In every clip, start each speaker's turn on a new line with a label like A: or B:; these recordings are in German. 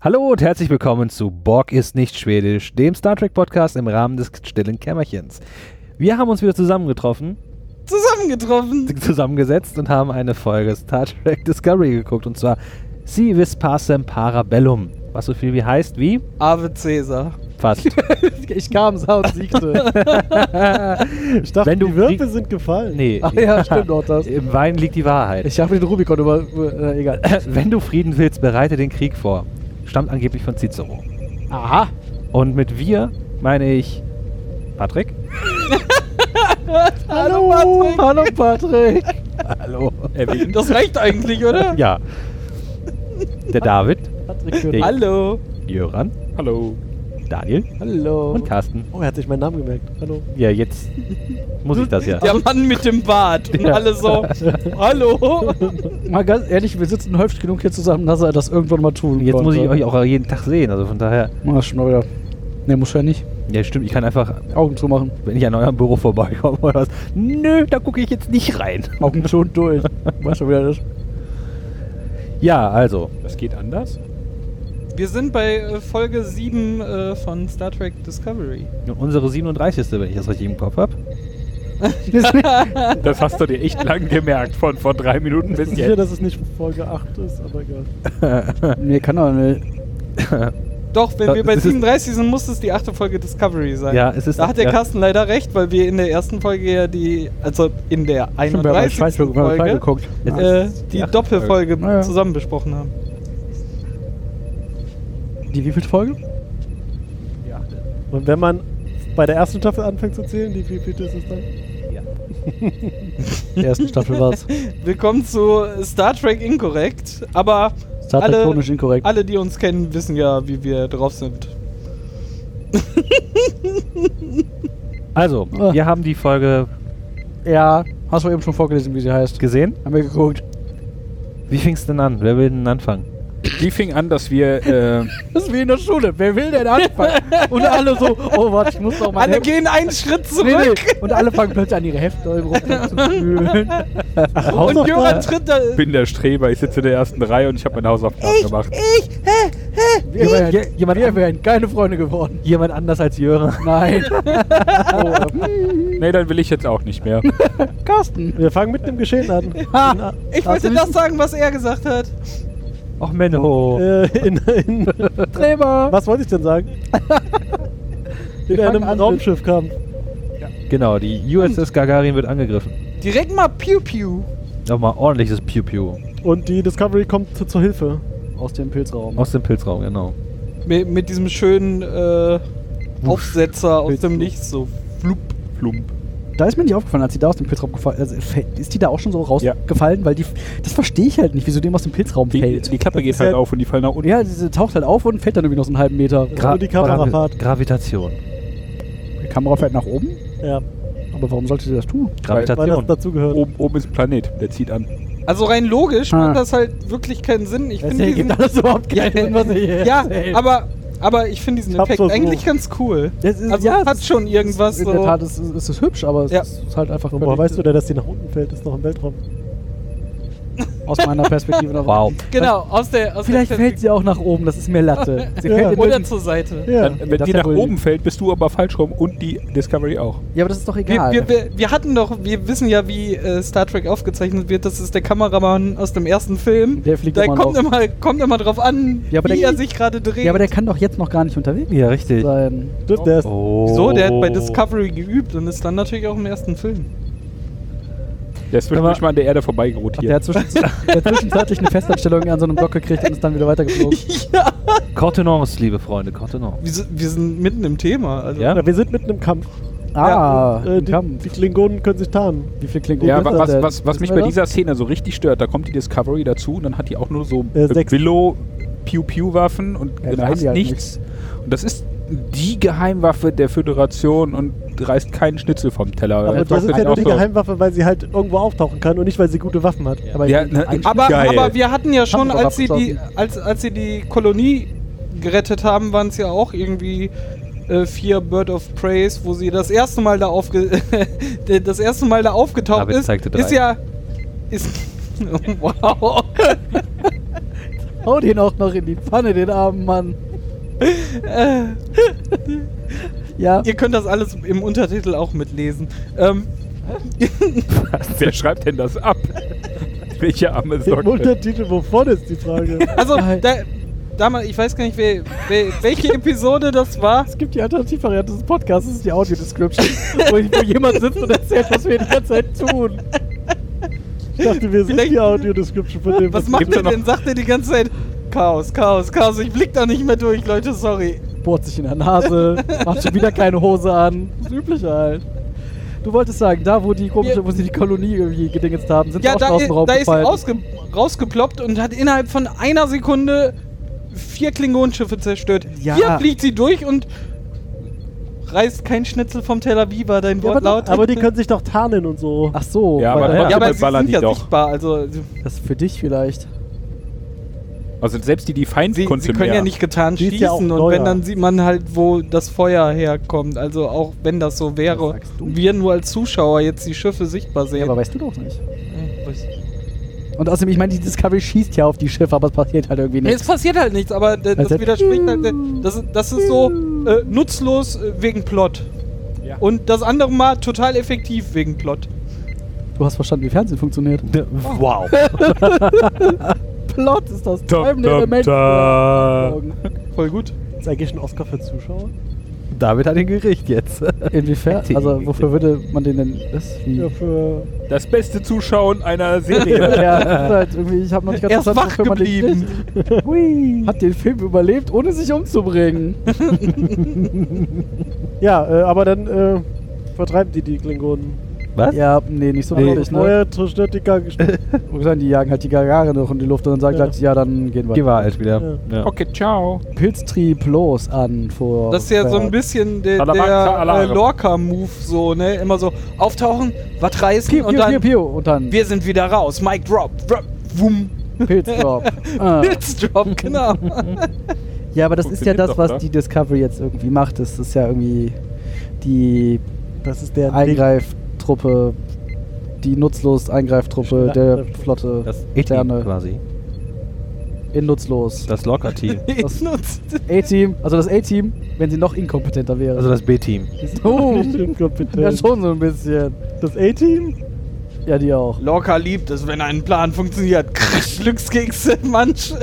A: Hallo und herzlich willkommen zu Borg ist nicht schwedisch, dem Star Trek Podcast im Rahmen des stillen Kämmerchens. Wir haben uns wieder zusammengetroffen,
B: Zusammengetroffen.
A: zusammengesetzt und haben eine Folge Star Trek Discovery geguckt und zwar Si vis pacem para bellum, was so viel wie heißt wie
B: Ave Cäsar.
A: fast.
C: Ich kam, sah und siegte. Ich dachte,
A: Wenn du
C: die Würfel
A: krieg-
C: sind gefallen.
A: Nee.
C: Ach Ah, ja, stimmt auch das.
A: Im Wein liegt die Wahrheit.
C: Ich habe den Rubikon über... Äh, egal.
A: Wenn du Frieden willst, bereite den Krieg vor. Stammt angeblich von Cicero.
C: Aha.
A: Und mit wir meine ich Patrick.
C: Hallo,
B: Patrick.
C: Hallo, Patrick.
A: Hallo.
B: Das reicht eigentlich, oder?
A: Ja. Der David,
C: Patrick
A: Hey.
C: König.
B: Hallo.
A: Jöran,
D: Hallo.
A: Daniel
C: Hallo.
A: und Carsten.
C: Oh, er hat sich meinen Namen gemerkt. Hallo.
A: Ja, jetzt muss ich das ja.
B: Der Mann mit dem Bart. Und
A: Ja.
B: alle so. Hallo.
C: Mal ganz ehrlich, wir sitzen häufig genug hier zusammen, dass er das irgendwann mal tun
A: Jetzt muss
C: konnte.
A: ich euch auch jeden Tag sehen. Also von daher,
C: Mal schon wieder. Ne, muss ja nicht.
A: ja stimmt, ich kann einfach,
C: Augen zumachen.
A: wenn ich an eurem Büro vorbeikomme oder was, nö, da gucke ich jetzt nicht rein.
C: Augen schon durch. Weiß schon wieder das.
A: Ja, also,
D: Das geht anders?
B: Wir sind bei äh, Folge 7 äh, von Star Trek Discovery.
A: unsere 37. wenn ich das richtig im Kopf habe.
D: Das hast du dir echt lang gemerkt, von vor drei Minuten
C: Ich bin
D: bis
C: sicher,
D: jetzt.
C: dass es nicht Folge 8 ist, aber egal. Nee, kann doch nicht.
B: Doch, wenn
A: Da-
B: wir bei
A: das ist-
B: 37 sind, muss es die achte Folge Discovery sein.
A: Ja, es ist-
B: da hat der
A: ja.
B: Carsten leider recht, weil wir in der ersten Folge ja die, also in der
C: Stimmt, wir haben bei
B: 31.
C: Schweiz- wir haben bei
B: Folge,
C: geguckt.
B: äh, die
A: Ja.
B: Doppelfolge
C: Naja.
B: zusammen besprochen haben.
C: Die wievielte Folge?
E: Und wenn man bei der ersten Staffel anfängt zu zählen, die wie viel ist es dann?
C: Der ersten Staffel war es.
B: Willkommen zu Star Trek Inkorrekt, aber
C: Star Trek
B: alle,
C: chronisch inkorrekt.
B: alle, die uns kennen, wissen ja, wie wir drauf sind.
A: Also,
C: Ah.
A: wir haben die Folge
C: Ja, hast du eben schon vorgelesen, wie sie heißt.
A: gesehen.
C: Haben wir geguckt.
A: Wie fing es denn an? Wer will denn anfangen?
D: Die fing an, dass wir. Äh,
C: Das ist wie in der Schule. Wer will denn anfangen? Und alle so, oh warte, ich muss doch mal.
B: Alle gehen einen Schritt
C: nee,
B: zurück
C: nee. Und alle fangen plötzlich an, ihre Hefte im Rucksack zu fühlen. Ach,
B: und Jöran tritt da.
D: bin der Streber, ich sitze in der ersten Reihe und ich habe meine Hausaufgaben gemacht.
C: Wir wären,
A: Je- jemand
C: wir
A: an-
C: wären keine Freunde geworden.
A: Jemand anders als Jöran.
C: Nein. Oh, äh,
D: Nee, dann will ich jetzt auch nicht mehr.
C: Carsten.
E: ähm, Wir fangen mit dem Geschehen an.
C: Ha,
B: Ich wollte das sagen, was er gesagt hat.
A: Och, Menno.
E: Äh, in, in,
C: Streber.
E: was wollte ich denn sagen? In
C: fangen
E: einem
C: an mit-
E: Raumschiffkampf.
A: Genau, die USS Gagarin wird angegriffen.
B: Direkt mal Pew Pew.
A: Nochmal ordentliches Pew Pew.
E: Und die Discovery kommt zu, zur Hilfe.
C: Aus dem Pilzraum.
A: Aus dem Pilzraum, genau.
B: Mit, mit diesem schönen äh, Aufsetzer aus dem Nichts. So.
D: Flup, flump.
C: Da ist mir nicht aufgefallen, als die da aus dem Pilzraum gefallen also, fällt- ist. die da auch schon so
D: Ja.
C: rausgefallen? Weil die, das verstehe ich halt nicht, wieso dem aus dem Pilzraum
D: Die,
C: fällt.
D: die Klappe geht
E: ist
D: halt
E: ja-
D: auf und die fallen nach unten.
C: Ja, sie taucht halt auf und fällt dann irgendwie noch so einen halben Meter.
E: Nur die Kamerafahrt.
A: Gravitation.
C: Die Kamera fährt nach oben?
E: Ja,
C: Aber warum sollte sie das tun?
E: weil das
A: Gravitation.
E: dazu gehört.
D: Oben, oben ist ein Planet, der zieht an.
B: Also rein logisch
C: Ah.
B: macht das halt wirklich keinen Sinn. Ich finde diesen.
C: alles überhaupt
B: Ja, ja, aber. Aber ich finde diesen
E: Ich hab's
B: Effekt
E: versucht.
B: eigentlich ganz cool.
C: Das ist-
B: also
C: ja, das
B: hat
C: ist-
B: schon irgendwas
C: in
B: so.
C: der Tat ist, ist, ist es hübsch, aber es
B: Ja.
C: ist halt einfach
E: Woher weißt du denn, dass die nach unten fällt? Ist noch im Weltraum.
C: aus meiner Perspektive noch.
A: Wow.
B: Genau, aus der. Aus
C: Vielleicht
B: der
C: fällt sie auch nach oben, das ist mir Latte. Sie
E: Ja.
C: fällt in
B: Oder
C: irgendein-
B: zur Seite.
E: Ja.
D: Dann, wenn
C: das
D: die
C: ist ja
D: nach
C: wohl-
D: oben fällt, bist du aber falsch rum und die Discovery auch.
C: ja, aber das ist doch
B: Wir,
C: egal.
B: wir, wir, wir hatten doch, wir wissen ja, wie äh, Star Trek aufgezeichnet wird. Das ist der Kameramann aus dem ersten Film.
C: Der fliegt
B: da
C: immer
B: kommt
C: noch.
B: immer, kommt immer drauf an,
C: Ja, aber
B: wie
C: der-
B: er sich gerade dreht.
C: ja, aber der kann doch jetzt noch gar nicht unterwegs
A: Ja, richtig.
C: sein.
E: Stimmt, der ist.
A: Oh.
B: so, der hat bei Discovery geübt und ist dann natürlich auch im ersten Film.
D: Der ist
A: Aber-
D: wirklich mal an der Erde vorbeigerotiert.
C: Ach, der, hat zwischen, der hat zwischenzeitlich eine Festanstellung an so einem Block gekriegt und ist dann wieder weitergeflogen.
A: Cortenance, liebe Freunde, Cortenance.
B: Wir, sind- wir sind mitten im Thema. Also.
A: Ja?
E: Na, wir sind mitten im Kampf.
C: Ah,
E: Äh,
C: im
E: die,
C: Kampf.
E: die Klingonen können sich tarnen.
C: Wie viel klingt
D: Ja, wa- was, was, was mich bei dieser Szene so richtig stört, da kommt die Discovery dazu und dann hat die auch nur so
E: Äh,
D: äh,
E: sechs.
D: Willow Pew Pew Waffen und
C: Ja,
D: du
C: da haben
D: hast
C: die halt
D: nichts. Und das ist die Geheimwaffe der Föderation und reißt keinen Schnitzel vom Teller.
E: Aber
D: Das
E: das
D: macht
E: ist ja
D: halt auch
E: nur die
D: so-
E: Geheimwaffe, weil sie halt irgendwo auftauchen kann und nicht, weil sie gute Waffen hat.
C: Aber
D: Ja,
C: die-
D: ne,
C: ein-
B: Aber,
D: Geil.
B: aber wir hatten ja
C: Haben
B: schon,
C: wir doch
B: als sie, die,
C: abgeschlossen.
B: als, als sie die Kolonie gerettet haben, waren es ja auch irgendwie äh, vier Bird of Praise, wo sie das erste Mal da aufge das erste Mal da aufgetaucht
A: David
B: ist.
A: zeigte drei.
B: Ist ja ist wow.
F: Hau den auch noch in die Pfanne, den armen Mann. ja,
B: Ihr könnt das alles im Untertitel auch mitlesen. Ähm,
D: Was, wer schreibt denn das ab? Welche arme
E: Im
F: äh,
D: Socke?
E: Untertitel, wovon ist die Frage?
B: also,
F: Nein.
B: da, damals, ich weiß gar nicht, wer, wer, welche Episode das war.
F: es gibt die Alternativvariante des Podcasts, das ist die Audio-Description, wo, wo jemand sitzt und erzählt, was wir die ganze Zeit tun.
E: Ich dachte, wir sind
B: Vielleicht-
E: die Audio-Description von dem.
B: Was macht
D: Gibt's
B: ihr
D: da noch-
B: denn? Sagt ihr die ganze Zeit Chaos, Chaos, Chaos. Ich blick da nicht mehr durch, Leute, sorry.
F: Bohrt sich in der Nase, macht schon wieder keine Hose an. Das Übliche halt. Du wolltest sagen, da wo die komische,
B: Ja.
F: wo sie die Kolonie irgendwie gedingetzt haben, sind sie
B: Ja,
F: auch
B: da,
F: draußen
B: i- da ist sie
F: raufgefallen.
B: rausge rausgeploppt und hat innerhalb von einer Sekunde vier Klingonenschiffe zerstört.
F: Ja.
B: Hier fliegt sie durch und reißt kein Schnitzel vom Tel Aviv, war dein
E: Ja, aber,
B: Wort laut.
E: aber die können sich doch tarnen und so.
F: Ach so,
D: Ja,
F: weil
D: aber-
F: daher-
B: ja, aber
D: dabei
B: sie
D: ballern
B: sind
D: die
B: ja
D: doch.
B: sichtbar. Also sie,
F: das ist für dich vielleicht.
D: Also selbst die, die
B: sie
D: Feindkunst
B: können ja nicht getan
E: Die
B: schießen
E: ist ja auch
B: und
E: neuer.
B: wenn dann sieht man halt, wo das Feuer herkommt. Also auch wenn das so
F: Was
B: wäre,
F: sagst du?
B: wir nur als Zuschauer jetzt die Schiffe sichtbar
F: Ja,
B: sehen.
F: aber weißt du doch nicht.
B: Hm, weiß-
F: Und außerdem, ich meine, die Discovery schießt ja auf die Schiffe, aber es passiert halt irgendwie
B: Nee,
F: nichts.
B: es passiert halt nichts, aber d- das
F: Also-
B: widerspricht halt. der- Das, das ist so äh, nutzlos äh, wegen Plot.
D: Ja.
B: Und das andere Mal total effektiv wegen Plot.
F: Du hast verstanden, wie Fernsehen funktioniert.
A: Wow.
F: Plot ist das
D: Dum,
F: treibende
D: dum,
F: Element.
D: dum.
B: Voll gut.
E: Ist eigentlich ein Oscar für Zuschauer?
A: David hat ein Gericht jetzt.
F: Inwiefern? Also, wofür würde man den denn. Das, wie?
E: Ja, für.
D: Das beste Zuschauen einer Serie.
F: Ja, das ist halt irgendwie, ich habe noch nicht ganz
B: Er ist wach
F: wofür man den
B: geblieben.
F: kriegt. Hui. Hat den Film überlebt, ohne sich umzubringen.
E: Ja, äh, aber dann äh, vertreiben die die Klingonen.
A: Was?
F: Ja, nee, nicht so
A: Nee.
F: wirklich, ne?
E: Vorher zerstört die Gang.
F: Wo sagen, die jagen halt die Gagare noch in die Luft und dann sagt
E: Ja.
F: halt, ja, dann gehen wir.
A: Die war halt wieder. Ja.
D: Okay, ciao.
F: Pilztrieb los an vor.
B: Das ist ja so ein bisschen der,
D: Alamanca
B: der äh,
D: Alarm.
B: Lorca-Move, so, ne? Immer so auftauchen, was reißen
F: Piu,
B: und
F: piu,
B: dann.
F: piu, piu. Und dann
B: Wir sind wieder raus. Mike drop. drop wum.
F: Pilzdrop. ah.
B: Blitz drop, genau.
F: Ja, aber das ist ja
D: Funktioniert
F: das,
D: doch,
F: was
D: oder?
F: die Discovery jetzt irgendwie macht. Das ist ja irgendwie die
E: Das ist der
F: Eingreiftruppe, die nutzlos Eingreiftruppe
E: Schnelle
F: der
E: Eingreiftruppe.
F: Flotte.
A: Das E-Team
F: Sterne.
A: quasi.
F: In nutzlos.
A: Das Locker-Team.
B: Ich nutzt.
F: A-Team, also das A-Team, wenn sie noch inkompetenter wäre.
A: Also das B-Team.
F: oh,
E: Nicht inkompetent.
F: ja schon so ein bisschen.
E: Das A-Team?
F: Ja, die auch.
B: Lorca liebt es, wenn ein Plan funktioniert. Krach, Glückskekse, Mansch.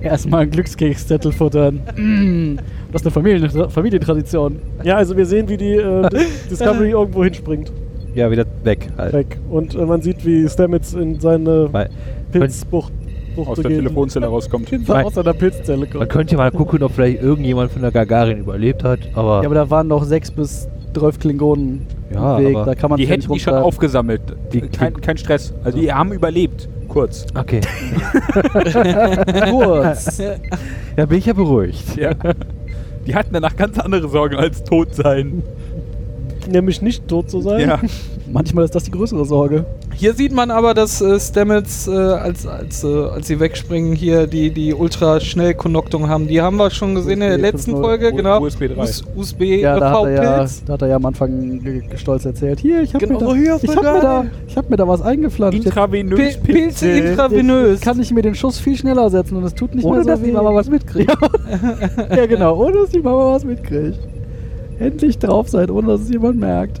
F: Erstmal einen Glückskekszettel futtern. Mm, das ist eine Familien Familientradition.
E: Ja, also wir sehen, wie die äh, Dis- Discovery irgendwo hinspringt.
A: Ja, wieder weg halt.
E: Weg. Und äh, man sieht, wie Stamets in seine
A: Weil,
E: Pilzbucht Bucht
D: Aus der
E: geht.
D: Telefonzelle rauskommt.
A: Mein-
F: Aus einer Pilzzelle kommt.
A: man könnte ja mal gucken, ob vielleicht irgendjemand von der Gagarin überlebt hat, aber,
F: Ja, aber da waren noch sechs bis 12 Klingonen
A: Ja,
F: im Weg.
A: aber
F: Da kann man
D: Die
F: sich ja
D: hätten die
F: nicht
D: schon
F: rumtreiben.
D: aufgesammelt.
A: Die-
D: kein,
A: die-
D: kein Stress. Also die haben überlebt. Kurz.
A: Okay.
F: kurz.
A: Ja, bin ich ja beruhigt.
D: Ja. Die hatten danach ganz andere Sorgen als tot sein.
E: Nämlich nicht tot zu sein.
D: Ja.
F: Manchmal ist das die größere Sorge.
B: Hier sieht man aber, dass äh, Stamets, äh, als, als, äh, als sie wegspringen, hier die, die ultra schnell Konnoktung haben. Die haben wir schon gesehen in der
F: USB
B: letzten
F: 5.0.
B: Folge,
D: U-
B: genau.
D: USB 3.
B: US- USB
F: Ja, da hat, er ja,
B: V-Pilz.
F: da hat er ja am Anfang ge- ge- stolz erzählt. Hier, ich habe
B: Genau,
F: mir, da-
B: hier,
F: ich
B: voll
F: hab mir, da-
B: geil.
F: ich hab mir da was eingepflanzt. Jetzt
D: Intravenös
B: Pil- Pilze intravenös.
F: kann ich mir den Schuss viel schneller setzen und es tut nicht
E: Ohne,
F: mehr so
E: dass die
F: weh.
E: Mama was
F: mitkriegt. Ja, ja genau, ohne dass die Mama was mitkriegt. Endlich drauf sein, ohne dass es jemand merkt.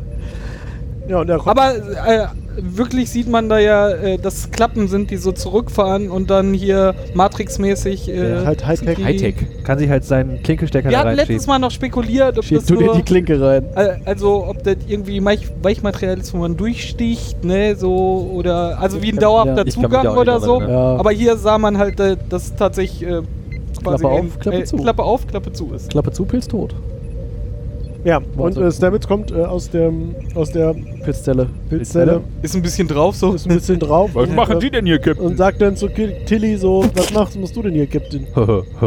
E: ja und er rockt
B: Aber äh, wirklich sieht man da ja, äh, dass Klappen sind, die so zurückfahren und dann hier Matrix-mäßig. Äh,
E: Ja, halt Hightech.
B: die-
D: Hightech.
A: Kann sich halt seinen Klinkelstecker
B: Wir
A: da
B: hatten letztes
A: reinschieben.
B: Mal noch spekuliert, ob
F: Schiebst
B: das
F: du dir
B: nur,
F: die Klinke rein.
B: äh, also ob das irgendwie Weich Weichmaterial ist, wo man durchsticht, ne, so oder also wie ein
F: Ja,
B: dauerhafter
A: ich kann mich da
B: Zugang
A: auch nicht
B: oder
A: dran
B: so.
A: erinnern.
F: Ja.
B: Aber hier sah man halt, äh, dass tatsächlich äh, quasi
F: Klappe auf,
B: ein-
F: Klappe zu.
B: Klappe auf, Klappe zu ist.
F: Klappe zu, Pilz tot.
E: Ja, und
F: Warte.
E: äh, Stamets kommt äh, aus, dem, aus der
F: Pilzzelle.
E: Pilzzelle,
B: Ist ein bisschen drauf so.
E: ist ein bisschen drauf.
D: Was
E: und,
D: machen
E: äh,
D: die denn hier, Captain?
E: Und sagt dann zu Ki- Tilly so, was machst musst du denn hier, Captain?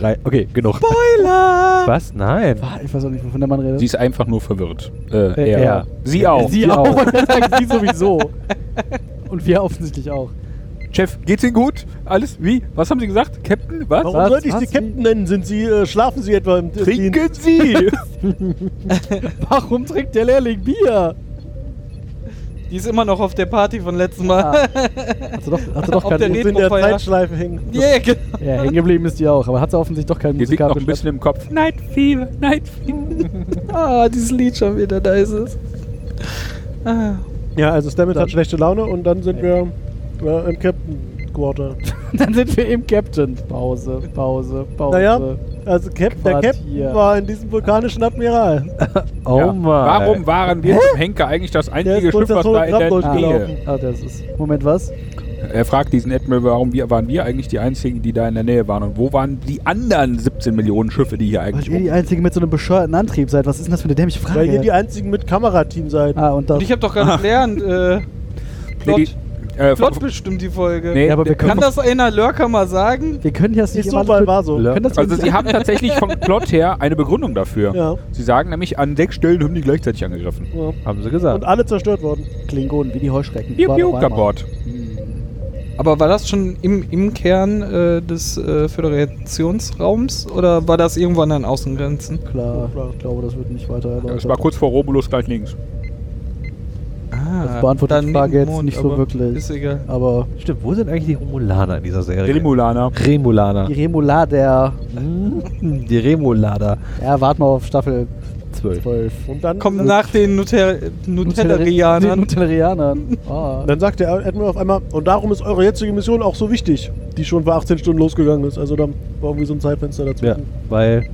A: Rei- okay, genug.
B: Spoiler!
A: Was? Nein.
F: Ah, Ich weiß auch nicht, wovon der Mann redet.
D: Sie ist einfach nur verwirrt. Äh,
A: er.
D: er. Sie auch.
F: Sie auch. Sagen Sie sowieso. Und wir offensichtlich auch.
D: Chef, geht's Ihnen gut? Alles? Wie? Was haben Sie gesagt? Captain? Was?
E: Warum
F: Was?
E: sollte ich sie
F: Was?
E: Captain nennen? Sind sie, äh, schlafen sie etwa im Dienst?
D: Trinken Sie!
F: Warum trinkt der Lehrling Bier?
B: Die ist immer noch auf der Party von letztem Mal.
F: Hat sie doch, hat sie doch
B: Auf
F: keinen
B: der
E: Jetzt in der
B: Retrofeuer.
E: Zeitschleife hängen.
B: Ja, ja, genau.
F: Ja, hängen geblieben ist die auch, aber hat sie offensichtlich doch keinen
D: Die liegt noch ein
F: musikalischen
D: bisschen im Kopf. Night Fever, Night Fever.
B: Ah, dieses Lied schon wieder, da ist es. Ah.
E: Ja, also Stamets hat schlechte Laune und dann sind wir äh, im Captain Quarter.
F: Dann sind wir im Captain. Pause, Pause, Pause.
E: Naja, also Cap, der
F: Quartier.
E: Captain war in diesem vulkanischen Admiral.
A: Oh
D: ja.
A: Mann.
D: Warum waren wir zum Henker eigentlich das
E: Der
D: einzige
E: ist durch
D: Schiff,
E: das
D: was da in
E: Hologramm
D: der Nähe...
E: durchgelaufen.
F: Ah, das ist. Moment, was?
D: Er fragt diesen Admiral, warum wir, waren wir eigentlich die einzigen, die da in der Nähe waren? Und wo waren die anderen 17 Millionen Schiffe, die hier
F: Weil
D: eigentlich
F: ihr die
D: rum...
F: Einzigen mit so einem bescheuerten Antrieb seid. Was ist denn das für eine dämliche Frage?
E: Weil ihr die einzigen mit Kamerateam seid.
F: ah, und das.
B: Und ich habe doch gerade gelernt, äh, Plot,
D: Nee, die- äh,
B: Plot bestimmt die Folge.
D: nee,
F: Ja, aber wir
B: Kann
F: können-
B: das einer Lurker mal sagen?
F: wir können das nicht
E: Ist so,
F: immer
E: weil
F: alles
E: war so.
F: mit- können das
D: Also
F: nicht-
D: sie haben tatsächlich vom Plot her eine Begründung dafür.
E: Ja.
D: Sie sagen nämlich, an sechs Stellen haben die gleichzeitig angegriffen.
E: Ja.
A: Haben sie gesagt.
E: Und alle zerstört worden.
F: Klingonen wie die Heuschrecken.
D: Piu,
F: Waren
D: piu,
F: auf einmal.
D: kaputt.
F: Hm,
B: Aber war das schon im, im Kern äh, des äh, Föderationsraums oder war das irgendwo an den Außengrenzen?
F: Klar,
E: Oh, klar.
F: ich glaube, das wird nicht weiter erläutert.
D: Das war kurz vor Romulus gleich links.
B: Ah,
F: Das beantwortet die
B: daneben
F: Frage jetzt
B: Mond,
F: nicht so
B: aber
F: wirklich.
B: Ist egal.
F: Aber
A: Stimmt, wo sind eigentlich die Romulaner in dieser Serie?
D: Remulaner.
A: Remulaner.
F: die Remulader.
A: Mhm, Die Remulader.
F: Ja, warten wir auf Staffel
A: 12.
F: 12.
E: Und dann,
B: Kommt nach den Nutel
F: Den
B: Nutellerianern.
F: Nutellerianern. Ah.
E: dann sagt der Admiral auf einmal, und darum ist eure jetzige Mission auch so wichtig, die schon vor 18 Stunden losgegangen ist. Also da war irgendwie so ein Zeitfenster
A: Ja,
E: dazwischen.
A: weil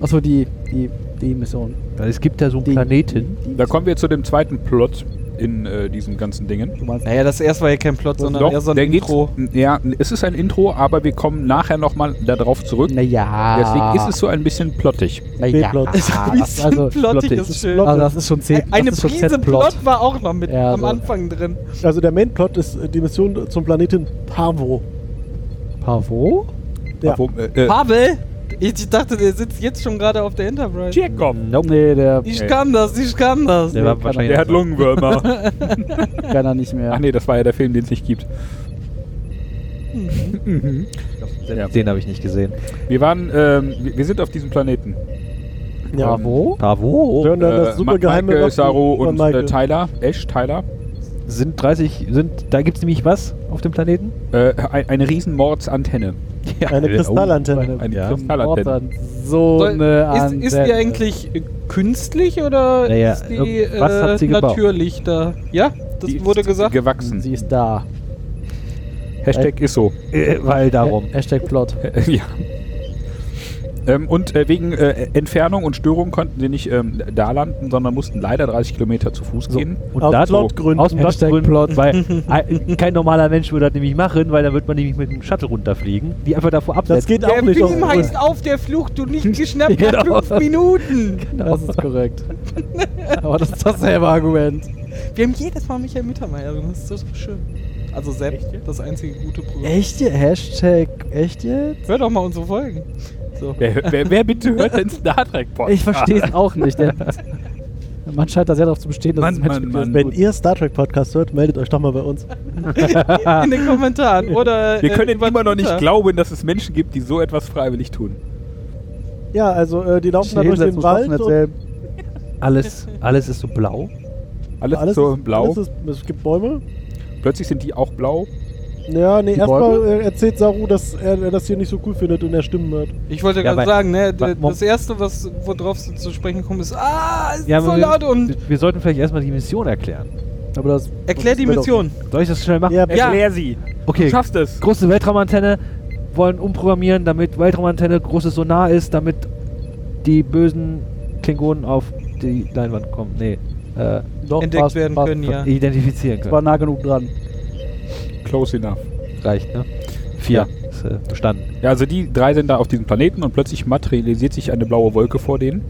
F: Achso, die, die, die Mission.
A: weil es gibt ja so einen
F: Die-
A: Planeten.
D: Da kommen wir zu dem zweiten Plot in äh, diesen ganzen Dingen.
F: Du meinst,
B: Naja, das erste war ja kein Plot, sondern eher so ein
D: der geht's-
B: Intro.
D: Ja, es ist ein Intro, aber wir kommen nachher nochmal darauf zurück.
F: naja.
D: Deswegen ist es so ein bisschen plottig.
F: Naja.
E: B-Plot.
B: Ein bisschen
F: also,
B: plottig
A: plottig.
B: ist schön.
F: also, das ist schon 10.
B: Eine
F: das ist schon
B: Prise
F: Z-Plot.
B: Plot war auch noch mit
F: Ja,
B: am
F: so.
B: Anfang drin.
E: Also der Main-Plot ist äh, die Mission zum Planeten Pavo.
F: Pavo?
E: Ja.
D: Obwohl, äh, äh,
B: Pavel? Ich, ich dachte, der sitzt jetzt schon gerade auf der Enterprise.
D: Jacob,
A: Nope.
F: Nee, der
B: Ich
D: Ey.
B: kann das, ich kann das.
A: Der war
F: Nee,
A: wahrscheinlich
D: der hat Lungenwürmer.
F: kann er nicht mehr.
D: Ach nee, das war ja der Film, den es nicht gibt. Ja.
A: Den habe ich nicht gesehen.
D: Wir waren, ähm, wir- wir sind auf diesem Planeten. Äh,
E: Ja.
F: Pavo? Oh,
A: Bravo.
E: Hören
F: äh,
E: dann das super
D: Ma-
E: geheime
D: Michael,
E: Waffen
D: Saru
E: von
D: und
E: Michael.
D: äh, Tyler, Ash, Tyler.
A: Sind 30, sind, da gibt es nämlich was auf dem Planeten?
D: Äh, ein, eine Riesenmordsantenne.
A: Ja,
E: Eine
A: oh.
E: Kristallantenne.
D: Eine
A: Ja.
D: Kristallantenne.
F: Ortan. So
B: Soll-
F: eine
B: ist, ist die
F: Antenne.
B: eigentlich äh, künstlich oder
A: Naja,
B: ist die äh,
A: irgend- was hat sie gebaut?
B: natürlich da? Ja, das
D: Die
B: wurde
D: ist
B: gesagt.
D: Gewachsen.
F: Sie ist da.
D: Hashtag ist so.
A: Äh, weil darum.
F: Ha- Hashtag Plot.
D: ja. Ähm, und äh, wegen äh, Entfernung und Störung konnten sie nicht ähm, da landen, sondern mussten leider 30 Kilometer zu Fuß gehen.
A: Und
E: Aus
A: dazu-
E: Plotgründen.
A: Aus
F: Hashtag
A: Plotgründen,
F: Plot.
A: weil äh, kein normaler Mensch würde das nämlich machen, weil dann wird man nämlich mit dem Shuttle runterfliegen, die einfach davor
E: Das
A: absetzt.
E: geht auch
B: Der
E: nicht.
B: Film
E: auf-
B: heißt Auf der Flucht, du nicht geschnappt nach
A: Genau.
B: fünf Minuten.
F: Das ist korrekt. Aber das ist dasselbe Argument.
B: Wir haben jedes Mal Michael Mittermeier drin, das ist so schön. Also selbst das einzige gute Programm.
F: Echt jetzt? Hashtag echt jetzt?
B: Hör doch mal unsere Folgen. So.
D: Wer, wer, wer bitte hört denn Star Trek Podcast?
F: Ich verstehe es auch nicht. Der, man scheint da sehr darauf zu bestehen, dass
D: Mann,
F: es
D: Mann,
F: Menschen gibt, die
D: Mann.
F: das
E: Wenn
F: tun.
E: ihr Star Trek Podcast hört, meldet euch doch mal bei uns.
B: In den Kommentaren. Oder,
D: Wir
B: äh,
D: können
B: über
D: immer noch nicht
B: Twitter.
D: glauben, dass es Menschen gibt, die so etwas freiwillig tun.
E: Ja, also äh, die laufen
F: Ich
E: da durch
F: hinsetzen
E: den
F: und
E: Wald.
F: Waffen
E: und
F: erzählen.
A: Alles, alles ist so blau.
D: Alles, so
E: ist,
D: blau.
E: Alles ist, es gibt Bäume.
D: Plötzlich sind die auch blau.
E: Ja, nee,
F: Die
E: erstmal
F: Bäume?
E: äh, erzählt Saru, dass er er das hier nicht so cool findet und er Stimmen hört.
B: Ich wollte
A: Ja,
B: gerade
A: aber-
B: sagen, ne, d-
A: Mom-
B: das erste, was, worauf sie zu sprechen kommen, ist, ah, es ist
A: Ja,
B: so
A: aber
B: laut und
A: wir, wir sollten vielleicht erstmal die Mission erklären.
F: Aber das
B: erklär die Mission.
A: Soll ich das schnell machen?
E: Ja,
D: Erklär sie. Du
A: okay,
D: schaffst es.
A: große Weltraumantenne wollen umprogrammieren, damit Weltraumantenne großes Sonar ist, damit die bösen Klingonen auf die Leinwand kommen. Nee, äh,
F: doch
B: Entdeckt
F: passt,
B: werden
F: passt.
B: können, ja.
A: identifizieren
F: Es war
A: können.
F: nah genug dran.
D: Close enough.
A: Reicht, ne? Vier.
D: Ja.
A: Ist äh, bestanden.
D: Ja, also die drei sind da auf diesem Planeten und plötzlich materialisiert sich eine blaue Wolke vor denen.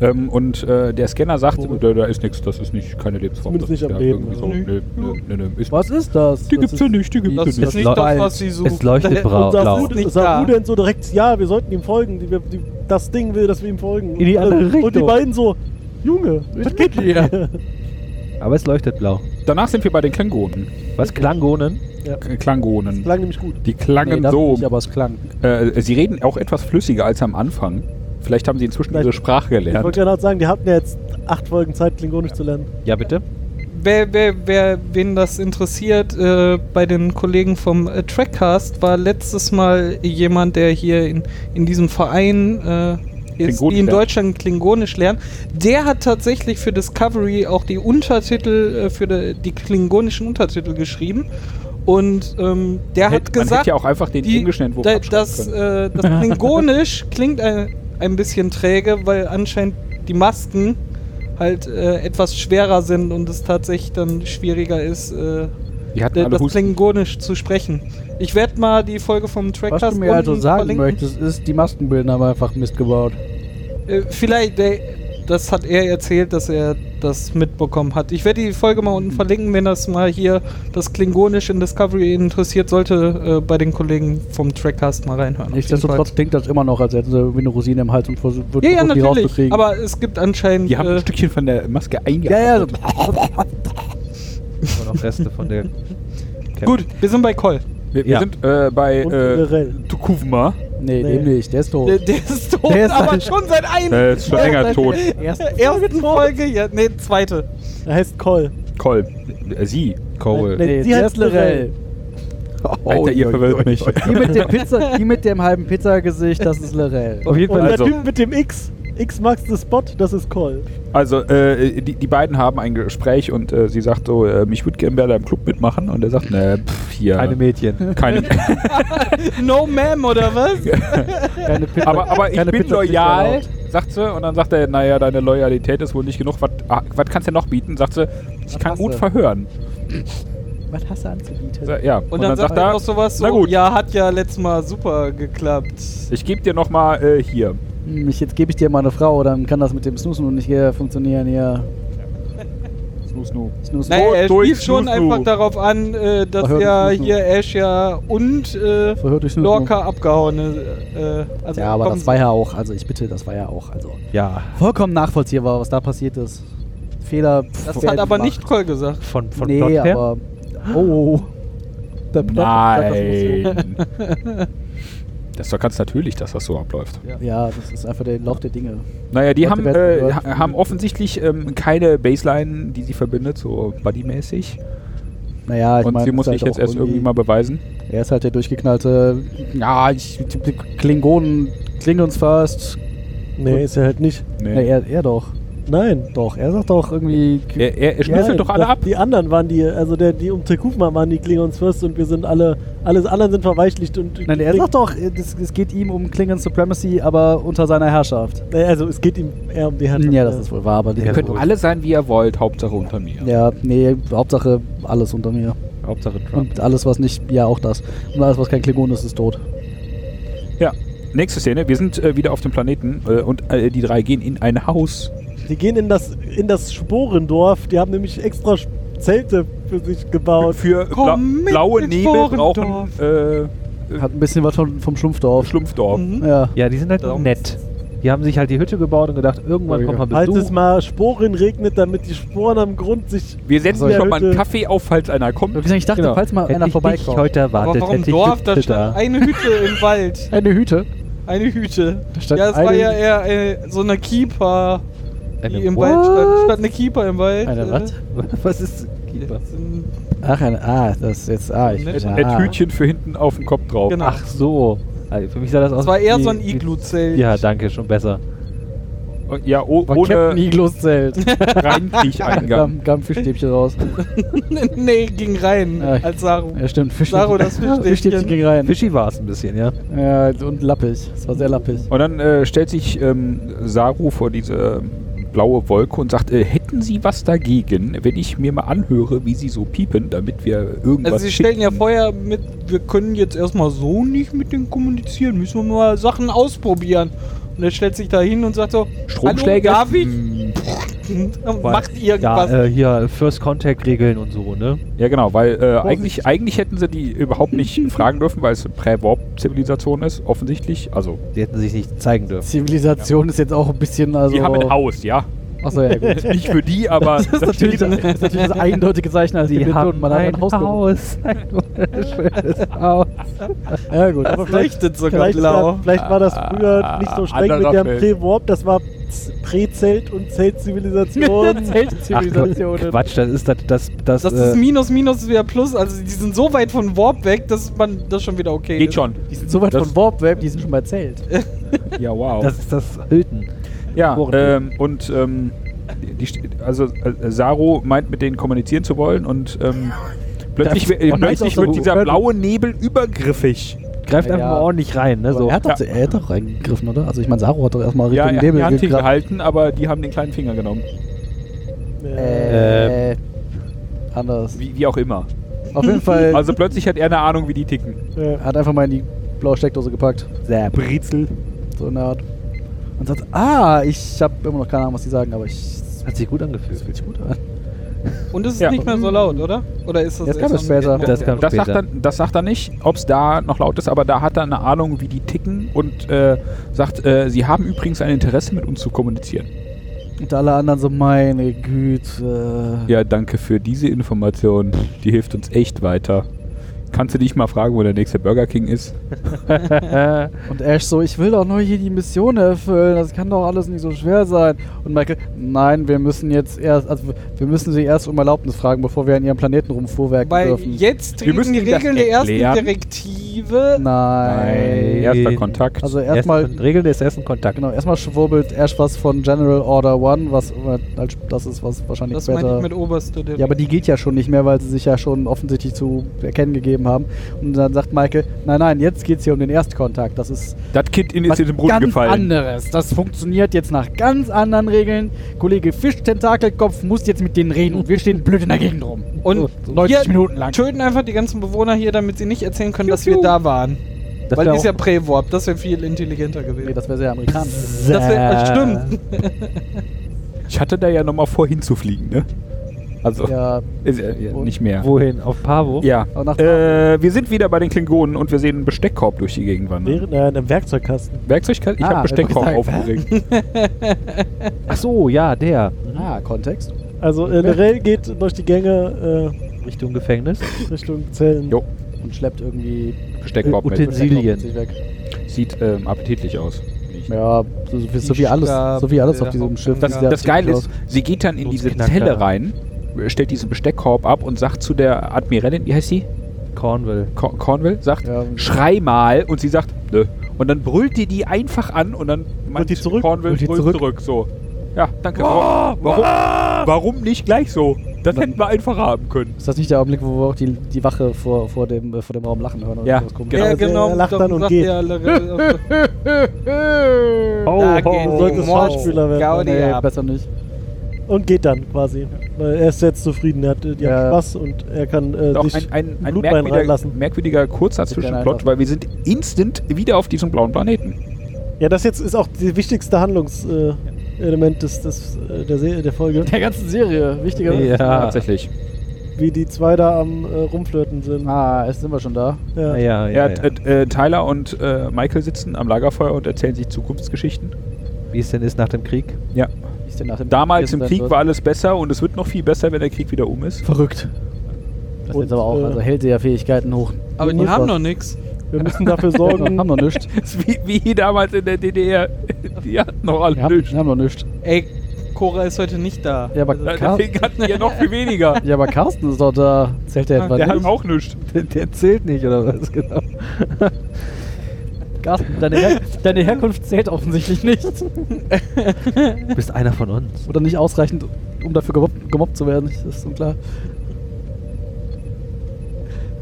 D: Ähm, und äh, der Scanner sagt,
E: Oh.
D: da, da ist nichts, das ist nicht keine Lebensform.
E: Zumindest
D: das
E: nicht am
D: ja
E: Leben,
D: irgendwie So,
E: also.
D: nö, nö, nö, nö, ist,
F: Was ist das?
D: Die
F: das
D: gibt's ja
F: ist-
D: nicht, die gibt's
B: Das ist
D: ja
B: nicht
D: nicht.
A: leuchtet-
B: das, was sie suchen.
A: es leuchtet blau-
E: Und Saru,
A: blau.
B: ist nicht
E: Saru
B: da.
E: denn so direkt, ja, wir sollten ihm folgen. Die, wir- die, das Ding will, dass wir ihm folgen.
A: In die
E: Und-
A: andere
E: Und die
A: Richtung.
E: beiden so, Junge, was geht hier?
A: Aber es leuchtet blau.
D: Danach sind wir bei den Klangonen.
A: Was? Klangonen?
D: K- Klangonen.
E: Klang nämlich gut.
D: Die
F: Nee,
D: klangen
F: das
D: so.
F: nicht, aber es klang.
D: Äh, sie reden auch etwas flüssiger als am Anfang. Vielleicht haben sie inzwischen
E: Vielleicht-
D: ihre Sprache
E: Ich
D: gelernt.
E: wollte gerade sagen, die hatten ja jetzt acht Folgen Zeit, Klingonisch zu lernen.
A: Ja, bitte.
B: wer, wer, wer, wen das interessiert, äh, bei den Kollegen vom äh, Trackcast war letztes Mal jemand, der hier in, in diesem Verein äh, ist,
D: Klingonisch
B: die in
D: lernt.
B: Deutschland Klingonisch lernen. Der hat tatsächlich für Discovery auch die Untertitel, äh, für de, die klingonischen Untertitel geschrieben. Und ähm, der
D: Hätte-
B: hat
D: man
B: gesagt,
D: hätte ja auch einfach den
B: die-
D: englischen Entwurf
B: da,
D: abschreiben
B: das, äh,
D: können.
B: das Klingonisch klingt ein, ein bisschen träge, weil anscheinend die Masken halt äh, etwas schwerer sind und es tatsächlich dann schwieriger ist, äh,
D: Die hatten
B: d-
D: alle
B: das
D: Husten.
B: Klingonisch zu sprechen. Ich werde mal die Folge vom
F: Was
B: Trackcast
F: du mir also
B: unten
F: sagen
B: verlinken.
F: möchtest, ist, die Maskenbilder haben einfach Mist gebaut.
B: Äh, vielleicht, äh, das hat er erzählt, dass er das mitbekommen hat. Ich werde die Folge mal unten verlinken, wenn das mal hier das Klingonisch in Discovery interessiert sollte, äh, bei den Kollegen vom Trackcast mal reinhören. auf jeden Fall.
F: Nichtsdestotrotz klingt das immer noch, als hätten sie irgendwie eine Rosine im Hals und versucht,
B: Ja, ja,
F: die
B: natürlich.
F: rauszukriegen.
B: Aber es gibt anscheinend.
D: Die haben
B: äh,
D: ein Stückchen von der Maske
F: ja, ja, so.
D: eingeatmet.
A: Nur noch Reste von der. Cap.
B: Gut, wir sind bei Call.
D: Wir, wir
A: Ja.
D: sind äh, bei
E: Und
D: äh,
E: generell.
D: Tukuvma.
F: Nee,
E: Nee.
F: dem nicht, der ist tot.
B: Der, der ist tot,
F: Oh. Der ist
B: aber
F: halt-
B: schon seit einer
D: Äh, ist schon länger tot.
F: Erst
B: ersten Folge. Ja, nee, zweite.
E: Er heißt Cole.
D: Col. Äh, sie.
A: Cole.
E: Nee,
F: nee,
E: die
F: der
E: heißt
F: ist Lorel.
D: Alter, ihr verwirrt mich.
F: Die mit, dem Pizza, die mit dem halben Pizzagesicht, das ist Lorel.
A: Auf jeden
E: Und
A: Fall.
D: Also-
E: der Typ mit dem X. X max the spot, das ist Cole.
D: Also, äh, die, die beiden haben ein Gespräch und äh, sie sagt so, äh, ich würde gerne bei deinem Club mitmachen. Und er sagt, ne, pff, hier.
A: Keine Mädchen.
D: keine,
B: No Ma'am oder was?
F: Keine Pizza,
D: aber, aber ich
F: keine
D: bin
F: Pizza-
D: loyal,
F: Pizza erlaubt.
D: sagt sie. Und dann sagt er, naja, deine Loyalität ist wohl nicht genug. Was ah, was kannst du denn noch bieten? Sagt sie, ich
F: Was
D: kann
F: hast
D: gut
F: du?
D: verhören.
F: Was hast du anzubieten?
D: Sa- Ja.
B: Und, dann, sagt er auch sowas so,
D: na gut,
B: ja, hat ja letztes Mal super geklappt.
D: ich gebe dir nochmal äh, hier.
F: Hm, ich, jetzt gebe ich dir mal eine Frau, dann kann das mit dem Snoosen und nicht hier funktionieren. Hier.
D: Snoo, snoo.
F: Snoosen.
B: Naja, er
D: durch
B: spielt schon
D: Snoo-Snoo.
B: einfach darauf an, äh, dass
F: Verhört
B: ja
F: durch Snoo-Snoo.
B: hier Ash ja und äh,
F: Verhört durch Snoosen.
B: Lorca abgehauen ist. Äh, also
F: Ja, aber
B: komm,
F: das war ja auch, also ich bitte, das war ja auch, also
A: Ja.
F: vollkommen nachvollziehbar, was da passiert ist. Fehler. pff,
B: das
F: wer
B: hat
F: hätte
B: aber
F: gemacht?
B: nicht Call gesagt.
A: Von, von
F: nee,
A: Plot her?
F: aber. Oh, oh. Der Plot-
D: Nein. Das ist doch ganz natürlich, dass das so abläuft.
F: Ja, das ist einfach der Lauf der Dinge.
D: Naja, die
F: Leute
D: haben,
F: werden
D: äh,
F: gehört.
D: ha- haben offensichtlich ähm, keine Baseline, die sie verbindet, so buddymäßig.
F: Naja, ich
D: Und
F: meine,
D: sie muss
F: ist
D: sich
F: halt
D: jetzt
F: auch
D: erst irgendwie mal beweisen.
F: Er ist halt der durchgeknallte. Ja, ich. die- die Klingonen klingen uns fast.
E: Nee, ist er halt nicht.
D: Nee.
F: Nee, er, er doch.
E: Nein.
F: Doch, er sagt doch irgendwie.
D: er, er, er schnüffelt
E: Nein,
D: doch alle
E: das-
D: ab.
E: Die anderen waren die, also der, die um Tekufma waren die Klingons First und wir sind alle, alle anderen sind verweichlicht und.
F: Nein, er sagt doch, äh, es, es geht ihm um Klingon Supremacy, aber unter seiner Herrschaft.
E: Nee, Also es geht ihm eher um die Herrschaft.
F: Ja, das ist wohl wahr, aber die
A: Ja,
D: Ihr könnt
A: gut.
D: alle sein, wie ihr wollt, Hauptsache unter mir.
F: Ja, nee, Hauptsache alles unter mir.
A: Hauptsache Trump.
F: Und alles, was nicht, ja auch das. Und alles, was kein Klingon ist, ist tot.
D: Ja. Nächste Szene, wir sind äh, wieder auf dem Planeten äh, und äh, die drei gehen in ein Haus.
E: Die gehen in das, in das Sporendorf, die haben nämlich extra Sch- Zelte für sich gebaut.
D: Für bla
B: Komm mit
D: blaue
B: ins
D: Nebel brauchen
B: Bohrendorf.
D: äh,
F: Hat ein bisschen was von, vom Schlumpfdorf.
D: Schlumpfdorf.
B: Mhm.
F: Ja.
A: Ja, die sind halt
B: Darum
A: nett. Die haben sich halt die Hütte gebaut und gedacht, irgendwann
F: Ja,
A: kommt mal
E: Falls
A: Besuch.
E: es mal Sporen regnet, damit die Sporen am Grund sich.
D: Wir setzen
E: Soll ich
D: schon mal einen
E: heute-
D: Kaffee auf, falls einer kommt.
F: Wie gesagt, Ich dachte,
A: Genau.
F: falls mal
A: Hätte
F: einer
A: ich nicht
F: vorbeikommt.
A: heute erwartet,
B: Aber warum
A: hätte ich
B: Dorf? Da
A: Hütte
B: stand eine Hütte im Wald.
F: Eine Hüte.
B: Eine Hütte.
F: Da stand
B: Ja, es war
F: eine-
B: ja eher äh, so eine Keeper,
A: Eine
B: die im
A: what?
B: Wald stand. Statt eine Keeper im Wald.
F: Eine
B: äh,
F: was?
A: Was ist Keeper?
B: das sind-
F: Ach, eine, ah, das ist jetzt, ah, ich
B: Ein-
D: Ein
F: ah.
D: ein Hütchen für hinten auf dem Kopf drauf.
B: Genau.
A: Ach so. Also für mich sah das aus.
B: Das war eher so ein
A: wie-
B: Iglu-Zelt.
A: Ja, danke, schon besser.
D: Ja, oh,
F: War Captain
D: ohne
F: Iglos Zelt.
D: Reinkriecheingang.
F: Kam, kam Fischstäbchen raus.
B: nee, ging rein
F: Ja, ich-
B: als Saru.
F: Ja, stimmt.
B: Saro, das Fischstäbchen.
F: Fischstäbchen ging rein.
A: Fischi war es ein bisschen, ja.
F: Ja, und lappig. Es war sehr lappig.
D: Und dann äh, stellt sich ähm, Saru vor diese ähm, blaue Wolke und sagt, äh, hätten Sie was dagegen, wenn ich mir mal anhöre, wie Sie so piepen, damit wir irgendwas
B: Also sie stellen ja
D: schicken?
B: vorher mit, wir können jetzt erstmal so nicht mit denen kommunizieren, müssen wir mal Sachen ausprobieren. Und er stellt sich da hin und sagt so,
D: Stromschläge?
B: Hallo, darf ich?
D: Hm,
B: Macht irgendwas.
A: Ja, äh, hier First Contact Regeln und so, ne?
D: Ja, genau, weil äh, eigentlich, eigentlich hätten sie die überhaupt nicht fragen dürfen, weil es Prä-Warp-Zivilisation ist, offensichtlich. Also,
A: Die hätten sich nicht zeigen dürfen.
F: Zivilisation ist jetzt auch ein bisschen, also.
D: die haben ein Haus, ja.
C: Achso, ja, gut.
D: Nicht für die, aber
C: Das ist natürlich, das ist natürlich das eindeutige Zeichen, als
A: Die
C: Gebete und
A: haben
C: man hat ein Haus. gebaut.
A: Ein wunderschönes Haus.
E: Ja, gut. Aber vielleicht,
B: leuchtet sogar
E: vielleicht, ist da,
B: blau.
E: vielleicht war das früher
D: Ah,
E: nicht so streng
D: anderer
E: mit der
D: Film.
E: Pre-Warp. Das war Z- Prä-Zelt und
C: Mit
E: Zeltzivilisation.
C: der
A: Ach,
C: Zeltzivilisation.
A: Quatsch, das ist das. Das, das,
B: Das
A: äh,
B: ist Minus, Minus wieder Plus. Also die sind so weit von Warp weg, dass man das schon wieder okay
D: geht
B: ist.
D: schon.
C: Die sind so weit
D: Das-
C: von Warp Web, die sind schon mal Zelt.
D: Ja, wow.
A: das ist das Hilton.
D: ja,
A: Worin-
D: ähm, und ähm, die, st- also äh, Saru meint, mit denen kommunizieren zu wollen und ähm, plötzlich,
C: Das-
D: äh,
C: und das ist
D: plötzlich
C: auch so-
D: wird dieser blaue Nebel übergriffig.
A: Greift
C: Ja.
A: einfach mal ordentlich rein, ne?
C: Also,
A: So.
F: er, hat doch,
D: Ja.
F: er hat doch reingegriffen, oder? Also ich meine, Saru hat doch erstmal
D: Ja, er
F: Richtung
D: hat die
F: Nebel
D: Hand
F: gegra-
D: hingehalten, aber die haben den kleinen Finger genommen.
F: Äh, anders.
D: Wie, wie auch immer.
F: Auf jeden
C: Äh,
F: Fall
D: Also plötzlich hat er eine Ahnung, wie die ticken.
E: Ja.
F: hat einfach mal in die blaue Steckdose gepackt. Zap.
D: Brezel.
F: So in der Art. Und sagt, ah, ich habe immer noch keine Ahnung, was die sagen, aber ich.
A: Hat sich gut angefühlt.
F: Fühlt sich gut an.
B: Und es ist
D: Ja.
B: nicht mehr so laut, oder? Oder ist das
F: Das
B: erst
F: kam erst später.
B: am Ende?
A: Das kam-
D: Das sagt,
A: Später.
D: er, das sagt er nicht, ob es da noch laut ist, aber da hat er eine Ahnung, wie die ticken und äh, sagt, äh, sie haben übrigens ein Interesse, mit uns zu kommunizieren.
F: Und alle anderen so, meine Güte.
D: Ja, danke für diese Information. Die hilft uns echt weiter. Kannst du dich mal fragen, wo der nächste Burger King ist?
F: Und Ash so, ich will doch nur hier die Mission erfüllen, das kann doch alles nicht so schwer sein. Und Michael, nein, wir müssen jetzt erst, also wir müssen sie erst um Erlaubnis fragen, bevor wir an ihrem Planeten rumfuhrwerken
B: Weil
F: dürfen.
B: jetzt
D: Wir
B: treten
D: müssen
B: die
D: ihm das
B: Regeln der ersten
D: erklären.
B: Direktive.
F: Nein.
D: Erster Kontakt.
F: Also
A: Erstmal
F: erstmal
A: Regeln des ersten Kontakt.
F: Genau, erstmal schwurbelt Ash was von General Order One, was äh, halt das ist, was wahrscheinlich
B: Das meine
F: später.
B: ich mit oberste Direktive.
F: ja, aber die gilt ja schon nicht mehr, weil sie sich ja schon offensichtlich zu erkennen gegeben haben. Und dann sagt Michael, nein, nein, jetzt geht's hier um den Erstkontakt. Das ist
D: das Kind in
F: was
D: ist in den Brunnen
F: ganz
D: gefallen.
F: anderes. Das funktioniert jetzt nach ganz anderen Regeln. Kollege Fischtentakelkopf muss jetzt mit denen reden und wir stehen blöd in der Gegend rum.
B: Und
F: So 90
B: wir
F: Minuten lang.
B: töten einfach die ganzen Bewohner hier, damit sie nicht erzählen können, dass wir da waren.
A: Das
B: Weil
A: wär
B: ist
A: auch-
B: ja Prä-Warp, das wäre viel intelligenter
F: Nee,
B: gewesen.
F: das wäre sehr amerikanisch.
B: das wär- das stimmt.
D: Ich hatte da ja nochmal vor, hinzufliegen, ne? Also,
F: Ja,
D: ist, äh, nicht mehr.
A: Wohin? Auf Pavo?
D: Ja.
F: Aber nach-
D: Äh, wir sind wieder bei den Klingonen und wir sehen einen Besteckkorb durch die Gegend wandern.
E: Während, äh, in einem Werkzeugkasten.
D: Werkzeugkasten? Ich
F: Ah,
D: habe Besteckkorb
F: hab ich gesagt,
D: aufgeregt.
A: Ach so, ja, der.
F: ah, Kontext.
E: Also äh, Lorel geht durch die Gänge
A: Richtung Gefängnis.
E: äh, Richtung Zellen.
D: Jo.
F: Und schleppt irgendwie Äh,
D: Besteckkorb mit.
A: Utensil- Silien.
F: sich weg.
D: Sieht ähm, appetitlich aus.
F: Ja, so, so, so, wie, alles,
B: Stab-
F: so wie alles auf
B: der
F: diesem
B: Haupt-
F: Schiff.
D: Das,
F: sieht sehr
D: das Geile
F: appetitlich
D: ist, sie geht dann in diese
A: Notknacker.
D: Zelle rein, stellt diesen Besteckkorb ab und sagt zu der Admiralin, wie heißt sie?
A: Cornwall.
D: Cor Cornwall? Sagt,
F: Ja.
D: schrei mal. Und sie sagt, nö. Und dann brüllt die die einfach an und dann meint
E: die zurück?
D: Cornwall
F: Brüllt die
D: brüllt zurück.
F: zurück?
D: So. Ja, danke. Warum, warum, warum nicht gleich so? Das hätten wir einfach haben können.
F: aus. Ist das nicht der Augenblick, wo wir auch die, die Wache vor, vor, dem, äh, vor dem Raum lachen hören? Oder
D: Ja,
F: sowas komisches?
E: genau.
B: Ja,
E: Also,
B: genau.
E: er lacht
B: doch,
E: dann und
B: sagt äh,
E: geht.
B: der Lorel-
A: Oh,
B: Da geht
E: Du
A: oh,
E: solltest
B: Mord,
E: Schauspieler werden.
B: Gaudi
F: Nee,
B: ab.
F: besser nicht.
E: Und geht dann quasi. Weil er ist jetzt zufrieden. Er hat, äh, die
F: Ja.
E: haben Spaß und er kann äh,
D: Doch
E: sich
D: ein, ein, ein
E: Blutbein
D: merkwürdiger,
E: reinlassen.
D: merkwürdiger kurzer
F: Blutbein
D: Zwischenplot,
F: reinlassen.
D: weil wir sind instant wieder auf diesem blauen Planeten.
E: Ja, das jetzt ist auch das wichtigste Handlungselement äh, Element des, des, äh, der, Se der Folge.
F: Der ganzen Serie, wichtiger.
A: Ja.
D: Tatsächlich.
E: Wie die zwei da am äh, Rumflirten sind.
F: Ah, jetzt sind wir schon da.
E: Ja.
A: Ja, ja,
D: Ja,
A: ja.
D: Äh, äh, Tyler und äh, Michael sitzen am Lagerfeuer und erzählen sich Zukunftsgeschichten.
A: Wie es denn ist nach dem Krieg.
D: Ja.
F: Wie es denn nach dem
D: Damals
F: gewesen
D: im
F: sein
D: Krieg
F: wird.
D: war alles besser und es wird noch viel besser, wenn der Krieg wieder um ist.
F: verrückt. Das
E: Und,
F: und, jetzt aber auch,
E: äh,
F: also hält sie ja Fähigkeiten hoch.
B: Aber die
F: Muss
B: haben
F: was.
B: noch nix.
E: Wir müssen dafür
F: Wir haben
E: sorgen.
F: noch nichts.
D: Wie, wie damals in der DDR. Die hatten noch alle
F: Wir haben, wir haben noch nichts.
B: Ey, Cora ist heute nicht da.
F: Ja, aber
D: Äh,
F: Car-
D: Deswegen hatten die ja noch viel weniger.
F: ja, aber Carsten ist doch da. Zählt der etwa
D: Der hat
F: nicht?
D: auch nichts.
A: Der, der zählt nicht, oder was? Genau.
F: Carsten, deine, Her deine Herkunft zählt offensichtlich nicht.
A: Du bist einer von uns.
F: Oder nicht ausreichend, um dafür gemobbt, gemobbt zu werden. Das ist unklar.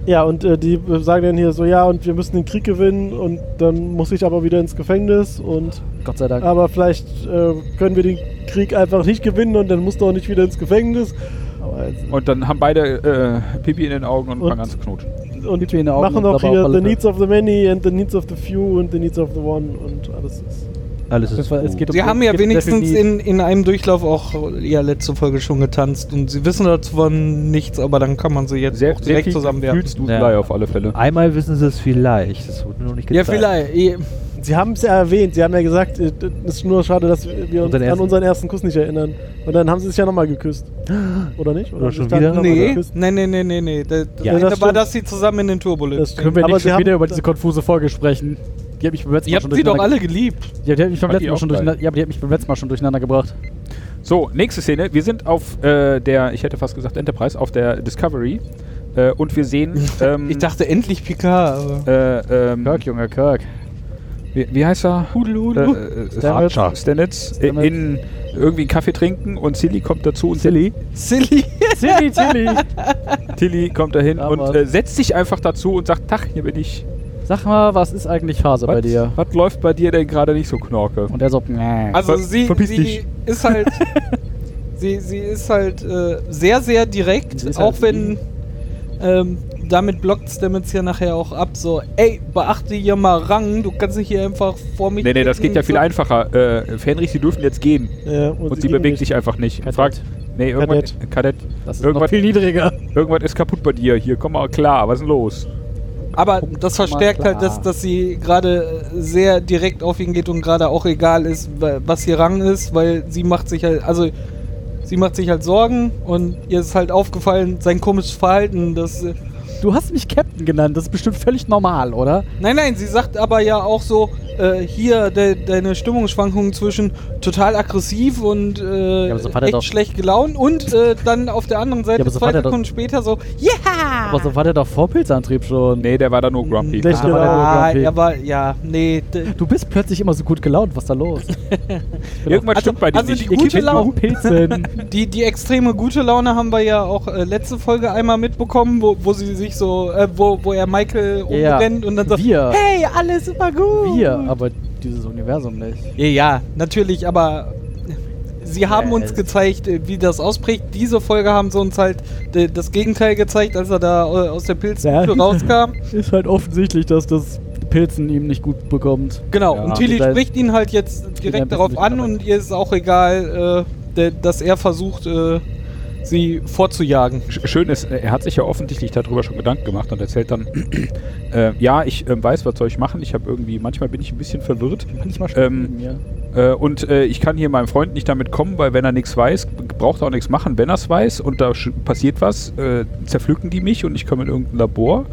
E: Ja, und äh, die äh, sagen dann hier so, ja, und wir müssen den Krieg gewinnen und dann muss ich aber wieder ins Gefängnis und
F: Gott sei Dank.
E: aber vielleicht äh, können wir den Krieg einfach nicht gewinnen und dann musst du auch nicht wieder ins Gefängnis
F: Aber jetzt-
D: Und dann haben beide äh, Pipi in den Augen und,
E: Und-
D: fangen an zu knutschen.
E: und
F: Pipi in den Augen
E: machen
F: und
E: auch
F: Blabber
E: hier
F: auf der
E: the
F: Lippe.
E: needs of the many and the needs of the few and the needs of the one und alles ist.
A: Alles ist
F: Es war- es geht um-
B: Sie haben ja
F: geht um
B: wenigstens in,
F: definitiv-
B: in einem Durchlauf auch ja letzte Folge schon getanzt und sie wissen davon nichts, aber dann kann man sie jetzt auch direkt zusammenwerfen.
D: Gefühlsdudelei auf alle Fälle.
A: Einmal wissen sie es vielleicht. Das wurde nur nicht
B: Ja,
A: gezeigt.
B: vielleicht. eh,
E: Sie haben es ja erwähnt, sie haben ja gesagt, es äh, ist nur schade, dass wir uns
A: Unseren
E: an
A: ersten-
E: unseren ersten Kuss nicht erinnern. Und dann haben sie es ja nochmal geküsst. Oder nicht?
A: Oder
E: haben sie
A: schon
E: sich dann
A: wieder?
E: noch mal
B: Nee,
E: geküsst?
B: nee, nee, nee, nee, nee. Da,
A: Ja.
B: da
E: Ja, das
B: war
E: stimmt.
B: dass sie zusammen in den Turbulift.
E: Das
F: Können wir
E: Aber
F: nicht
E: sie
F: schon
E: haben-
F: wieder über diese konfuse Folge sprechen? Die hat mich beim letzten
B: Ihr
F: Mal schon
B: habt sie doch
F: durcheinander-
B: alle geliebt.
F: Ja, die hat mich beim
D: Fand
F: letzten
D: ich
F: Mal
D: auch
F: schon
D: geil.
F: durcheinander. Ja, aber die hat mich beim letzten Mal schon durcheinander gebracht.
D: So, nächste Szene. Wir sind auf äh, der, ich hätte fast gesagt Enterprise, auf der Discovery. Äh, und wir sehen. Ähm,
B: Ich dachte endlich Picard, aber.
D: Äh, ähm,
F: Kirk, Junge, Kirk.
D: wie, wie heißt er?
B: Hulu,
D: Äh,
B: Hulu.
D: äh,
F: Stamets.
D: Archer. Stamets. Äh,
F: Stamets.
D: in irgendwie einen Kaffee trinken und Silly kommt dazu und Silly,
B: Silly.
F: Tilly, Tilly.
D: Tilly kommt dahin
F: Damals.
D: und äh, setzt sich einfach dazu und sagt, Tach, hier bin ich.
F: Sag mal, was ist eigentlich Phase bei
D: Was-
F: dir?
D: Was läuft bei dir denn gerade nicht so knorke?
F: Und er so, nee.
B: Also
D: Ver-
B: sie,
D: verpiss
B: sie
D: dich.
B: ist halt. sie, sie ist halt äh, sehr, sehr direkt,
F: Sie ist
B: auch
F: halt
B: wenn. Ähm, damit blockt Stamets ja nachher auch ab, so, ey, beachte hier mal Rang, du kannst dich hier einfach vor mich.
D: Nee, nee, das geht ja viel
B: so.
D: einfacher. Äh, Fenrich, sie dürfen jetzt gehen.
E: Ja,
D: Und, sie
E: gingen
D: bewegt
E: nicht.
D: sich einfach nicht.
F: Kadett.
D: Fragt, nee, irgendwas, Kadett.
F: Das ist noch
D: irgendwas,
F: viel niedriger.
D: irgendwas ist kaputt bei dir. Hier, komm mal klar, was ist denn los?
B: Aber das verstärkt
F: klar.
B: halt, dass, dass sie gerade äh, sehr direkt auf ihn geht und gerade auch egal ist, wa- was ihr Rang ist, weil sie macht sich halt, also sie macht sich halt Sorgen und ihr ist halt aufgefallen, sein komisches Verhalten, das. äh,
F: Du hast mich Captain genannt, das ist bestimmt völlig normal, oder?
B: Nein, nein, sie sagt aber ja auch so, äh, hier de, deine Stimmungsschwankungen zwischen total aggressiv und äh,
F: Ja, aber so fand er
B: echt
F: doch-
B: schlecht gelaunt und äh, dann auf der anderen Seite
F: Ja, aber so
B: zwei
F: fand er doch-
B: Sekunden später so, yeah!
F: Aber so war der doch vor Pilzantrieb schon.
D: Nee, der war da nur grumpy.
E: Gleich
F: Ah, war der nur
B: ah,
F: grumpy.
B: er war, ja, nee, d-
F: Du bist plötzlich immer so gut gelaunt, was ist da los?
D: Irgendwas
B: Also-
D: stimmt bei dir
B: also
D: nicht.
B: die gute
D: Ihr kippt
B: Laune-
D: nur-
F: Pilzen.
B: Die, die extreme gute Laune haben wir ja auch äh, letzte Folge einmal mitbekommen, wo, wo sie sich so, äh, wo, wo er Michael
F: Ja.
B: umrennt und dann sagt,
F: Wir.
B: hey, alles super gut.
F: Wir, aber dieses Universum nicht.
B: Ja, ja, natürlich, aber sie haben uns
D: also
F: Yes.
B: gezeigt, äh, wie das ausprägt. Diese Folge haben sie uns halt d- das Gegenteil gezeigt, als er da äh, aus der Pilzhütte
F: Ja.
B: rauskam.
F: Ist halt offensichtlich, dass das Pilzen ihm nicht gut bekommt.
B: Genau,
D: Ja. also
B: und Tilly
F: Das heißt,
B: spricht ihn halt jetzt
F: bin ein
B: direkt darauf
F: bisschen
B: an und ihr ist auch egal, äh, d- dass er versucht, äh, sie vorzujagen.
D: Sch- Schön ist, äh, er hat sich ja offensichtlich darüber schon Gedanken gemacht und erzählt dann, äh, ja, ich ähm, weiß, was soll ich machen. Ich habe irgendwie, manchmal bin ich ein bisschen verwirrt.
F: Manchmal
D: Ähm,
F: mit mir.
D: Äh, und äh, ich kann hier meinem Freund nicht damit kommen, weil wenn er nichts weiß, braucht er auch nichts machen. Wenn er es weiß und da sch- passiert was, äh, zerpflücken die mich und ich komme in irgendein Labor.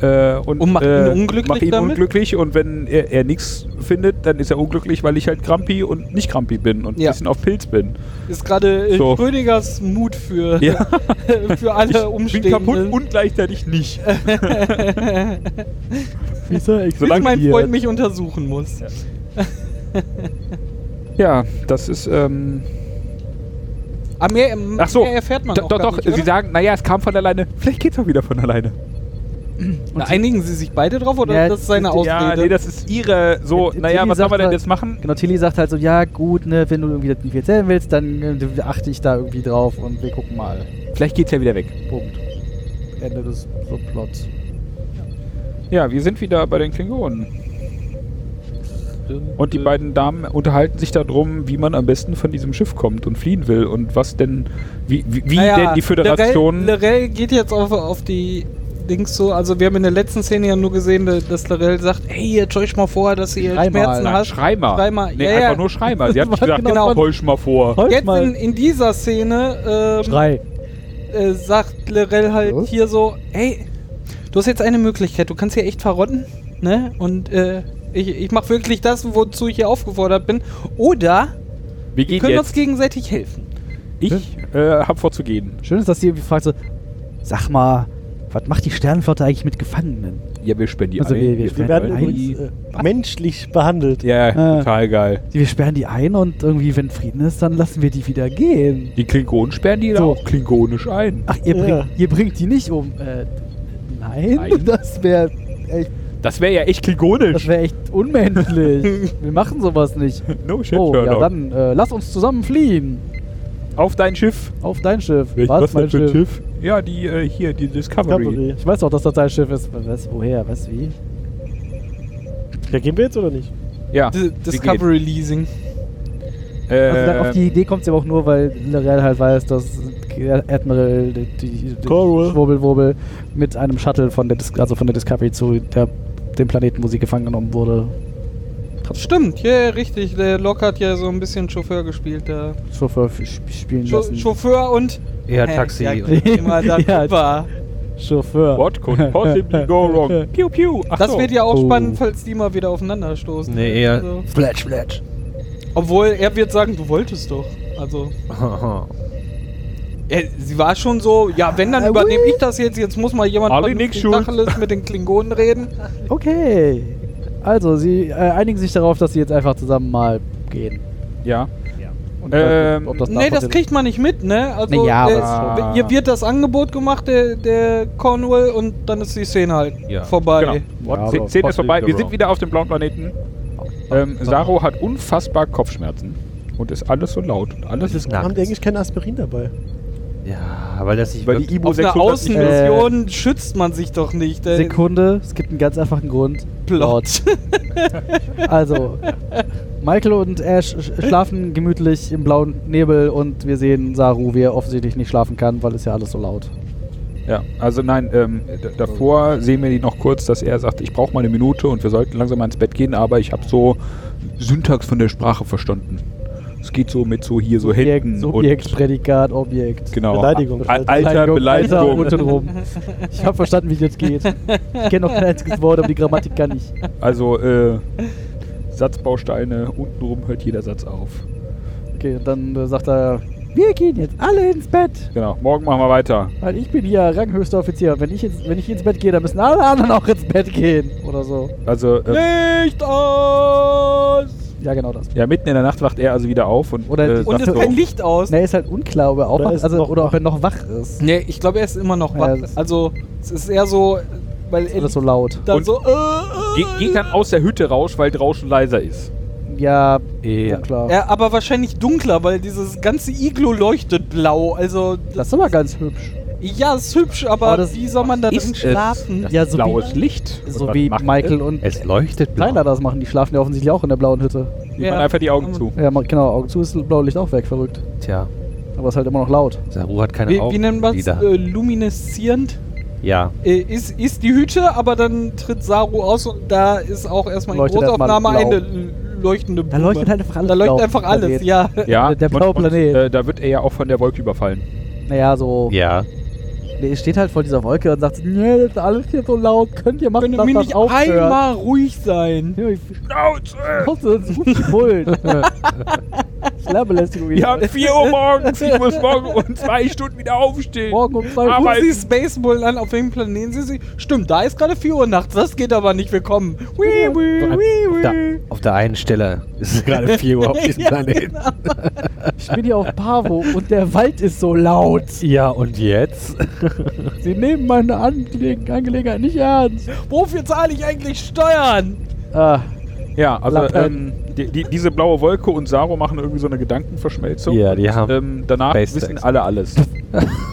D: Äh, und
B: Und machen ihn
D: äh,
B: unglücklich
D: mach ihn
B: damit?
D: unglücklich und wenn er, er nichts findet, dann ist er unglücklich, weil ich halt Krampi und nicht Krampi bin und
B: Ja.
D: ein bisschen auf Pilz bin.
B: Ist gerade äh,
D: So.
B: Schrödingers Mut für,
D: Ja.
B: für alle
D: Ich bin kaputt
B: Umstehenden.
D: und gleichzeitig nicht.
F: Wie ist er
B: Bis mein
F: existiert?
B: Freund mich untersuchen muss.
D: Ja, das ist. Ähm,
B: Ah, mehr, ähm,
D: Ach so,
B: mehr erfährt man
D: do-
B: auch
D: doch,
B: gar
D: doch.
B: nicht,
D: sie
B: oder?
D: sagen, naja, es kam von alleine. Vielleicht geht's auch wieder von alleine.
B: Na, einigen sie sich beide drauf oder
F: Ja,
B: das ist seine
F: die-
B: Ausrede?
D: Ja, nee, das ist ihre. So,
F: Die- die
D: naja, was
F: sagt
D: soll man denn
F: halt-
D: jetzt machen?
F: Genau, Tilly sagt halt so, ja gut, ne, wenn du irgendwie das nicht erzählen willst, dann äh, achte ich da irgendwie drauf und wir gucken mal.
D: Vielleicht geht's ja wieder weg.
F: Punkt. Ende des Subplots.
D: Ja, wir sind wieder bei den Klingonen. Und die beiden Damen unterhalten sich darum, wie man am besten von diesem Schiff kommt und fliehen will und was denn, wie, wie, wie
B: Naja,
D: denn die Föderation.
B: Lorel, Lorel geht jetzt auf, auf die Dings so. Also, wir haben in der letzten Szene ja nur gesehen, da- dass Lorel sagt: Hey, jetzt schau ich mal vor, dass ihr
F: Dreimal.
B: Schmerzen
D: Nein,
B: hast.
D: Schreimer.
B: Schreimer,
D: Nee,
B: ja,
D: einfach
B: ja.
D: nur Schreimer. Sie hat nicht
F: Genau.
D: gesagt, genau. hol schon mal vor.
F: Hol
B: Jetzt
F: mal.
B: in, in dieser Szene ähm,
F: Schrei.
B: äh, sagt Lorel halt
F: Los.
B: hier so: Hey, du hast jetzt eine Möglichkeit, du kannst hier echt verrotten. Ne? Und äh, ich, ich mache wirklich das, wozu ich hier aufgefordert bin. Oder
D: Wir
B: wir
D: gehen
B: können uns
D: jetzt.
B: gegenseitig helfen.
D: Ich äh, hab vor zu gehen.
F: Schön ist, dass sie irgendwie fragt so, sag mal, was macht die Sternenflotte eigentlich mit Gefangenen?
D: Ja, wir spenden die
F: Also
D: ein.
F: wir-
E: Die
F: wir
D: spenden
E: werden
D: ein.
E: übrigens äh, menschlich behandelt.
D: Ja,
F: Ah.
D: total geil.
F: Wir sperren die ein und irgendwie, wenn Frieden ist, dann lassen wir die wieder gehen.
D: Die Klingonen sperren die da auch klingonisch ein.
F: Ach, ihr,
E: Ja.
F: bringt, ihr bringt die nicht um. Äh, nein,
D: Nein.
F: das wäre echt,
D: Das wäre ja echt
F: das
D: klingonisch.
F: wär echt unmenschlich. wir machen sowas nicht.
D: No shit,
F: Oh, ja,
D: Sherlock.
F: dann äh, lass uns zusammen fliehen.
D: Auf dein Schiff.
F: Auf dein Schiff.
D: denn für ein Schiff? Ja, die äh, hier, die Discovery.
E: Discovery.
F: Ich weiß auch, dass das dein Schiff ist. Was, woher? Was, wie?
E: Ja, gehen wir jetzt oder nicht?
D: Ja,
B: D
D: sie geht.
B: Discovery Leasing.
F: Also dann auf
D: Äh,
F: die Idee kommt sie aber auch nur, weil L'Oreal halt weiß, dass Admiral die, die, die
E: Coral.
F: Schwurbelwurbel mit einem Shuttle von der, Dis also von der Discovery zu der, dem Planeten, wo sie gefangen genommen wurde,
B: Stimmt, ja, ja, richtig. Der Locke hat ja so ein bisschen Chauffeur gespielt. Der
F: Chauffeur f- sp- spielen
B: Cha-
F: lassen.
B: Chauffeur und.
A: Eher
B: Hä,
A: Taxi.
B: Ja,
A: und-
B: immer da
F: Ja.
B: drüber.
F: Chauffeur.
D: What could possibly go wrong? Pew, pew. Ach
B: Das
D: so.
B: wird ja auch
F: Oh.
B: spannend, falls die mal wieder aufeinander stoßen.
A: Nee, eher-
B: Also,
A: Fletch, Fletch.
B: obwohl er wird sagen, du wolltest doch. Also. Ja, sie war schon so, ja, wenn, dann übernehme ich das jetzt. Jetzt muss mal jemand
D: Ali
B: vernünftig
D: nix schuld.
B: Tacheles mit den Klingonen reden.
F: Okay. Also, sie äh, einigen sich darauf, dass sie jetzt einfach zusammen mal gehen.
D: Ja.
F: Und
D: Ähm,
B: nee, das
F: nachvollziehbar-
B: kriegt man nicht mit, ne? Also,
F: Nee, ja,
B: der
D: aber-
B: ist- ihr wird das Angebot gemacht, der, der Cornwall, und dann ist die Szene halt
A: Ja,
D: Genau.
B: vorbei.
F: Ja,
D: Se-
F: aber
D: Szene ist
A: possibly
D: vorbei. Wir
A: go
D: sind
A: wrong.
D: wieder auf dem blauen Planeten. Ähm, Saro hat unfassbar Kopfschmerzen. Und ist alles so laut. Und alles ist
A: nackt.
E: Haben die eigentlich kein Aspirin dabei?
A: Ja, weil das nicht
D: Weil
A: wirkt.
D: die Ibu
B: Auf einer
D: 600 nicht mehr-
B: Außenmission schützt man sich doch nicht. Der
F: Sekunde, es gibt einen ganz einfachen Grund.
B: Plot.
F: Also, Michael und Ash sch- schlafen gemütlich im blauen Nebel und wir sehen Saru, wie er offensichtlich nicht schlafen kann, weil es ja alles so laut.
D: Ja, also nein, ähm, d- davor sehen wir die noch kurz, dass er sagt, ich brauche mal eine Minute und wir sollten langsam mal ins Bett gehen, aber ich habe so Syntax von der Sprache verstanden. Es geht so mit so hier so Händen
F: Subjekt,
D: und
F: Prädikat, Objekt.
D: genau.
E: Beleidigung.
D: Al- Alter,
F: Alter,
D: Beleidigung.
F: unten rum. Ich habe verstanden, wie das geht. Ich kenne noch kein einziges Wort, aber die Grammatik kann ich.
D: Also äh, Satzbausteine, untenrum hört jeder Satz auf.
F: Okay, und dann äh, sagt er, wir gehen jetzt alle ins Bett,
D: Genau, morgen machen wir weiter.
F: weil ich bin hier ranghöchster Offizier. Und wenn ich, jetzt, wenn ich ins Bett gehe, dann müssen alle anderen auch ins Bett gehen. Oder so.
D: Also ähm,
B: Licht aus!
F: Ja, genau das.
D: ja, mitten in der Nacht wacht er also wieder auf und,
F: Oder-
D: äh,
B: Und
D: sagt
B: es ist
D: so,
B: kein Licht aus.
F: Ne, ist halt unklar, ob er auch
E: Oder
F: wach,
E: ist
F: also,
E: noch
F: oder ob
E: wach.
F: er noch wach ist.
B: Nee, ich glaube, er ist immer noch
F: Ja,
B: wach.
F: das ist-
B: Also, es ist eher so, äh, weil
F: Ist
B: er
F: alles so laut.
B: dann
D: Und-
B: so. Äh,
D: Ge
B: äh,
D: geht dann aus der Hütte raus, weil draußen leiser ist.
F: Ja,
A: Ja.
F: unklar.
B: äh. ja, aber wahrscheinlich dunkler, weil dieses ganze Iglo leuchtet blau. Also,
F: Das ist aber ganz hübsch.
B: ja, ist hübsch, aber,
F: Aber das-
B: wie soll man da drin
A: es?
B: schlafen?
A: Das
F: Ja, so
D: Blaues
F: wie,
D: Licht. Und
F: so
D: was
F: wie
D: macht
F: Michael und
A: Es leuchtet blau.
F: Tyler das machen. Die schlafen ja offensichtlich auch in der blauen Hütte.
D: er? Macht einfach die Augen zu.
F: Ja, ma- genau, Augen zu ist das blaue Licht auch weg, verrückt.
A: Tja,
F: Aber ist halt immer noch laut.
A: Saru hat keine
B: Wie,
A: Augen.
B: wie nennt man es?
A: wieder.
B: Äh, lumineszierend?
A: ja.
B: Äh, ist, ist die Hüte, aber dann tritt Saru aus und da ist auch erstmal in
F: Leuchtet
B: Großaufnahme
F: erstmal
B: eine
F: blau.
B: l- leuchtende
F: Da
B: Blume.
F: leuchtet halt einfach alles
B: Da leuchtet
F: blau.
B: einfach alles,
F: Planet.
B: ja.
D: Ja,
F: Der blaue Planet.
D: äh, da wird er ja auch von der Wolke überfallen.
F: Naja, so.
A: Ja.
F: Er steht halt vor dieser Wolke und sagt: Nee, das ist alles hier so laut. Könnt ihr machen,
B: Könnt
F: dass
B: ihr mir
F: das
B: nicht
F: aufhört?
B: einmal ruhig sein?
F: Ja, Ich
D: Schnauze!
F: kotze ins Pult. Schleimbelästigung.
D: Wir haben 4 Uhr morgens, ich muss morgen um 2 Stunden wieder aufstehen.
F: Morgen um
D: Aber-
F: zwei Uhr.
B: Gucken
D: Arbeiten.
B: Sie Spacebull an, auf welchem Planeten sind Sie? Stimmt, da ist gerade 4 Uhr nachts, das geht aber nicht, willkommen. Wii, wii,
A: Auf der,
B: wii, wii.
A: auf der einen Stelle ist es gerade 4 Uhr auf diesem
B: Ja,
A: Planeten.
F: Ich bin hier auf Pavo und der Wald ist so laut.
A: Ja, und jetzt?
F: Sie nehmen meine Angelegen Angelegenheit nicht ernst.
B: Wofür zahle ich eigentlich Steuern?
F: Ah,
D: Ja, also ähm,
F: Lappen.
D: die, die, diese blaue Wolke und Saro machen irgendwie so eine Gedankenverschmelzung.
A: Ja, die
D: und,
A: haben
D: Ähm, danach
A: Space
D: wissen
A: Sex.
D: alle alles.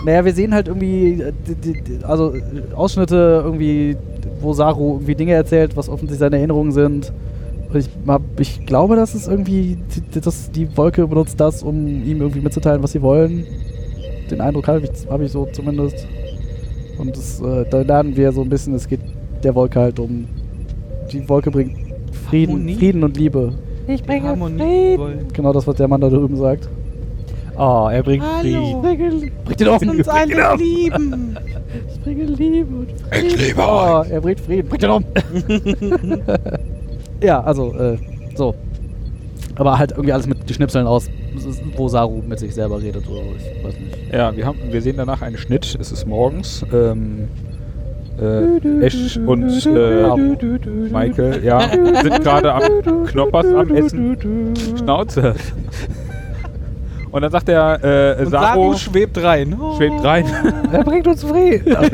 F: naja, wir sehen halt irgendwie, äh, die, die, die- also äh, Ausschnitte irgendwie, wo Saru irgendwie Dinge erzählt, was offensichtlich seine Erinnerungen sind. Und Ich, hab, ich glaube, das ist irgendwie, die- die- das, die Wolke benutzt das, um ihm irgendwie mitzuteilen, was sie wollen. Den Eindruck habe ich, hab ich so zumindest. Und das, äh, da lernen wir so ein bisschen, es geht der Wolke halt um. Die Wolke bringt Frieden,
B: Harmonie.
F: Frieden und Liebe.
B: Ich bringe
F: Genau das, was der Mann da drüben sagt.
A: Oh, er bringt
B: Hallo.
A: Frieden.
F: Bringt ihn auf!
B: Lass uns alle lieben.
F: Genau. Ich bringe Liebe und Frieden. Ich
D: liebe
F: oh, er bringt Frieden. Bringt ihn um! ja, also, äh, so. Aber halt irgendwie alles mit Geschnipseln aus, es ist, wo Saru mit sich selber redet oder so. Ich weiß nicht.
D: Ja, wir, haben, wir sehen danach einen Schnitt. Es ist morgens. Ähm, äh, Ash und äh, Michael ja, sind gerade am Knoppers am Essen. Schnauze. Und dann sagt der äh,
B: Und Saru
D: Saro,
B: schwebt rein. Oh.
D: schwebt rein.
F: Er bringt uns Frieden! Also,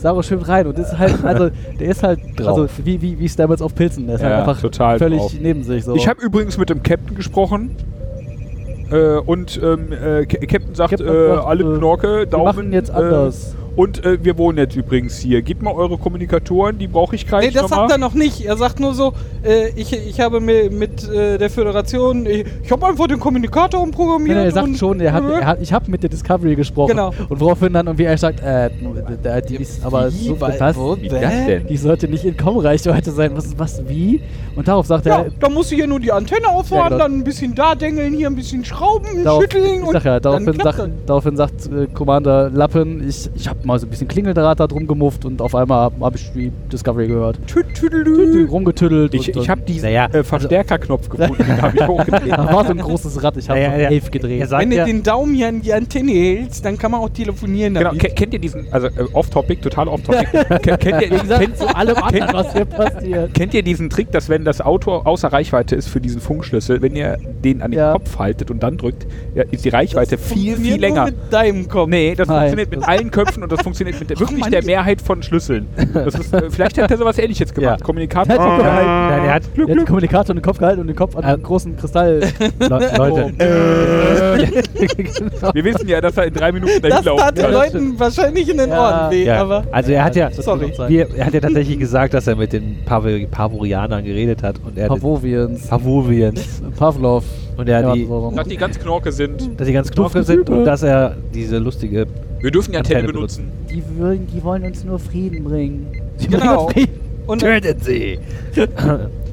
F: Saru schwimmt rein und ist halt, also, der ist halt, also,
A: Drauf.
F: wie, wie, wie Stamets auf Pilzen. Der ist
D: Ja,
F: halt einfach
D: total
F: völlig
D: drauf.
F: neben sich. So.
D: Ich habe übrigens mit dem Captain gesprochen. Äh, und ähm, äh, Ca- Captain sagt,
F: Captain
D: äh,
F: sagt,
D: alle
F: äh,
D: Knorke,
F: wir
D: Daumen.
F: machen jetzt
D: äh,
F: anders.
D: Und äh, wir wohnen jetzt übrigens hier. Gebt mal eure Kommunikatoren, die brauche ich gleich
B: Nee, das
D: nochmal.
B: sagt er noch nicht. Er sagt nur so, äh, ich, ich habe mir mit äh, der Föderation, ich, ich habe einfach den Kommunikator umprogrammiert.
F: Nein, er sagt
B: und- Äh,
F: schon, er hat, er hat, ich habe mit der Discovery gesprochen.
B: Genau.
F: Und woraufhin dann irgendwie er sagt, äh, äh, die ist aber
B: Wie,
F: so
B: weil-
F: was?
B: wo,
D: Wie das denn?
F: Die sollte nicht in Kommreichweite sein. Was, was, wie? Und darauf sagt
B: Ja,
F: er,
B: da musst du hier nur die Antenne auffahren,
F: Ja, genau.
B: dann ein bisschen da dengeln, hier ein bisschen schrauben,
F: darauf,
B: schütteln
F: ich sag ja,
B: dann
F: daraufhin,
B: klappt
F: sagt, daraufhin sagt äh, Commander Lappen, ich, ich habe mal so ein bisschen Klingeldraht da drum gemufft und auf einmal habe hab ich die Discovery gehört.
B: Tüt, tüdelü.
F: Rumgetüdelt.
D: Ich,
F: und,
D: ich habe diesen
A: Naja,
F: also
D: äh, Verstärkerknopf gefunden, den habe ich hochgedreht.
F: da war so ein großes Rad, ich habe
A: Naja,
F: so
A: ja.
F: elf gedreht.
A: Er sagt-
B: Wenn du
A: ja-
B: den Daumen hier an die Antenne hältst, dann kann man auch telefonieren.
D: Genau,
B: damit.
D: ke- kennt ihr diesen, also äh, off-topic, total off-topic. Ke- kennt, ihr, kennt,
F: zu allem anderen, was hier passiert.
D: kennt ihr diesen Trick, dass wenn das Auto außer Reichweite ist für diesen Funkschlüssel, wenn ihr den an den
F: Ja.
D: Kopf haltet und dann drückt, ja, ist die Reichweite viel,
B: Funktioniert
D: viel länger.
B: Nur mit deinem Kopf.
D: Nee, das
F: Nein.
D: funktioniert mit allen Köpfen und das funktioniert mit der, wirklich
B: Mann.
D: der Mehrheit von Schlüsseln. Das ist, äh, vielleicht hätte er sowas ähnliches gemacht.
A: Oh,
D: Oh.
A: Ja.
D: Kommunikator.
F: Er hat den Kopf gehalten.
A: Nein, er hat.
F: Er hat den Kommunikator in den Kopf gehalten und den Kopf an
A: Ähm,
F: einen großen Kristall.
A: Le Leute,
D: Genau. Wir wissen ja, dass er in drei Minuten dahin
B: Das
D: laufen
B: tat den
D: kann.
B: Leuten wahrscheinlich in den
F: Ja.
B: Ohren weh,
A: ja.
B: aber
A: also er hat ja.
B: sorry.
A: Wir, er hat ja tatsächlich gesagt, dass er mit den Pav Pavorianern geredet hat und er hat-
F: Pavovians.
A: Pavovians
F: Pavlov.
A: und er hat
F: Ja,
A: die,
F: so.
D: Dass die ganz Knorke sind.
A: dass die ganz knuffig sind und dass er diese lustige
D: Wir dürfen die Antenne
A: Antenne
D: benutzen.
F: Die, würden, die wollen uns nur Frieden bringen. Sie
B: Genau.
F: bringen Frieden.
B: Und
A: Tötet sie!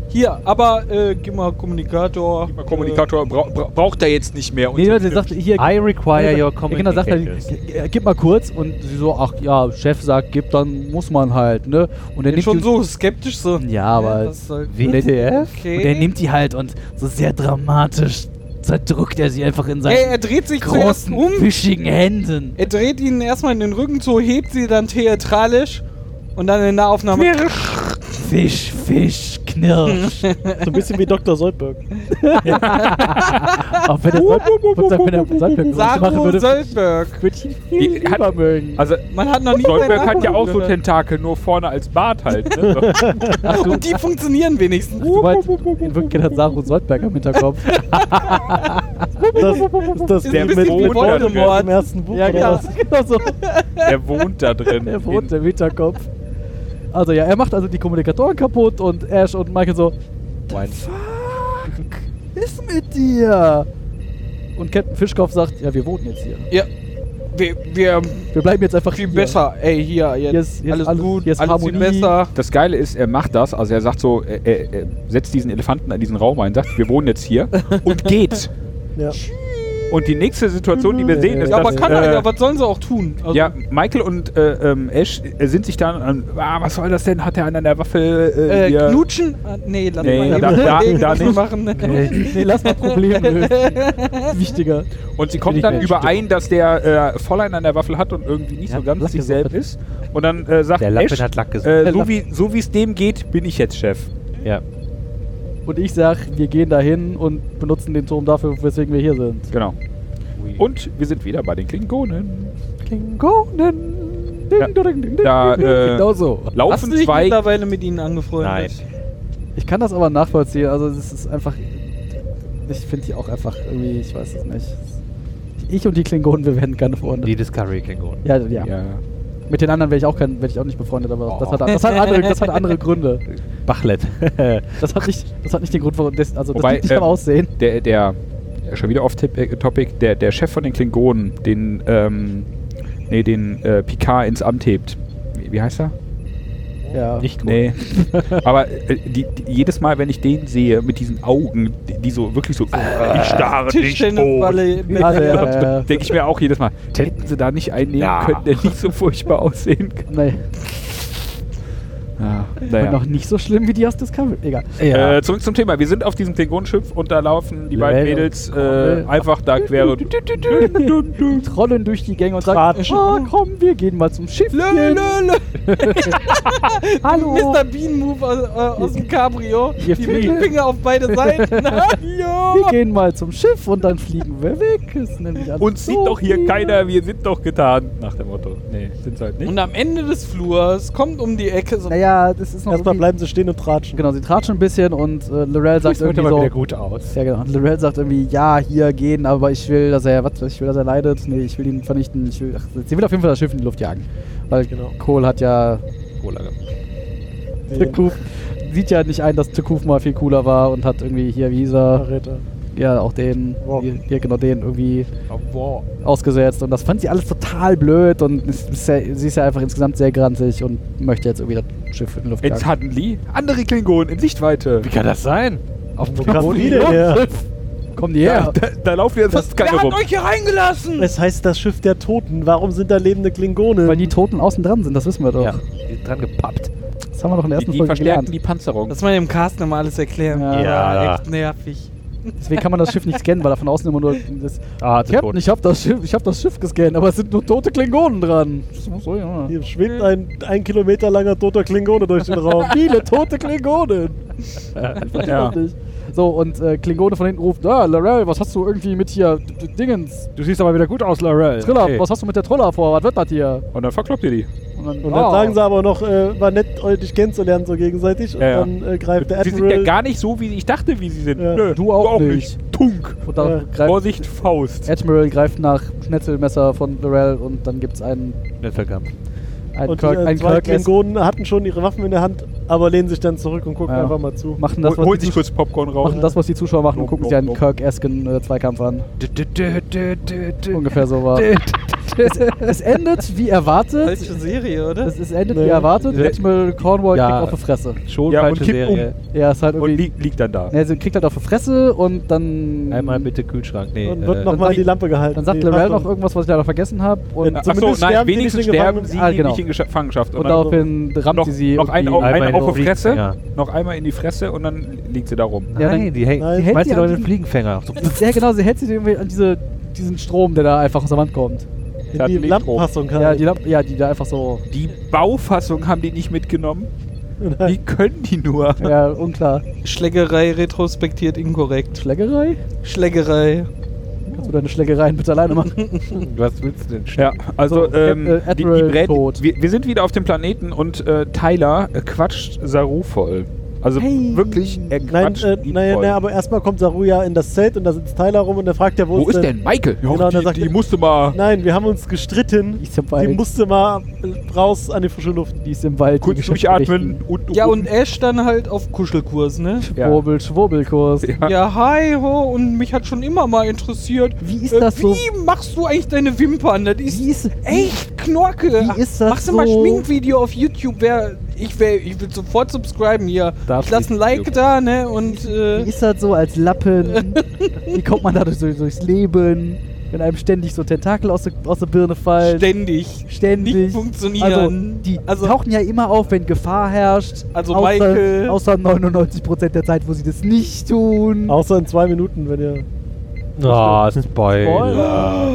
B: hier, aber äh, gib mal Kommunikator. Äh,
D: Der Kommunikator bra bra braucht er jetzt nicht mehr. Und
F: Nee, Leute, er sagt hier.
A: I require your
F: Genau, sagt er,
A: communicators.
F: "G- gib mal kurz und sie so, ach ja, Chef sagt, gib, dann muss man halt, ne? Und er
B: Äh,
F: nimmt
B: schon
F: die-
B: so skeptisch so.
F: Ja, halt aber
B: das soll-
A: WTF?
B: Okay.
F: Und er nimmt die halt und so sehr dramatisch zerdrückt er sie einfach in
B: Ey,
F: seinen
B: er dreht sich zuerst
F: großen,
B: um.
F: fischigen Händen.
B: Er dreht ihnen erstmal in den Rücken zu, hebt sie dann theatralisch und dann in der Aufnahme.
F: Fisch, Fisch, Knirsch.
E: So ein bisschen wie Dr. Soldberg.
F: Auch wenn der Sold- wenn der Soldberg sowas machen
B: Saru
F: würde,
B: Söldberg.
F: würde ich ihn viel
D: Die- hat-
F: lieber mögen.
D: Also,
B: Man hat noch nie
D: Goldberg
B: seinen
D: hat ja
B: Namen
D: auch so
B: gehört.
D: Tentakel, nur vorne als Bart halt. Ne?
B: Und die funktionieren wenigstens.
F: Du meinst, in Wirklichkeit hat Saru Soldberg im Hinterkopf.
E: Das ist das
B: Ist
E: die
B: ein
E: mit,
B: bisschen wie
E: mit
D: Voldemort.
E: Voldemort im ersten Buch.
F: ja,
E: oder
F: genau,
E: was?
F: genau so.
D: Der wohnt da drin.
F: Er wohnt im Hinterkopf. Also ja, er macht also die Kommunikatoren kaputt und Ash und Michael so,
A: Wine.
F: ist mit dir? Und Captain Fischkopf sagt, ja, wir wohnen jetzt hier.
B: Ja. Wir, wir
F: Wir bleiben jetzt einfach
B: viel
F: hier.
B: besser. Ey, hier, jetzt,
F: Hier ist- hier ist
B: alles,
F: alles-
B: gut,
F: hier ist
B: alles viel
F: Harmonie.
B: besser.
D: Das Geile ist, er macht das, also er sagt so, er, er, er setzt diesen Elefanten in diesen Raum ein, sagt, wir wohnen jetzt hier und geht.
E: Ja.
D: Und die nächste Situation, die wir sehen, ist,
B: Mhm. Ja, aber
D: dass,
B: kann
D: äh,
B: er ja, was sollen sie auch tun? Also,
D: ja, Michael und äh, ähm, Ash äh, sind sich dann an, ah, was soll das denn, hat er einen an der Waffe äh,
B: äh,
D: hier-
B: knutschen? Ah, nee, lass
D: Nee,
B: mal
D: da-
B: eben
D: da-
B: Kollegen
D: da
B: das
D: nicht.
B: machen.
F: Genau. Nee, lass mal Probleme lösen. Das ist Wichtiger.
D: Und sie kommen dann überein, dass der äh, Fräulein an der Waffel hat und irgendwie nicht
A: Ja,
D: so ganz
A: Lack
D: sich
A: ist
D: selbst
A: offen.
D: ist. Und dann äh, sagt
A: Der Lappen
D: Ash,
A: hat Lack gesagt.
D: äh,
F: Der
D: so
F: Lappen.
D: wie so wie es dem geht, bin ich jetzt Chef.
A: Ja.
F: Und ich sag, wir gehen dahin und benutzen den Turm dafür, weswegen wir hier sind.
D: Genau. Und wir sind wieder bei den Klingonen.
F: Klingonen. Ding,
D: Ja,
F: ding, ding, ding.
D: da, äh,
F: genau so.
B: Hast du
D: Laufen
B: dich
D: zwei
B: mittlerweile mit ihnen angefreundet?
A: Nein.
F: Ich kann das aber nachvollziehen. Also es ist einfach. Ich finde die auch einfach irgendwie, ich weiß es nicht. Ich und die Klingonen, wir werden keine Freunde.
A: Die Discovery Klingonen.
F: Ja, ja,
D: Ja.
F: Mit den anderen wäre ich auch kein, wäre ich auch nicht befreundet, aber das,
A: Oh.
F: hat, das, hat andere, das hat andere Gründe.
A: Bachlet.
F: Das hat nicht, das hat nicht den Grund, warum das, also
D: Wobei,
F: das liegt nicht
D: ähm,
F: am Aussehen.
D: Der, der, ja, schon wieder off-topic, der, der Chef von den Klingonen, den, ähm, nee, den äh, Picard ins Amt hebt. Wie, wie heißt er?
F: Ja.
A: Nicht gut.
D: Nee. Aber äh, die, die, jedes Mal, wenn ich den sehe, mit diesen Augen, die, die so wirklich so, ich starre dich tot,
B: Tischtennisballe.
F: Also, äh,
D: denke ich mir auch jedes Mal, hätten sie da nicht einnehmen
A: Ja.
D: können, der nicht so furchtbar aussehen kann.
F: nee.
D: Ja,
F: Und noch nicht so schlimm wie die aus Discovery. Egal.
A: Ja.
D: Äh, zurück zum Thema. Wir sind auf diesem Klingonenschiff und da laufen die beiden
A: Lel-
D: Mädels äh, einfach da quere.
F: Trollen durch die Gänge und sagen,
E: Tratschen.
F: ah, komm, wir gehen mal zum Schiff.
B: Lö, lö, lö.
F: Hallo.
B: Mr. Bean Move aus, äh, aus dem Cabrio.
F: Hier
B: Die
F: fliegt.
B: Mittelfinger auf beide Seiten. Ja.
F: Wir gehen mal zum Schiff und dann fliegen wir weg. Ist nämlich alles
D: Uns sieht
F: so
D: doch hier
F: viel.
D: keiner, wir sind doch getan. Nach dem Motto. Nee, sind halt nicht.
B: Und am Ende des Flurs kommt um die Ecke so.
F: Naja, das ist noch
E: Erstmal
F: so
E: bleiben sie stehen und tratschen.
F: Genau, sie tratschen ein bisschen und äh, Lorel sagt irgendwie so.
A: gut aus.
F: Ja, genau. Und Lorel sagt irgendwie, ja, hier gehen, aber ich will, dass er, was, ich will, dass er leidet. Nee, ich will ihn vernichten. Ich will, ach, sie will auf jeden Fall das Schiff in die Luft jagen. Weil
E: Genau.
F: Kohl hat ja.
E: Den
F: Tekuf sieht ja nicht ein, dass Tekuf mal viel cooler war und hat irgendwie hier, wie hieß er,
E: Verräter.
F: ja, auch den,
E: Rock.
F: hier genau den irgendwie ausgesetzt. Und das fand sie alles total blöd und ist, ist ja, sie ist ja einfach insgesamt sehr grantig und möchte jetzt irgendwie das Schiff in die Luft
D: Ins
F: jagen.
D: Haddenli, andere Klingonen in Sichtweite.
A: Wie kann das sein? Auf dem
E: Wo kamen die denn her?
F: Kommen die
D: Da,
F: her?
D: da, da laufen jetzt fast keine
B: Wer hat
D: rum.
B: euch hier reingelassen?
E: Es heißt das Schiff der Toten. Warum sind da lebende Klingonen?
F: Weil die Toten außen dran sind, das wissen wir doch.
A: Ja, die dran gepappt.
F: Das haben wir doch in der
D: Die,
F: ersten
D: die
F: Folge
D: verstärken
F: gelernt.
D: die Panzerung.
B: Lass mal dem Carsten immer alles erklären.
F: Ja.
B: Ja, Echt nervig.
F: Deswegen kann man das Schiff nicht scannen, weil da von außen immer nur das
A: Ah, zu
F: Captain,
A: tot.
F: ich hab das Schiff, ich hab das Schiff gescannt, aber es sind nur tote Klingonen dran. So, ja.
E: Hier schwebt ein ein Kilometer langer toter Klingone durch den Raum.
F: Viele tote Klingonen.
D: Ja.
F: Wirklich. So, und äh, Klingone von hinten ruft, ah, Larell, was hast du irgendwie mit hier D- D- Dingens?
A: Du siehst aber wieder gut aus, Laurel.
F: Triller,
A: Okay.
F: was hast du mit der Troller vor? Was wird das hier?
D: Und dann verkloppt ihr die.
F: Und
E: Und dann
F: ah,
E: sagen sie aber noch, äh, war nett, euch dich kennenzulernen so gegenseitig. Und
D: Ja, ja.
E: dann äh, greift der
D: Die sind ja
E: Admiral.
D: gar nicht so, wie ich dachte, wie sie sind.
E: Ja.
D: Nö,
F: Du auch nicht.
D: Tunk.
F: Und dann
E: äh,
F: greift
D: Vorsicht, Faust.
F: Admiral greift nach Schnetzelmesser von Larell und dann gibt's einen,
A: Netzwerkkampf.
F: einen
E: und die,
F: Kirk,
E: äh,
F: einen
E: zwei
F: Kirk
E: Klingonen hatten schon ihre Waffen in der Hand, aber lehnen sich dann zurück und gucken
F: Ja.
E: einfach mal zu.
F: machen das,
D: Hol,
F: was
D: holt
F: die
D: sich
F: Zuschauer,
D: kurz Popcorn raus.
F: machen das, was die Zuschauer machen und
D: Blub,
F: gucken sich einen
D: blub,
F: Kirk Asken äh, Zweikampf an. Ungefähr so war. Es endet wie erwartet.
B: Falsche Serie, oder?
F: Es, es endet
E: Nee.
F: wie
E: Ne?
F: erwartet.
A: Nee.
F: Admiral Cornwall
A: Ja.
F: kriegt auf die Fresse.
A: Schon
D: Ja, und
A: falsche
D: kippt
A: Serie.
F: Ja, ist halt
D: Und
F: irgendwie.
D: liegt, liegt dann da.
F: Ne, sie kriegt halt auf die Fresse und dann.
A: Einmal bitte Kühlschrank. Nee,
E: und wird
A: äh,
E: nochmal die Lampe gehalten.
F: Dann sagt
E: Nee,
F: Lorel
E: Achtung.
F: noch irgendwas, was ich leider vergessen habe. Und,
E: Ja,
D: Ach so,
E: Zumindest
D: nein,
E: sterben die nicht
D: wenigstens
E: in
D: sterben
E: Gefangenschaft.
D: sie
F: Ah, genau.
D: nicht in Gefangenschaft.
F: und
D: dann
F: daraufhin rammt
D: noch,
F: sie sie.
D: noch einen,
F: irgendwie-
D: auf, einen
A: Einmal
D: auf die
A: in den
D: Fresse,
A: Flieger.
D: noch einmal in die Fresse und dann liegt sie da rum.
F: Ja,
A: Nein,
F: dann-
A: die hängt.
E: Nein.
A: Die
E: Die hält
A: weißt
F: die
A: du, doch
F: an
A: in den
F: die-
A: Fliegenfänger. So,
F: ja, genau, sie hält sie irgendwie an diese, diesen Strom, der da einfach aus der Wand kommt.
E: In
D: hat
E: die
D: Licht
E: Lampenpassung
F: Ja, die,
E: gehalten.
F: Lamp- ja, die da einfach so.
D: Die Baufassung haben die nicht mitgenommen. Wie können die nur?
F: Ja, unklar.
B: Schlägerei retrospektiert inkorrekt.
F: Schlägerei?
B: Schlägerei.
F: Kannst du deine Schlägereien bitte alleine machen?
A: was willst du denn?
D: Ja, also
F: So,
D: ähm,
F: Cap- äh,
D: die, die
F: Admiral
D: Brät,
F: tot.
D: wir, wir sind wieder auf dem Planeten und äh, Tyler äh, quatscht Saru voll. Also
F: Hey.
D: wirklich, er
E: Nein,
D: quatscht
E: äh,
D: ihn
E: naja,
D: voll.
E: naja, aber erstmal kommt Saru ja in das Zelt und da sitzt Tyler rum und er fragt ja, wo,
D: Wo ist denn Michael? Ja,
E: Genau, dann sagt
D: die, die
E: er-
D: musste mal
E: Nein, wir haben uns gestritten.
F: Die ist im
E: Die
F: Wald.
E: musste mal äh, raus an die frische Luft.
F: Die ist im Wald. die
D: kurz
F: Geschäfte
D: durchatmen.
F: richten.
D: Und,
B: Ja, und Ash dann halt auf Kuschelkurs, ne?
D: Ja.
F: Schwurbel, Schwurbelkurs.
D: Ja.
B: Ja, hi, ho, und mich hat schon immer mal interessiert.
F: Wie ist
B: äh,
F: das so?
B: Wie machst du eigentlich deine Wimpern? Das ist
F: Wie ist,
B: echt Knorke.
F: Wie ist das
B: Machst du mal
F: so?
B: Schminkvideo auf YouTube? Wer, ich, wär, ich will sofort subscriben hier.
A: Darf
B: ich lass ein
A: nicht.
B: Like da, ne? Und äh,
F: Wie ist das so als Lappen? Wie kommt man dadurch so, durchs Leben? Wenn einem ständig so Tentakel aus der, aus der Birne fallen.
B: ständig.
F: ständig.
B: Nicht funktionieren.
F: Also, die
B: Also-
F: tauchen ja immer auf, wenn Gefahr herrscht.
B: Also
F: außer,
B: Michael-
F: Außer 99% der Zeit, wo sie das nicht tun.
E: Außer in zwei Minuten, wenn ihr.
A: Ah, Spoiler.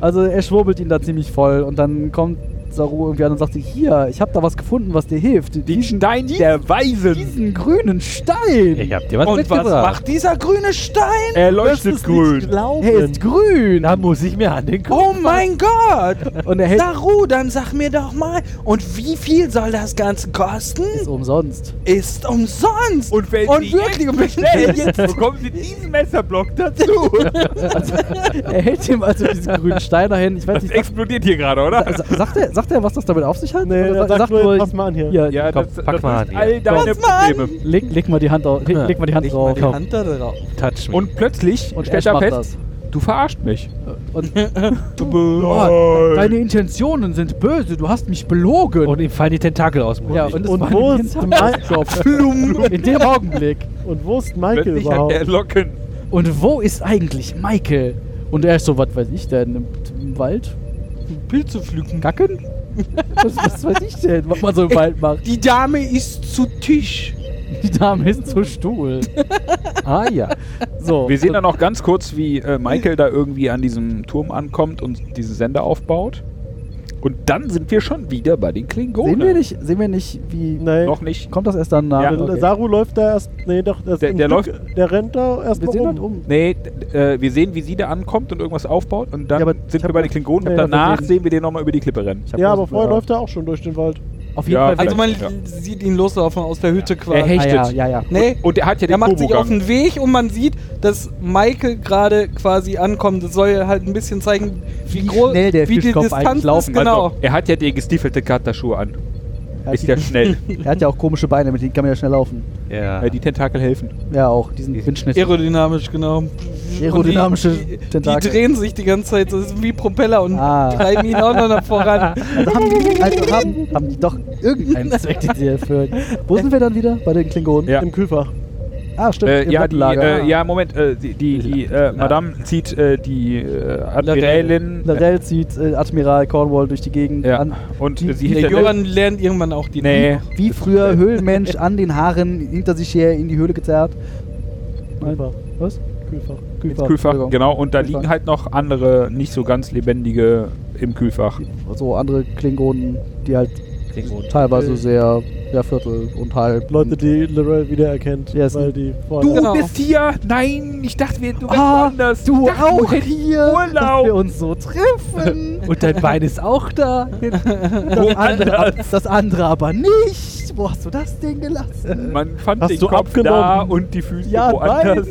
F: Also er schwurbelt ihn da ziemlich voll und dann kommt Saru irgendwie an und sagt, hier, ich habe da was gefunden, was dir hilft.
D: den
F: diesen,
D: Stein der Weisen.
F: diesen grünen Stein.
A: Ich hab dir was
B: Und was
A: mitgebracht.
B: macht dieser grüne Stein?
D: Er
E: Das
D: leuchtet
E: ist nicht
D: grün.
E: glauben.
F: Er ist grün.
A: Da muss ich mir an den Kopf.
B: Oh mein Gott!
F: Und er hält
B: Saru, dann sag mir doch mal, und wie viel soll das Ganze kosten?
F: ist umsonst.
B: Ist umsonst!
D: Und wenn
B: Und
D: sie
B: wirklich, und wenn
D: jetzt,
B: jetzt-
D: bekommen sie diesen Messerblock dazu.
F: Er hält ihm also diesen grünen Stein dahin. Ich weiß
D: Das
F: nicht, was-
D: explodiert hier gerade, oder?
F: Sa- sagt, er, sagt er, was das damit auf sich hat?
E: Nee,
F: Oder
E: er
F: sa-
E: sagt nur, pass mal an hier.
F: hier
D: Ja,
A: Komm,
D: das, das
A: pack mal an
D: löst
A: hier.
D: all deine
B: Pass mal an.
D: Probleme.
F: Leg, leg mal die Hand, auf, leg, leg mal die Hand
B: Leg mal
F: drauf.
B: die Hand da drauf.
A: Touch me.
D: Und plötzlich
F: Und
D: stellt
F: Ash
D: er
F: macht
D: fest,
F: das.
D: du verarscht mich.
F: Und
D: Nein.
F: deine Intentionen sind böse, du hast mich belogen.
A: Und ihm fallen die Tentakel aus dem Mund.
F: ja, und, es
E: und
F: war
E: wo
F: ein
E: ist
F: Hinterkopf. In dem Augenblick.
E: Und wo ist Michael
D: Plötzlich hat
E: überhaupt?
D: er Locken.
F: Und wo ist eigentlich Michael? Und er ist so, was weiß ich denn, im, im Wald?
B: Pilze pflücken.
F: Kacken? Was, was weiß ich denn, was man so im Wald macht?
B: Die Dame ist zu Tisch.
F: Die Dame ist zu Stuhl. Ah ja. So.
D: Wir sehen dann noch ganz kurz, wie äh, Michael da irgendwie an diesem Turm ankommt und diesen Sender aufbaut. Und dann sind wir schon wieder bei den Klingonen.
F: Sehen wir nicht, sehen wir nicht wie...
E: Nee.
D: Noch nicht.
F: Kommt das erst dann nach?
D: Ja.
E: Der- der Also, Saru läuft da erst. Nee, doch. Erst
D: Der-
E: im
D: der
E: Stück- Der rennt da erst
F: Wir
E: mal
F: sehen
E: rum.
F: das um.
D: Nee, d- äh, wir sehen, wie sie da ankommt und irgendwas aufbaut. Und dann
F: Ja, aber ich
D: sind wir
F: hab also
D: bei den Klingonen.
E: Ja,
D: Und
E: ja,
D: danach
F: wir sehen-
D: sehen wir den nochmal über die Klippe rennen.
F: Ich hab
E: Ja,
F: das-
E: aber vorher läuft er auch schon durch den Wald.
C: Auf jeden
D: Ja,
C: Fall. Also
B: Also man
D: Ja.
B: sieht ihn loslaufen aus der Hütte
D: Er
B: quasi.
D: hechtet.
C: ah, ja, ja, ja.
B: Nee,
D: Und er hat ja den
B: er macht sich auf
D: Turbogang.
B: den Weg und man sieht, dass Michael gerade quasi ankommt. Das soll ja halt ein bisschen zeigen, wie,
C: Wie
B: groß,
C: schnell der
B: wie die
C: Fischkopf
B: Distanz
C: eigentlich
B: ist.
C: laufen kann.
B: Genau.
D: Also, er hat ja die gestiefelte Kataschuhe an.
F: Er
D: Ist
F: hat,
D: ja
F: die,
D: schnell.
F: er hat ja auch komische Beine, mit denen kann man ja schnell laufen.
A: Ja.
D: Äh, die Tentakel helfen.
F: Ja, auch, diesen Windschnitt.
B: Aerodynamisch, genau.
F: Aerodynamische
B: Und die, die, die
F: Tentakel.
B: drehen sich die ganze Zeit, das ist wie Propeller und
F: Ah.
B: treiben ihn auch noch nach voran.
F: Also haben die, also haben, haben die doch irgendeinen Zweck, den sie erfüllen. Wo sind wir dann wieder? Bei den Klingonen?
D: Ja.
E: Im Kühlfach.
F: Ah, stimmt.
D: Äh,
F: im
D: ja, die,
F: Bettenlager.
D: äh, ja, Moment. Äh, die die, die äh, Madame zieht äh, die äh, Admiralin.
F: Larell zieht äh, Admiral Cornwall durch die Gegend
D: ja.
F: an.
D: Und
F: Die-
D: äh, sie
F: die
B: Der
D: hinter
B: Joran lernt irgendwann auch die
D: Nee.
F: Wie früher Höhlenmensch an den Haaren hinter sich her in die Höhle gezerrt. Nein.
E: Kühlfach.
F: Was?
E: Kühlfach.
D: Kühlfach,
F: Kühlfach. Entschuldigung.
D: genau. Und da
F: Kühlfach.
D: liegen halt noch andere, nicht so ganz lebendige im Kühlfach.
F: So andere Klingonen, die halt
A: Klingonen.
D: Äh.
F: teilweise sehr, ja, Viertel und halb.
E: Leute, die Lorel wiedererkennt,
F: Ja, ist
E: weil
F: ein-
E: die vorher.
D: Du
B: Genau.
D: bist hier! Nein, ich dachte, wir, du bist
F: Ah,
D: woanders.
F: du
D: ich dachte,
F: auch
D: hättest
F: hier, dass
D: Urlaub.
F: wir uns so treffen.
A: Und dein Bein ist auch da.
F: Das andere, das andere aber nicht. Wo hast du das denn gelassen?
D: Man fand
E: Hast
D: den
E: du
D: Kopf da
E: abgenommen?
D: und die Füße
F: Ja,
D: woanders.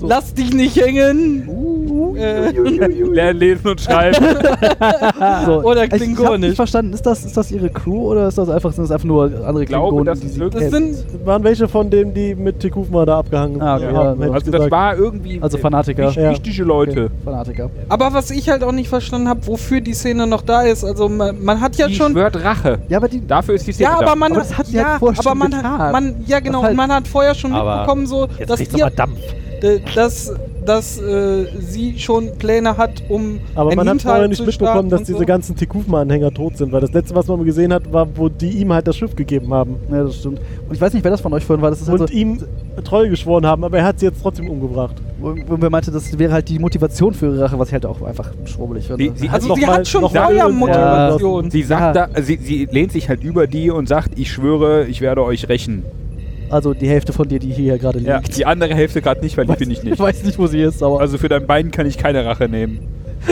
B: Lass dich nicht hängen! Äh,
D: Lernen lesen und schreiben.
F: So,
B: Oder
F: ich- Ich hab
B: Klingonisch.
F: nicht verstanden, ist das, ist das ihre Crew oder ist das einfach, sind das einfach nur andere
D: Ich glaube,
F: Klingonen,
D: das
F: die
D: ist
F: sie
D: wirklich-
B: das
F: kennen?
B: sind
E: Waren welche von denen, die mit Tekufma da abgehangen
F: Ah, okay, ja,
E: haben? hätte ich
D: Also das
E: gesagt.
D: war irgendwie
F: Also
D: äh,
F: Fanatiker.
D: wicht-
E: Ja.
D: wichtige Leute.
F: Fanatiker.
B: Aber was ich halt auch nicht verstanden habe, wofür die Szene noch da ist. Also man, man hat ja
D: Die
B: schon.
D: schwört Rache.
F: Ja, aber die.
D: Dafür ist die Szene
B: Ja,
D: da.
B: aber man
F: Aber
B: hat,
F: das hat die
B: ja,
F: halt vorher
B: aber
F: schon
B: man
F: getan.
B: hat, man, ja genau,
F: Das halt-
B: und man hat vorher schon
A: Aber
B: mitbekommen, so,
A: Jetzt
B: dass,
A: kriegst du
B: ihr,
A: aber Dampf.
B: d- dass, dass äh, sie schon Pläne hat, um
E: Aber
B: einen
E: man hat
B: Hinterhalt
E: vorher nicht
B: zu
E: mitbekommen,
B: starten
E: dass
B: und
E: diese
B: so.
E: ganzen Tekufma-Anhänger tot sind, weil das letzte, was man gesehen hat, war, wo die ihm halt das Schiff gegeben haben.
F: Ja, das stimmt. Und ich weiß nicht, wer das von euch vorhin war. Das ist halt
E: und
F: so,
E: ihm Treue geschworen haben, aber er hat sie jetzt trotzdem umgebracht.
F: wo, wo wir meinte, das wäre halt die Motivation für ihre Rache, was ich halt auch einfach schwurbelig finde.
D: Sie- sie-
E: Hat
B: Also
E: noch
B: sie
E: mal-
B: hat schon
E: noch mal
B: vorher
E: Öl
B: Motivation.
D: Sie sagt
F: Ah.
D: da, sie, sie lehnt sich halt über die und sagt, ich schwöre, ich werde euch rächen.
F: also die Hälfte von dir, die hier gerade liegt.
D: Ja, die andere Hälfte gerade nicht, weil die bin ich
F: Ich
D: nicht.
F: weiß nicht, wo sie ist, aber.
D: Also für dein Bein kann ich keine Rache nehmen.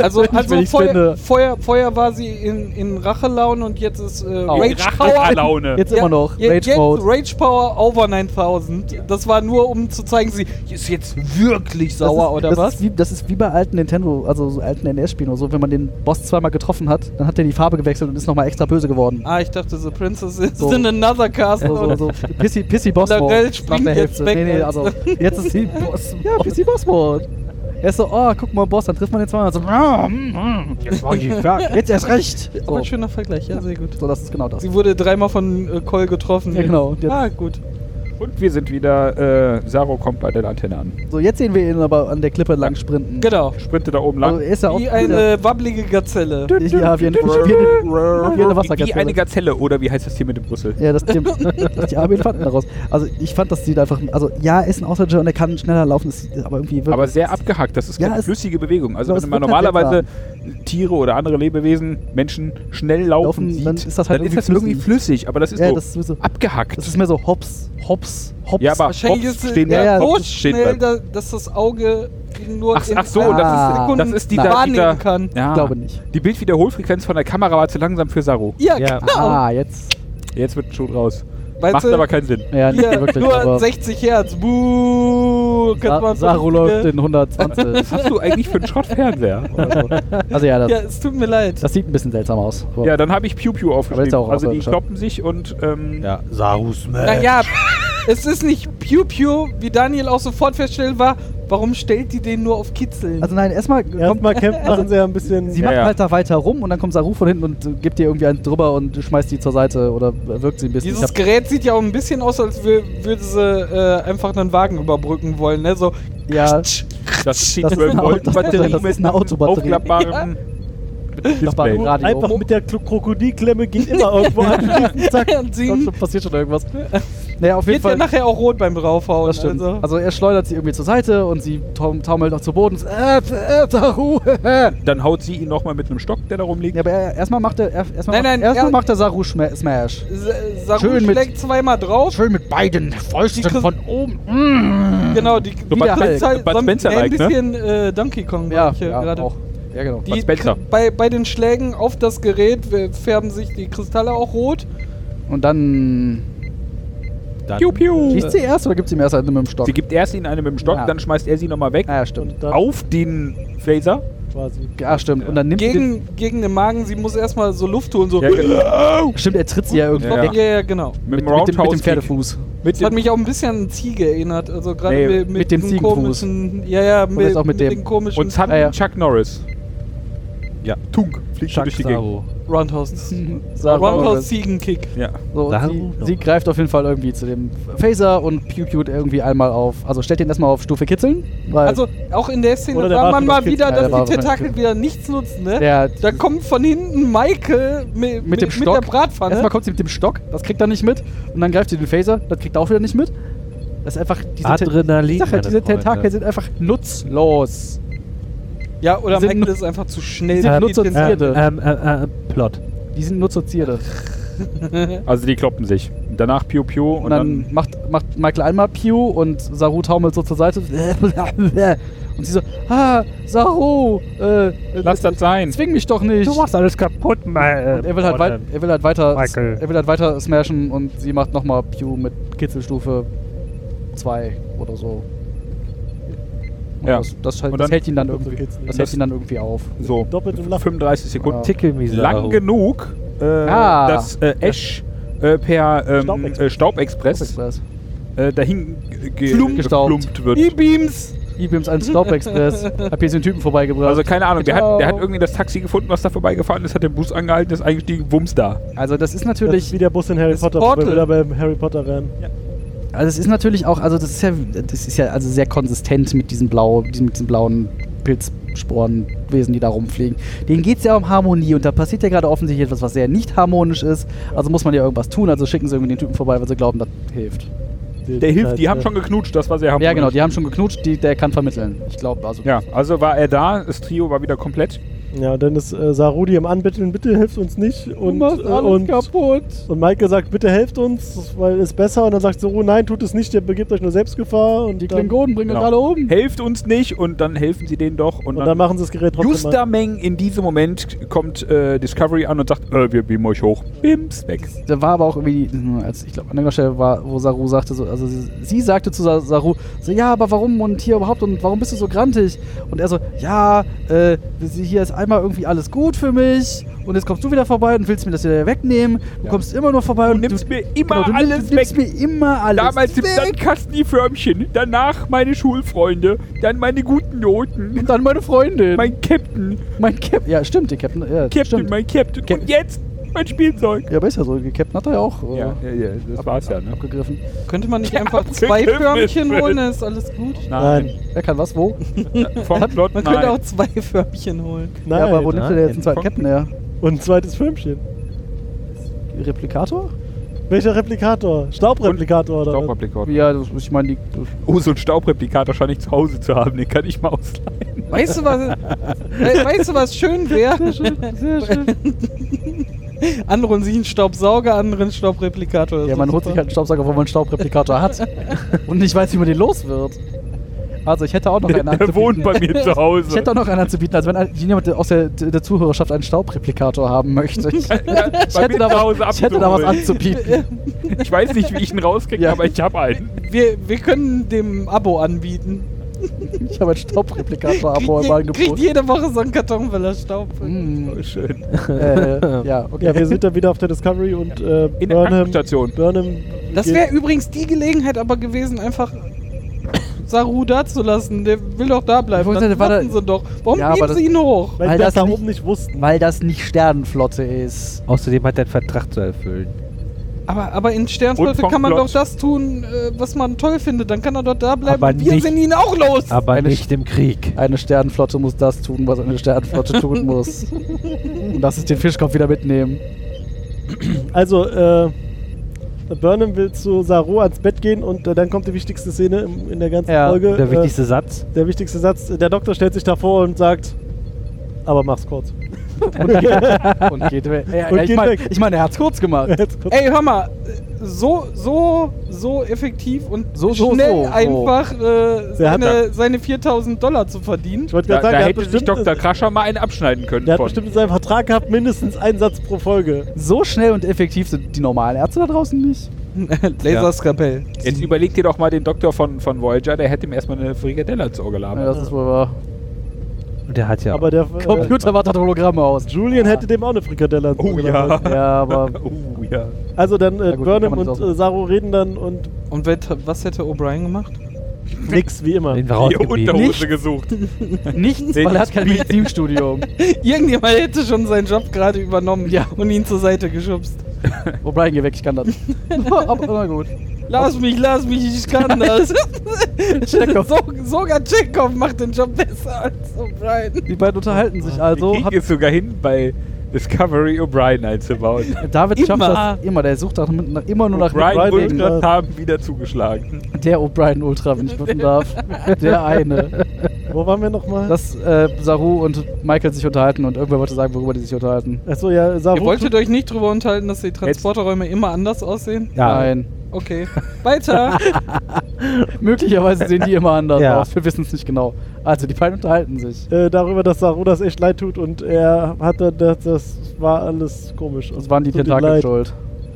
B: Also, also
F: ich's
B: vorher,
F: finde.
B: vorher, vorher war sie in, in Rachelaune und jetzt ist äh,
A: Oh,
F: Genau.
B: Rage Power.
D: Rache-Laune.
F: jetzt immer noch.
B: Ja,
F: Rage
B: jetzt
F: Mode.
B: Rage Power over 9000. Das war nur, um zu zeigen, sie ist jetzt wirklich
F: Das
B: sauer
F: ist,
B: oder
F: das
B: was?
F: Ist wie, das ist wie bei alten Nintendo, also so alten NES-Spielen oder so, wenn man den Boss zweimal getroffen hat, dann hat er die Farbe gewechselt und ist nochmal extra böse geworden.
B: Ah, ich dachte, The Princess is
F: So.
B: in another castle.
F: So, so, so. Pissy, Pissy Boss
B: Larell
F: Mode.
B: springt
F: Nach der
B: jetzt
F: Hälfte.
B: weg,
F: Nee, nee,
B: also.
F: also jetzt ist sie Boss Ja, Pissy Boss Mode. Er ist so, oh, guck mal, Boss, dann trifft man den zweimal. So, "Ah, hm, hm, jetzt war ich stark. Jetzt erst recht.
B: Aber
F: So.
B: ein schöner Vergleich, ja, sehr gut.
F: so, das ist genau das.
B: Sie wurde dreimal von äh, Cole getroffen.
F: Ja, genau. Und jetzt-
B: ah, gut.
D: Und wir sind wieder, äh, Saro kommt bei der Laterne an.
F: So, jetzt sehen wir ihn aber an der Klippe lang sprinten.
B: Genau.
D: Sprinte da oben
F: Also,
D: lang.
F: er ist ja auch
B: Wie eine wabbelige Gazelle.
F: ja, wie eine, wie eine, wie eine
D: wie eine
F: Wassergazelle.
D: Gazelle, oder wie heißt das hier mit dem Brüssel?
F: Ja, das stimmt. das die Arme fanden daraus. Also ich fand, das sieht einfach. Also ja, ist ein Außerirdischer und er kann schneller laufen, das sieht aber irgendwie wirklich.
D: Aber sehr abgehackt, das ist
F: Ja,
D: keine
F: es-
D: flüssige Bewegung. Also
F: Ja,
D: wenn
F: es
D: man
F: wirkt halt
D: normalerweise Tiere oder andere Lebewesen, Menschen schnell laufen,
F: Laufen,
D: sieht,
F: dann ist das halt irgendwie
D: das irgendwie flüssig. Aber das ist
F: ja,
D: so
F: das ist so,
D: abgehackt.
F: das ist mehr so Hops, Hops, Hops.
D: ja, aber
B: Wahrscheinlich
D: Hops
B: ist es
D: stehen
F: ja,
D: da,
F: ja,
B: so
D: Hops stehen
B: schnell,
D: da.
B: da, dass das Auge nur
D: Ach, ach so,
B: ein,
F: Ah.
D: das ist, das ist die,
F: Nein.
D: da- die,
B: wahrnehmen
D: da-
B: kann.
D: Ja.
F: Ich glaube nicht.
D: Die Bildwiederholfrequenz von der Kamera war zu langsam für Saru.
B: Ja,
A: Ja.
B: genau.
F: Ah, jetzt.
D: Jetzt wird schon raus.
B: Weißt
D: Macht
B: du,
D: aber keinen Sinn.
F: Ja, nicht
B: hier,
F: wirklich.
B: nur
F: aber
B: 60 Hertz. Buh, könnte
F: Sa
B: man ne?
F: Saru
B: vernünftige-
F: läuft in 120.
D: Hast du eigentlich für einen Schrottfernseher?
F: oder so. Also ja, das,
B: Ja, es tut mir leid.
F: das sieht ein bisschen seltsam aus. Aber
D: Ja, dann habe ich Pew Pew
F: ist
D: aufgeschrieben.
F: ja auch
D: Also die
F: Außerirdischer.
D: kloppen sich und ähm,
A: Ja, Sarus
B: Naja, es ist nicht Pew Pew, wie Daniel auch sofort feststellen war. Warum stellt die den nur auf Kitzeln?
F: Also nein, erstmal kommt
E: Erstmal kämpft, machen sie ja ein bisschen.
F: Sie
D: Ja,
F: macht
D: ja.
F: halt da weiter rum und dann kommt Saru von hinten und äh, gibt ihr irgendwie einen drüber und schmeißt die zur Seite oder wirkt sie ein bisschen.
B: Dieses Gerät sieht ja auch ein bisschen aus, als wür- würde sie äh, einfach einen Wagen überbrücken wollen. Ne? So,
F: ich hab, ja,
D: das ist die
F: das ist eine
D: 12 Volt
F: Auto-
D: Batterie
F: das ist
D: mit
F: eine Autobatterie.
D: aufklappbarem Display.
F: Aufklappbarem Radio.
E: Einfach mit der Klo- Krokodilklemme geht immer irgendwo an.
F: zack,
B: und sie-
F: kommt schon, passiert schon irgendwas. Naja, auf jeden
B: wird ja
F: Fall.
B: nachher auch rot beim draufhauen.
F: Das stimmt.
B: Also.
F: Also, er schleudert sie irgendwie zur Seite und sie taum- taumelt noch zu Boden. Äh, äh, Saru. ja,
D: Dann haut sie ihn nochmal mit einem Stock, der da rumliegt.
F: aber er, erstmal macht er, er
B: Nein,
F: erstmal
B: nein,
F: macht, erstmal
B: er-
F: macht er Saru Schma- Smash.
B: S- Saru
F: Schön mit-
B: schlägt zweimal drauf.
F: Schön mit beiden
B: Die Chris-
F: Fäusten von oben.
B: Genau, die
D: So Bud
F: Wieder
D: Spencer-
F: Hulk.
B: Zeit-
D: Bud
B: so ein-
D: Spencer-like,
B: ein
D: ne?
B: bisschen äh, Donkey Kong war
F: Ja,
B: ich hier
F: ja
B: gerade.
F: auch. Ja, genau.
B: Die,
D: Spencer.
B: bei, bei den Schlägen auf das Gerät äh, färben sich die Kristalle auch rot.
F: Und dann.
A: Dann
F: Schießt sie erst oder gibt sie ihm erst eine mit dem Stock?
D: Sie gibt erst ihn eine mit dem Stock,
F: Ja.
D: dann schmeißt er sie nochmal weg.
F: ah, ja, stimmt.
E: Und dann
D: Auf den Phaser.
E: quasi.
F: Ja, stimmt. Und dann nimmt sie.
B: Gegen, gegen den Magen, sie muss erstmal so Luft holen, so.
D: Ja, genau.
F: Stimmt, er tritt sie ja irgendwie
D: Ja.
F: weg.
B: ja, ja, genau.
D: Mit dem
F: mit, dem, mit dem
D: Roundhouse-Kick.
F: Pferdefuß.
D: Mit
B: Das hat
D: dem,
B: mich auch ein bisschen an Ziege erinnert. Also gerade
D: Nee,
B: mit,
F: mit dem
B: den
F: Ziegenfuß.
B: komischen. Ja, ja,
F: jetzt auch mit dem.
B: den komischen
D: und es hat
F: Ah, ja.
D: Chuck Norris. Ja. Tunk. Fliegt schon durch die Gegend.
A: Saro.
B: Roundhouse.
F: Saru-
B: Roundhouse Ziegenkick.
D: Ja.
F: So, und
A: Saru-
F: sie, sie greift auf jeden Fall irgendwie zu dem Phaser und pew pewt irgendwie einmal auf. Also stellt ihn erstmal auf Stufe Kitzeln. Weil
B: Also auch in der Szene
E: Oder der
B: sah
E: Waffe,
B: man
E: das
B: mal
E: Kind-
B: wieder,
F: Ja, der
B: dass
F: Waffe,
B: die
F: das
B: Tentakel
F: Kind.
B: wieder nichts nutzen, ne?
F: der,
B: Da kommt von hinten Michael mit,
F: mit dem
B: mit
F: Stock.
B: der Bratpfanne.
F: Erstmal kommt sie mit dem Stock, das kriegt er nicht mit. Und dann greift sie den Phaser, das kriegt er auch wieder nicht mit. Das ist einfach diese Te-
A: Adrenalin,
F: Ich sag
A: meine
F: halt, diese
A: Freunde.
F: Tentakel sind einfach nutzlos.
B: ja, oder
F: sind
B: Michael
F: nur-
B: ist einfach zu schnell.
F: sind
B: für
F: nur
B: die
F: zur
B: Tentakel.
A: Ähm,
F: Zierde.
A: ähm, äh, äh, Plot.
F: Die sind nur zur Zierde.
D: Also die kloppen sich. Danach Piu Piu und,
F: Und dann, macht, macht Michael einmal Pew und Saru taumelt so zur Seite. Und sie so, ah, Saru, äh, äh,
D: Lass das sein.
F: zwing mich doch nicht. Und
A: alles kaputt,
D: äh,
A: mein.
F: er will, halt wei- er, will halt weiter,
A: Michael.
F: er will halt weiter smashen und sie macht nochmal Pew mit Kitzelstufe 2 oder so. Und
D: Ja.
F: Das, das, halt-
D: Und
F: das
D: dann-
F: hält ihn dann
E: und so
F: irgendwie,
E: geht's nicht.
F: das
D: Das-
F: hält ihn dann irgendwie auf.
D: so.
E: Doppelt im Lachen.
D: 35 Sekunden.
A: Tickel mich
D: lang genug, äh,
F: Ah.
D: dass äh, Ash äh, per ähm,
E: Staubexpress.
D: äh, Staubexpress
F: Express.
D: äh, dahin ge- ge-
F: Flump.
D: geflumpt wird.
B: Die Beams.
F: E-Beams als Staubexpress. Hab hier so einen Typen vorbeigebracht.
D: Also keine Ahnung, der hat, der hat
F: Ciao.
D: irgendwie das Taxi gefunden, was da vorbeigefahren ist, hat den Bus angehalten, ist eingestiegen, Wumms da.
F: Also das
E: Das
F: ist
E: ist
F: natürlich,
E: wie der Bus in Harry
B: Das
E: Potter,
B: Portal.
E: wo wir wieder beim Harry Potter wären.
F: also es ist natürlich auch, also das ist ja, das ist ja also sehr konsistent mit diesen blau, diesen, mit diesen blauen Pilzsporenwesen, die da rumfliegen. Denen geht es ja um Harmonie und da passiert ja gerade offensichtlich etwas, was sehr nicht harmonisch ist. Also muss man ja irgendwas tun. Also schicken sie irgendwie den Typen vorbei, weil sie glauben, das hilft.
D: Der hilft, die haben schon geknutscht, das war sehr harmonisch.
F: Ja genau, die haben schon geknutscht, die, der kann vermitteln. Ich glaube, also
D: Ja, also war er da, das Trio war wieder komplett.
E: Ja, und dann ist äh, Sarudi im Anbetteln, bitte hilft uns nicht. Und, äh, und,
F: kaputt.
E: und Maike sagt, bitte helft uns, weil es besser. Und dann sagt Saru, nein, tut es nicht, ihr begebt euch nur Selbstgefahr. Und
F: Die
E: dann,
F: Klingonen bringen
D: Genau.
F: uns alle um.
D: Helft uns nicht und dann helfen sie denen doch. Und,
E: und dann machen sie das Gerät trotzdem an.
D: Justameng in diesem Moment kommt äh, Discovery an und sagt, äh, wir beamen euch hoch. Bims, weg.
F: Da war aber auch irgendwie, die- als ich glaube an einer Stelle war, wo Saru sagte, so, also sie, sie sagte zu Sa- Saru, so ja, aber warum und hier überhaupt und warum bist du so grantig? Und er so, ja, äh, sie- hier ist einmal irgendwie alles gut für mich und jetzt kommst du wieder vorbei und willst mir das wieder wegnehmen. Du
D: Ja.
F: kommst immer nur vorbei und
D: nimmst
F: du, genau,
D: mir immer
F: du nimmst-
D: alles
F: du nimmst
D: weg.
F: mir immer alles
D: Damals im
F: weg.
D: Sandkasten die Förmchen, danach meine Schulfreunde, dann meine guten Noten,
F: Und dann meine Freundin.
D: mein Captain,
F: mein Cap. Ja, stimmt, der Captain. Ja,
D: Captain,
F: stimmt.
D: mein Captain.
F: Cap-
D: und jetzt mein Spielzeug.
F: Ja, aber ist ja so. Der Captain hat er ja auch äh,
D: ja, das war's ja, ne?
F: abgegriffen.
B: Könnte man nicht
D: Ja,
B: einfach
D: abgegriffen
B: zwei Förmchen
D: wird.
B: holen, dann ist alles gut.
E: Nein,
F: Er kann was, wo?
D: Vom Plot,
B: Man könnte auch
D: nein.
B: zwei Förmchen holen.
E: nein.
F: ja, aber wo nimmt er denn jetzt einen
A: nein.
F: zweiten Captain her?
E: Und ein zweites Filmchen.
F: Replikator?
E: Welcher Replikator? Staubrepliktor oder? was?
D: Staubreplikator.
F: Ja, das, ich meine, die.
D: Oh, so einen Staubreplikator scheine ich zu Hause zu haben, den kann ich mal ausleihen.
B: Weißt du, was, we weißt du, was schön wäre? anderen sich einen Staubsauger, anderen einen Staubreplikator.
F: Ja, man holt sich halt einen Staubsauger, wo man einen Staubreplikator hat. Und ich weiß, wie man den los wird. Also, ich hätte auch noch
D: Der,
F: einen
D: der wohnt
F: anzubieten.
D: bei mir zu
F: Ich
D: Hause.
F: hätte auch noch einen anzubieten, also wenn ein- jemand aus der, der Zuhörerschaft einen Staubreplikator haben möchte. Ich, ich,
D: Bei mir
F: hätte, da
D: zu Hause
F: was, ich hätte da was
D: abzuholen.
F: anzubieten.
D: Ich weiß nicht, wie ich ihn rauskriege,
F: Ja.
D: aber ich habe einen.
F: halt-
B: wir, wir können dem Abo anbieten.
F: Ich habe einen Staubreplikator-Abo
B: Kriegt
F: im
B: je- kriegt
F: Angebot.
B: jede Woche so einen Karton, weil er Staub.
F: Mm,
D: Oh, schön.
F: äh, ja, okay.
E: Ja, wir sind dann wieder auf der Discovery und äh,
D: In der
E: Burnham.
D: Tankstation.
E: Burnham
B: Das
E: geht-
B: wäre übrigens die Gelegenheit aber gewesen, einfach Saru da zu lassen. Der will doch da bleiben.
F: Ich wollte-
B: Das
F: war da-
B: machen sie doch. Warum
F: Ja, aber
B: geben sie ihn hoch?
E: Weil,
F: Weil
E: wir das
F: das
E: da
F: nicht-
E: oben nicht wussten.
F: Weil das nicht Sternenflotte ist.
A: Außerdem hat er einen Vertrag zu erfüllen.
B: Aber, aber in
D: Und
B: Sternflotte
D: vom
B: kann man
D: Plot.
B: doch das tun, äh, was man toll findet. Dann kann er doch da bleiben.
A: Aber
B: und wir
A: nicht-
B: sind ihn auch los.
A: Aber
F: Eine
A: nicht im Krieg.
F: Eine Sternenflotte muss das tun, was eine Sternenflotte tun muss. Und das ist den Fischkopf wieder mitnehmen.
E: Also, äh, Burnham will zu Saru ans Bett gehen und äh, dann kommt die wichtigste Szene im, in der ganzen
F: Ja,
E: Folge.
A: Der wichtigste Satz.
E: äh, der wichtigste Satz. Der Doktor stellt sich davor und sagt, aber mach's kurz.
F: und geht weg. Ja,
E: Und
F: ja, ich
E: geht
F: meine,
E: weg.
F: ich mein, er hat's kurz gemacht.
E: Jetzt kurz.
B: Ey, hör mal, so, so, so effektiv und
F: So, so,
B: schnell
F: so, so.
B: einfach äh,
E: Der hat
B: seine, seine 4000 Dollar zu verdienen.
E: Ich wollte
D: Da,
E: gerade sagen,
D: da
E: er hat,
D: hätte sich
E: bestimmt,
D: Dr. Krascher mal einen abschneiden können
E: der hat
D: von.
E: bestimmt in seinem Vertrag gehabt, mindestens einen Satz pro Folge.
F: So schnell und effektiv sind die normalen Ärzte da draußen nicht.
B: Laserskapell.
D: Jetzt überleg dir doch mal den Doktor von, von Voyager, der hätte ihm erstmal eine Frikadelle ins Ohr
F: Ja,
D: gelabert.
F: das ist wohl wahr.
A: Und der hat ja.
E: Aber der äh,
F: Computer wartet Hologramme aus.
E: Julian hätte dem auch eine Frikadelle ans
D: Oh
E: Auge
D: ja.
E: gehauen.
F: Ja, aber
D: Oh ja.
E: Also dann äh,
F: Na gut,
E: Burnham
F: kann man
E: und
F: nicht
E: äh, Saru reden dann und
B: Und wet- was hätte O'Brien gemacht?
E: nix wie immer.
A: den war
D: Die Unterhose
A: rausgeblieben.
D: gesucht.
F: nichts,
D: Nee,
F: weil er hat kein Medizinstudium.
B: Irgendjemand hätte schon seinen Job gerade übernommen
F: Ja.
B: und ihn zur Seite geschubst.
F: O'Brien, geh weg, ich kann das. aber, na gut.
B: Lass mich, lass mich, ich kann das. so, sogar Chekhov macht den Job besser als O'Brien.
F: Die beiden unterhalten sich also.
D: die
F: Hab-
D: kriegen es sogar hin, bei Discovery O'Brien einzubauen.
F: David schafft
B: Immer.
F: das immer. Der sucht nach, nach, immer nur nach
D: O'Brien
E: O'Brien
D: und
E: Ultra.
D: haben wieder zugeschlagen.
F: Der O'Brien Ultra, wenn ich bitten darf. Der eine.
E: Wo waren wir nochmal?
F: Dass äh, Saru und Michael sich unterhalten und irgendwer wollte sagen, worüber die sich unterhalten.
E: Achso, ja, Saru.
B: Ihr wolltet euch nicht drüber unterhalten, dass die Transporterräume immer anders aussehen?
A: Ja.
F: Nein.
B: Okay. Weiter.
F: Möglicherweise sehen die immer anders
A: Ja.
F: aus. Wir wissen es nicht genau. Also, die beiden unterhalten sich.
E: äh, darüber, dass Saru das echt leid tut und er hatte, das, das war alles komisch.
F: Das
E: Und
F: waren die
E: tut ihm
F: Tentakel
E: leid.
F: schuld.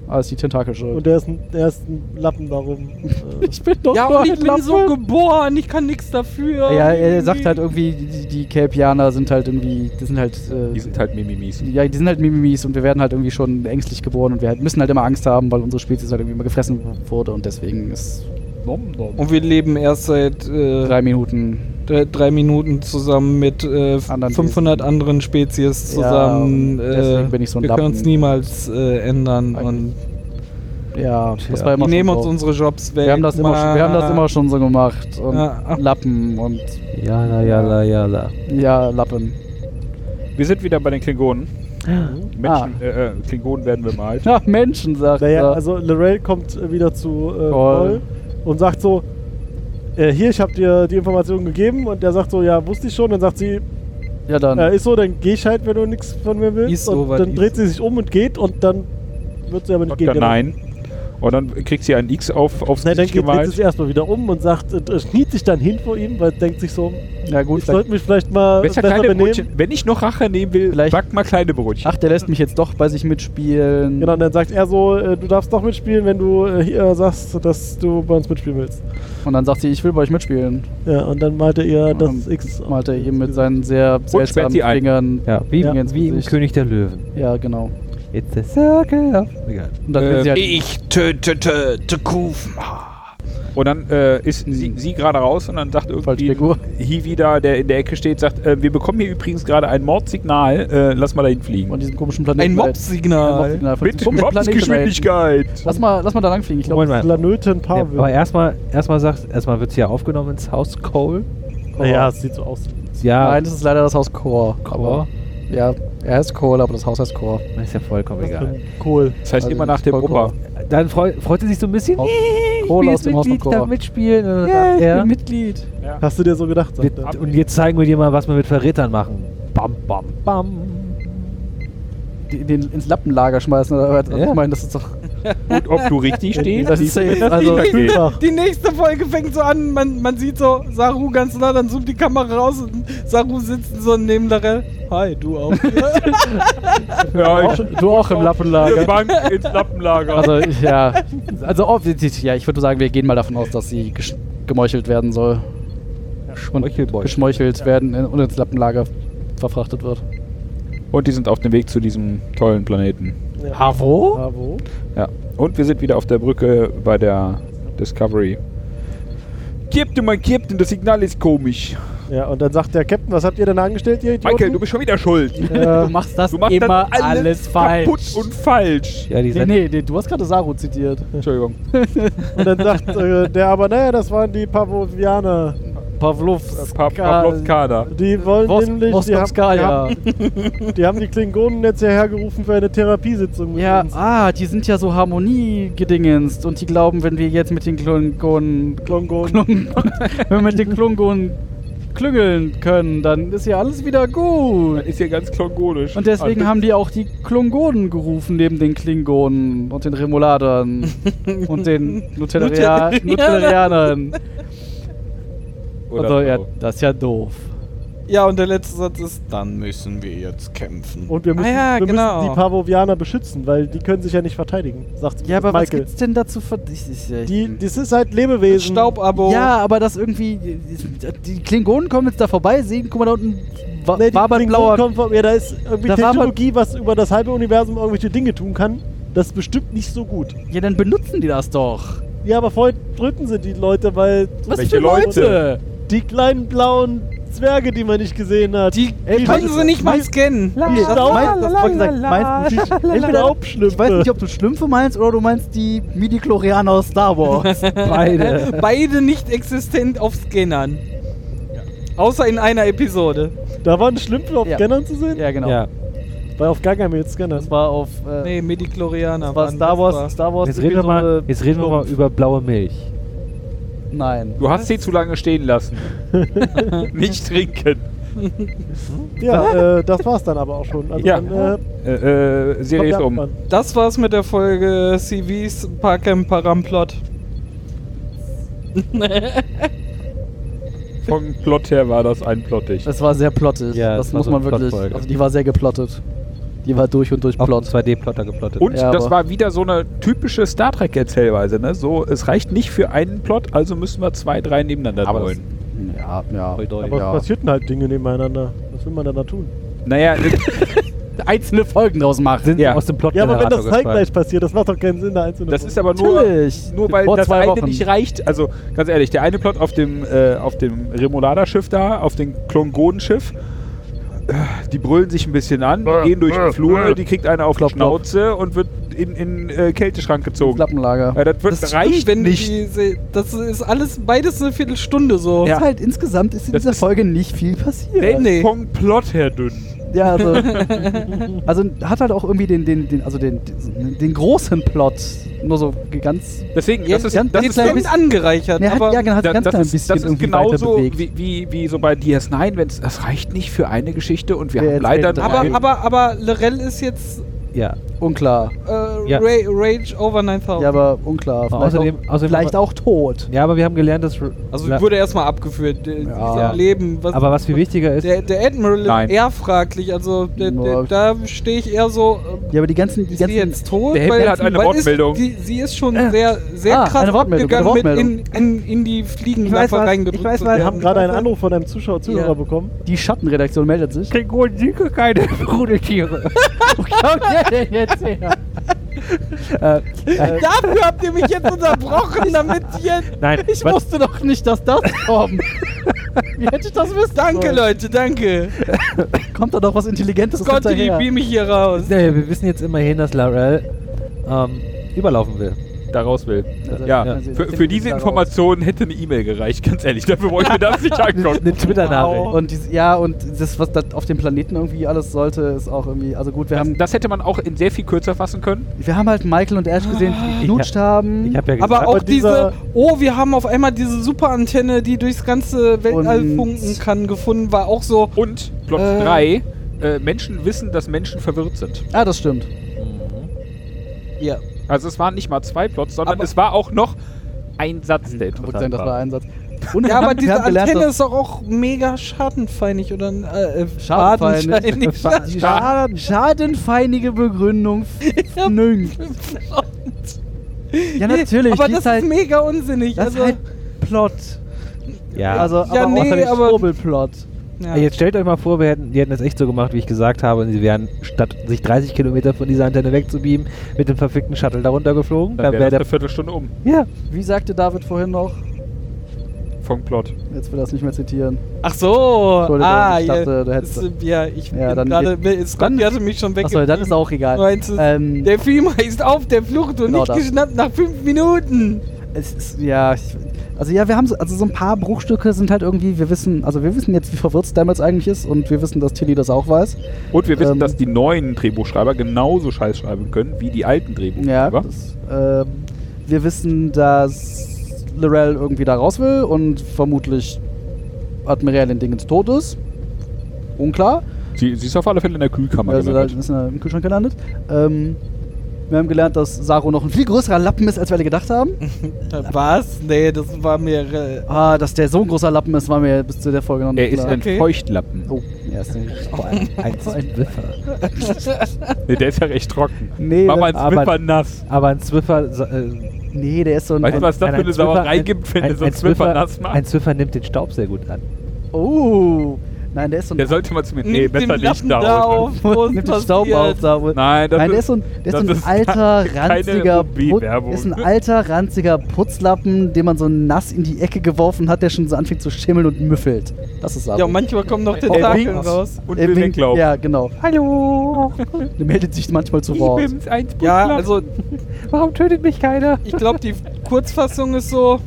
F: Alles die Tentakel
E: Und
F: schuld.
E: er ist, ein, er ist ein Lappen darum. Äh,
F: Ich bin doch
B: ja,
F: nur
B: und
F: ein
B: ich bin so
F: Lappen.
B: geboren, ich kann nichts dafür.
F: Ja, er sagt halt irgendwie, die, die Kelpianer sind halt irgendwie, die sind halt, äh,
D: Die sind halt Mimimis.
F: ja, die sind halt Mimimis und wir werden halt irgendwie schon ängstlich geboren und wir halt, müssen halt immer Angst haben, weil unsere Spezies halt irgendwie immer gefressen wurde und deswegen ist
B: Und wir leben erst seit äh,
F: drei Minuten.
B: drei, drei Minuten zusammen mit äh,
F: Anderen
B: 500 anderen Spezies
F: Ja,
B: zusammen.
F: und deswegen
B: äh,
F: bin ich so ein
B: wir können uns
F: Lappen.
B: niemals äh, ändern. Und
F: Ja, das
A: Ja.
F: war
B: wir
F: immer
B: nehmen
F: schon
B: uns
F: so.
B: unsere Jobs weg.
F: wir haben, das immer schon, wir haben das
B: Mann.
F: immer schon so gemacht. Und
B: Ja.
F: Lappen und
A: Jala, jala, jala.
F: ja, Lappen.
D: Wir sind wieder bei den Klingonen. Menschen,
F: Ah.
D: äh, äh, Klingonen werden bemalt.
F: Ja, Menschen, sagt
E: naja,
F: er.
E: also Lorel kommt äh, wieder zu äh,
F: Paul.
E: Paul und sagt so, äh, hier, ich habe dir die Informationen gegeben und er sagt so, ja, wusste ich schon. Dann sagt sie,
F: ja, dann.
E: äh, ist so, dann geh ich halt, wenn du nichts von mir willst.
B: Ist so,
E: und
B: was
E: dann
B: ist.
E: dreht sie sich um und geht und dann wird sie aber nicht
D: Doktor,
E: gehen.
D: nein. Und dann kriegt sie ein X auf, aufs
E: Nein, dann
D: Gesicht
E: geht, dreht sie
D: gemalt.
E: sich erstmal wieder um und sagt, äh, äh, kniet sich dann hin vor ihm, weil denkt sich so,
F: ja, gut.
E: ich
F: dann-
E: sollte mich vielleicht mal
D: Besser
E: besser
D: kleine
E: benehmen.
D: Brötchen. Wenn ich noch Rache nehmen will,
F: Vielleicht-
D: back mal kleine Brötchen.
F: Ach, der lässt mich jetzt doch bei sich mitspielen.
E: Genau, und dann sagt er so, äh, du darfst doch mitspielen, wenn du äh, hier sagst, dass du bei uns mitspielen willst.
F: Und dann sagt sie, ich will bei euch mitspielen.
E: Ja, und dann malte er
F: Und
E: das
F: dann
E: X. auf.
F: Malte eben mit seinen sehr seltsamen
D: sie ein.
F: Fingern.
A: Ja, wie,
E: Ja.
A: im- wie im
F: Gesicht.
A: König der Löwen.
F: Ja, genau.
A: It's a circle of... Egal.
F: Und dann will sie halt,
B: Ich tötete Tekuf.
D: Und dann äh, ist sie, sie gerade raus und dann sagt
F: Falsche
D: irgendwie
F: Figur.
D: Hiwi da, der in der Ecke steht, sagt, äh, wir bekommen hier übrigens gerade ein Mordsignal, äh, lass mal dahin fliegen.
F: von diesem komischen Planeten.
B: Ein
F: Ein
B: Mob-Signal.
F: Mob-Signal von
D: Mit
F: diesem komischen Planeten
D: Mopsgeschwindigkeit.
F: Lass mal, lass mal da langfliegen. Ich glaube,
A: Moment mal.
E: Planöten
A: Ja,
E: Pavel.
A: aber erstmal erstmal sagt, erstmal wird sie ja aufgenommen ins Haus Cole.
E: naja, es sieht so aus.
A: Ja,
F: nein, das ist leider das Haus Core.
A: Cole.
F: Ja, er ist Core, aber das Haus heißt Core.
A: Ist ja vollkommen egal.
E: Cool.
D: Das heißt
F: Also
D: immer
F: das
D: nach dem
F: ist voll
D: Opa.
A: Dann freu, freut sie sich so ein bisschen.
F: Aus-
A: Ich
F: Kohle
A: bin
F: aus
A: jetzt
F: dem Haus von
A: Mitglied,
F: Cora.
A: darf mitspielen. Und dann
F: Ja,
A: sagt
F: ich
A: er,
F: bin Mitglied.
E: Hast du dir so gedacht? sagt er.
A: "Wir- Und jetzt zeigen wir dir mal, was wir mit Verrätern machen. Bam, bam, bam.
F: Die, den ins Lappenlager schmeißen oder was? Also
A: Ja.
F: Ich meine, das ist doch.
D: Und ob du richtig stehst,
F: Das ist
D: siehst du,
F: safe.
D: wenn das
F: Also-
D: nicht geht.
E: Vielfach.
B: Die nächste Folge fängt so an, man, man sieht so Saru ganz nah, dann zoomt die Kamera raus und Saru sitzt so neben Darrell. Hi, du auch.
D: Ja, ich
F: Du auch im Lappenlager.
D: Bank ins Lappenlager.
F: Also, ich- ja. Also, offensichtlich, ja, ich würde sagen, wir gehen mal davon aus, dass sie gesch- gemeuchelt werden soll. Und geschmeuchelt werden in- und ins Lappenlager verfrachtet wird.
D: Und die sind auf dem Weg zu diesem tollen Planeten.
A: Havo?
E: Bravo.
D: Ja. Und wir sind wieder auf der Brücke bei der Discovery. Captain, mein Captain, das Signal ist komisch.
E: Ja, und dann sagt der Captain, was habt ihr denn angestellt, ihr Idioten?
D: Michael, du bist schon wieder schuld.
F: Du machst das
D: Du machst
F: immer
D: das
F: alles, falsch.
D: kaputt und falsch.
A: Ja, die
F: Nee,
A: sind
F: nee, nee, du hast gerade Saru zitiert.
D: Entschuldigung.
E: und dann sagt äh, der aber, naja, das waren die Pavovianer.
F: Pavlovs.
D: Pa Pavlovskada.
E: Die wollen
F: Vos-
E: nämlich, die haben, die,
F: Vostokskaya.
E: haben, die haben die Klingonen jetzt hierher gerufen für eine Therapiesitzung. mit
F: Ja,
E: uns.
F: ah, die sind ja so harmoniegedingenst und die glauben, wenn wir jetzt mit den Klingonen,
E: Klingonen.
F: Klung- wenn wir mit den Klingonen klüngeln können, dann ist ja alles wieder gut.
D: Ist ja ganz klongonisch.
F: Und deswegen
D: Alles.
F: haben die auch die Klingonen gerufen, neben den Klingonen und den Remoladern und den Nutellaria-
B: Nutellaria-
F: Nutellarianern.
D: Oder
F: Also, ja,
D: so.
F: das ist ja doof.
B: Ja, und der letzte Satz ist, dann müssen wir jetzt kämpfen.
E: Und wir müssen,
B: ah, ja,
E: wir
B: genau.
E: müssen die Pavovianer beschützen, weil die können sich ja nicht verteidigen, sagt
F: Ja, aber was
E: Michael.
F: gibt's denn dazu für. Ich, ich, ich,
E: die, das ist halt Lebewesen.
B: Staubabo.
F: Ja, aber das irgendwie. Die Klingonen kommen jetzt da vorbei, sehen, guck mal da unten. Wa
E: Nee, die
F: wabert
E: Klingonen
F: blauer.
E: kommen vom, ja, da ist irgendwie
F: Da war aber-
E: Technologie, was über das halbe Universum irgendwelche Dinge tun kann. Das ist bestimmt nicht so gut.
F: Ja, dann benutzen die das doch.
E: Ja, aber vorher drücken sie die Leute, weil
F: Was
D: Welche
F: für Leute?
E: die kleinen blauen Zwerge, die man nicht gesehen hat,
B: Die
E: Ey,
B: können
E: was-
B: sie nicht mal scannen.
E: Die
B: Das-
E: Staub-
B: das- das-
F: la,
E: gesagt,
F: la,
E: meistens
F: la, la, la.
E: Staubschlümpfe.
F: Ich weiß nicht, ob du Schlümpfe meinst oder du meinst die Midi-Chlorianer aus Star Wars.
A: Beide.
B: Beide nicht existent auf Scannern. Außer in einer Episode.
E: Da waren Schlümpfe auf
F: Ja.
E: Scannern zu sehen?
F: ja, genau.
A: Ja.
E: Weil auf gar keinem jetzt Scanner.
F: Das war auf. Äh,
B: Nee, Medichlorianer.
F: das war
B: waren
F: Star Wars.
B: war-
F: Star Wars
A: Jetzt reden, wir mal, jetzt reden
E: Oh.
A: wir mal über blaue Milch.
F: Nein.
D: Du hast sie zu lange stehen lassen. Nicht trinken.
E: Ja, äh, das war's dann aber auch schon. Also
D: Ja.
E: dann, äh,
D: Äh, äh, Serie ist
E: kommt der
D: um.
E: Abspann.
B: Das war's mit der Folge CVs Parkem Paramplot.
D: Vom Plot her war das einplottig.
F: Das war sehr plottig.
A: Ja,
F: das
A: das war
F: muss
A: so
F: man
A: eine
F: wirklich.
A: Plotfolge.
F: Also die war sehr geplottet. Die war durch und durch
A: Auf
F: plott.
A: 2D-Plotter geplottet.
D: Und
F: Ja,
D: das
F: aber-
D: war wieder so eine typische Star Trek-Erzählweise. Ne? So, es reicht nicht für einen Plot, also müssen wir zwei, drei nebeneinander
A: Aber
D: dröhnen.
F: Ja, ja.
A: Hoi,
D: Oh
A: doi.
E: Aber
F: Ja.
E: es passierten halt Dinge nebeneinander. Was will man denn da tun?
D: Naja, ne,
F: Einzelne Folgen draus machen.
A: sind
D: Ja.
A: aus dem Plot
E: Ja, aber wenn das
A: Generator
E: zeitgleich
A: gefallen.
E: passiert, das macht doch keinen Sinn, da einzelne
D: das
E: Folgen.
D: ist aber nur,
F: Natürlich.
D: nur weil
F: Vor
D: das
F: zwei
D: eine
F: Wochen.
D: nicht reicht. Also ganz ehrlich, der eine Plot auf dem, äh, auf dem Remolader-Schiff da, auf dem Klongonenschiff, äh, die brüllen sich ein bisschen an, die gehen durch den Flur, die kriegt eine auf die
F: Klopp, klopp.
D: Schnauze und wird in, in äh, Kälteschrank gezogen.
F: Klappenlager.
D: Ja, das wird
B: Das
D: reicht
B: stimmt, wenn
D: nicht.
B: Die, se- das ist alles beides eine Viertelstunde so.
D: Ja.
F: Ist halt insgesamt ist in
D: Das
F: dieser
D: ist-
F: Folge nicht viel passiert.
D: Der
B: Nee.
D: ist vom Plot her dünn.
F: Ja, also, also hat halt auch irgendwie den, den, den, also den, den großen Plot nur so ge- ganz.
D: Deswegen, das ist,
F: ganz-
D: das
F: ganz
D: ist
F: klein
D: so-
B: Sind angereichert,
F: Ne, hat,
B: aber
F: ja, genau, hat
D: Da-
F: ganz
D: das
F: klein
D: ist,
F: ein bisschen
D: das ist
F: irgendwie weiter
D: genauso
F: bewegt.
D: wie, wie, wie so bei DS9, wenn es reicht nicht für eine Geschichte und wir
F: Wer
D: haben
F: jetzt
D: leider
F: Ende
D: nur
F: drei.
D: ein-
B: aber, aber, aber Lorel ist jetzt
A: Ja.
F: Unklar.
B: äh,
A: Ja.
B: Ra Rage over 9000.
F: Ja, aber unklar. Vielleicht,
A: außerdem-
F: auch,
A: außerdem-
F: vielleicht auch tot.
A: ja, aber wir haben gelernt, dass...
B: also
A: Na,
B: wurde erstmal abgeführt. äh,
F: Ja.
B: Ihr Leben. Was,
A: aber was viel wichtiger ist,
B: der, der Admiral
D: Nein.
B: ist eher fraglich. Also der,
F: Ja.
B: der, da stehe ich eher so. äh,
F: Ja, aber die ganzen. Die
B: Ist sie
F: ganzen
B: jetzt tot?
D: Der Himmel
B: Weil-
D: hat eine
B: weil
D: Wortmeldung.
B: Ist, die, sie ist schon sehr, sehr
F: Ah,
B: krass
F: eine Wortmeldung,
B: gegangen
F: eine
B: mit in, in, in die Fliegen
F: Ich weiß was,
B: reingedrückt.
F: ich weiß
B: zu
F: was.
E: Wir
B: werden.
E: haben gerade einen Anruf von einem Zuschauer, Zuhörer
B: Ja.
E: bekommen.
F: die Schattenredaktion meldet sich.
A: Klingonen sind keine Rudeltiere.
F: Äh.
B: Dafür habt ihr mich jetzt unterbrochen, damit ihr...
A: Nein,
F: Ich
A: was,
F: wusste doch nicht, dass das kommt. Wie hätte ich das wissen
B: Danke,
F: sollen?
B: Leute, danke.
F: Kommt da doch was Intelligentes
B: Scotty,
F: hinterher.
B: beam mich hier raus.
A: nee, wir wissen jetzt immerhin, dass Larell ähm, überlaufen will.
D: daraus will.
F: Also,
D: ja,
A: ja,
F: sie-
D: für,
F: sie-
D: für diese
F: daraus.
D: Information hätte eine E-Mail gereicht, ganz ehrlich. Dafür wollte ich mir das nicht angucken.
A: Eine Twitter-Nachricht.
F: Und dies, ja, und das, was das auf dem Planeten irgendwie alles sollte, ist auch irgendwie. Also gut, wir
D: Das,
F: haben,
D: Ähm, das hätte man auch in sehr viel kürzer fassen können.
F: wir haben halt Michael und Ash gesehen, die geknutscht haben.
A: Ah. Ich habe ja gesagt,
B: Aber auch diese,
E: dieser-
B: oh, wir haben auf einmal diese Superantenne, die durchs ganze Weltall
F: Und-
B: funken kann, gefunden, war auch so,
D: Und Plot
F: Äh.
D: 3, äh, Menschen wissen, dass Menschen verwirrt sind.
F: ah, das stimmt.
A: Mhm.
B: ja,
D: Also es waren nicht mal zwei Plots, sondern
B: Aber-
D: es war auch noch ein Satz, der
F: Ich würde sagen,
D: interessant
F: das war
D: war.
F: ein Satz. Und wir
B: Ja, aber
F: haben- wir
B: halt diese
F: haben gelernt,
B: Antenne
F: dass-
B: ist doch auch mega schadenfeinig oder äh, äh,
F: Schadenfeinig.
B: schadenscheinig.
F: Die Schaden, schadenfeinige Begründung fnünkt. Ja, natürlich.
B: aber
F: die
B: das
F: ist halt,
B: ist mega unsinnig.
F: das ist
B: also,
F: halt Plot.
A: ja.
F: Also,
B: Ja,
F: aber
B: nee,
F: außerdem
B: aber-
F: Schwurbelplot.
B: ja.
A: Ey, Jetzt stellt euch mal vor, wir hätten, die hätten das echt so gemacht, wie ich gesagt habe, und sie wären, statt sich 30 Kilometer von dieser Antenne wegzubeamen, mit dem verfickten Shuttle darunter geflogen.
D: Dann
A: Dann
D: wäre
A: wär
D: das eine
A: der.
D: Viertelstunde um
A: Ja,
F: Wie sagte David vorhin noch?
D: vom Plot.
F: Jetzt will er es nicht mehr zitieren.
B: Ach so,
F: Entschuldigung,
B: ah,
F: ich dachte,
B: ja,
F: du hättest-
B: Ist, ja, ich
F: Ja,
B: bin
F: dann
B: gerade,
F: geht-
B: mir- Scotty hatte mich schon
F: Achso,
B: weggegangen.
F: dann ist auch egal.
B: Meinst du,
F: Ähm,
B: der Film ist auf der Flucht und
F: Genau
B: nicht
F: das.
B: geschnappt nach fünf Minuten.
F: Es ist, ja, ich, also ja, wir haben so, also so ein paar Bruchstücke sind halt irgendwie, wir wissen, also wir wissen jetzt, wie verwirrt Stamets eigentlich ist und wir wissen, dass Tilly das auch weiß.
D: Und wir wissen,
F: Ähm,
D: dass die neuen Drehbuchschreiber genauso scheiß schreiben können wie die alten
F: Ja.
D: Drehbuchschreiber.
F: Das, ähm, wir wissen, dass Lorel irgendwie da raus will und vermutlich Admiralin Dingens tot ist. Unklar.
D: Sie, sie ist auf alle Fälle in der Kühlkammer
F: Also da
D: gelandet.
F: ist er im Kühlschrank gelandet. Ähm, wir haben gelernt, dass Saru noch ein viel größerer Lappen ist, als wir alle gedacht haben.
B: Was? Nee, das war mir. äh,
F: Ah, dass der so ein großer Lappen ist, war mir bis zu der Folge noch nicht
D: Er ist
F: klar.
D: ein
B: Okay.
D: Feuchtlappen.
F: oh, er ist ein, ein, ein Wiffer.
D: Nee, der ist ja recht trocken.
A: Nee,
D: Mach mal einen
A: aber-
D: Swiffer nass.
A: Aber ein Zwiffer. sa- Äh,
F: Nee, der ist so ein...
D: Weißt du,
F: ein,
D: was das
A: nein,
D: für eine
A: Zwiffer-
D: Sauerei
A: ein-
D: gibt, wenn
A: ein-
D: du so einen
A: ein
D: Zwiffer nass machst?
A: Ein Zwiffer nimmt den Staub sehr gut an.
F: Oh, nein, der ist so ein...
D: Der sollte mal zu mir. Nee,
B: nimm den
D: besser
B: Lappen
D: nicht da. holen.
B: wo ist
F: nimmt den Staub auf,
B: passiert?
F: Saru.
D: Nein, das
F: Nein, der ist
D: ist.
F: so ein, der ist so
D: das
F: ein
D: ist
F: alter,
D: keine
F: ranziger, Put-
D: Werbung.
F: ist ein alter, ranziger Putzlappen, den man so nass in die Ecke geworfen hat, der schon so anfängt zu schimmeln und müffelt. Das ist Saru.
B: Ja, und manchmal kommen noch
D: Er
B: Tentakeln
D: winkt
B: raus.
D: und
F: Er
D: will
F: winkt-
D: weglaufen.
F: Ja, genau.
A: Hallo!
F: Der meldet sich manchmal zu Wort.
D: eins
B: Ja, also
A: Warum tötet mich keiner?
B: ich glaube, die Kurzfassung ist so.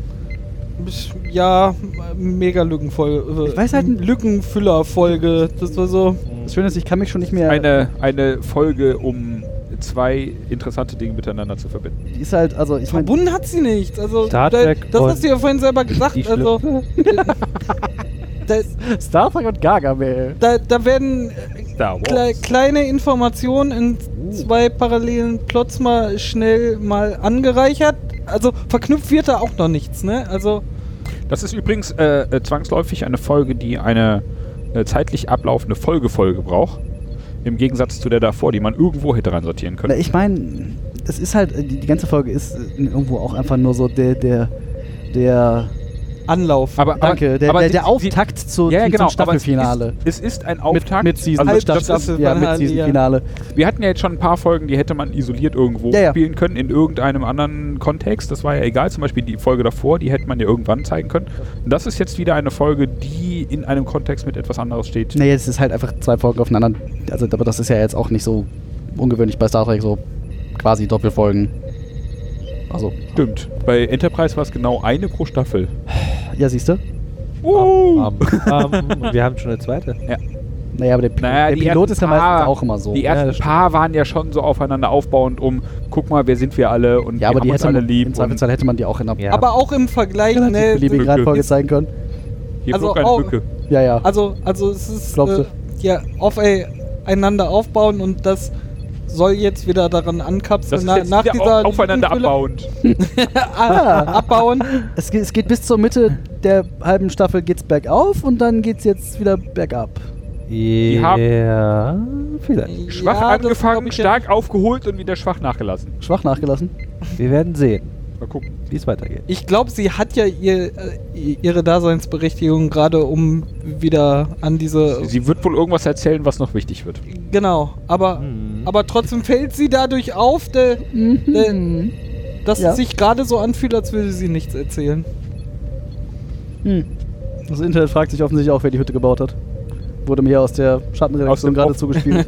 B: Ja, mega Lückenfolge. äh,
F: Ich weiß halt-
B: Lückenfüllerfolge. Das war so.
F: Das Schöne ist, ich kann mich schon nicht mehr...
D: Eine, eine Folge, um zwei interessante Dinge miteinander zu verbinden.
F: die ist halt, also ich meine...
B: Verbunden hat sie nichts. Also,
A: Star
B: da,
A: Trek
B: das
A: und
B: hast du ja vorhin selber gesagt.
A: die
B: Also, da,
C: Star Trek und Gargamel.
B: da, da werden äh,
D: Star
B: kle kleine Informationen
D: Oh.
B: in zwei parallelen Plots mal schnell mal angereichert. Also, verknüpft wird da auch noch nichts, ne? Also,
D: Das ist übrigens äh, äh, zwangsläufig eine Folge, die eine äh, zeitlich ablaufende Folgefolge braucht. Im Gegensatz zu der davor, die man irgendwo hätte reinsortieren
F: Na,
D: können.
F: ich meine, es ist halt, die, die ganze Folge ist äh, irgendwo auch einfach nur so der, der, der,
B: Anlauf.
D: Aber, aber,
F: danke, der,
D: aber
F: der,
D: sie-
F: der
D: sie-
F: Auftakt zu,
D: ja, ja, genau,
F: zum Staffelfinale.
D: Aber es, ist, es ist ein Auftakt.
F: mit Season,
D: also,
F: mit
D: das
B: Staffel-
D: ist,
F: Staffel, ja, mit
B: Finale, ja.
F: Season-Finale.
D: wir hatten ja jetzt schon ein paar Folgen, die hätte man isoliert irgendwo
F: Ja, ja.
D: spielen können, in irgendeinem anderen Kontext. Das war ja egal. Zum Beispiel die Folge davor, die hätte man ja irgendwann zeigen können. Und das ist jetzt wieder eine Folge, die in einem Kontext mit etwas anderes steht.
F: Nee, es ist halt einfach zwei Folgen aufeinander. Also, aber das ist ja jetzt auch nicht so ungewöhnlich bei Star Trek, so quasi Doppelfolgen. Also,
D: Stimmt. Bei Enterprise war es genau eine pro Staffel.
F: ja, siehst du?
D: Uh.
A: Um, um, wir haben schon eine zweite.
F: Naja, aber der, Pi-
D: Naja,
F: der
D: die
F: Pilot
D: ersten
F: ist ja meistens
D: paar-
F: auch immer so. ne?
D: Die
A: Ja,
D: ersten
A: das stimmt.
D: paar waren ja schon so aufeinander aufbauend um, guck mal, wer sind wir alle und
F: ja,
D: wir
F: aber die
D: haben uns
F: hätte
D: alle
F: man,
D: lieb.
F: im Zweifelsfall hätte man die auch in einer
A: Ja.
B: Aber auch im Vergleich, ne?
F: relativ beliebigen
D: Brücke.
F: Reihenfolge zeigen können.
D: und hier
B: also
D: flog eine
B: auch-
D: Mücke.
F: Ja, ja.
B: Also, also es ist
F: Glaubst du?
B: äh, ja aufeinander aufbauen und das soll jetzt wieder daran ankapseln.
D: Das
B: Na-
D: ist jetzt wieder au- aufeinander
B: Lückenfülle-
D: abbauend.
B: Ah, abbauen.
F: Es, geht, es geht bis zur Mitte der halben Staffel geht's bergauf und dann geht's jetzt wieder bergab.
A: Ja, vielleicht.
B: Ja,
D: Schwach
B: das glaub
D: angefangen,
B: ich
D: stark aufgeholt und wieder schwach nachgelassen.
F: Schwach nachgelassen.
A: Wir werden sehen,
D: Mal gucken.
A: wie es weitergeht.
B: Ja. Ich glaube, sie hat ja ihr, äh, ihre Daseinsberechtigung gerade, um wieder an diese.
D: Sie wird wohl irgendwas erzählen, was noch wichtig wird.
B: genau, aber,
A: Mhm.
B: aber trotzdem fällt sie dadurch auf, de,
F: Mhm.
B: de, dass
F: Ja.
B: es sich gerade so anfühlt, als würde sie nichts erzählen.
F: Hm. Das Internet fragt sich offensichtlich auch, wer die Hütte gebaut hat. Wurde mir aus der
D: Aus
F: Schattenredaktion
D: dem
F: gerade
D: Off.
F: zugespielt.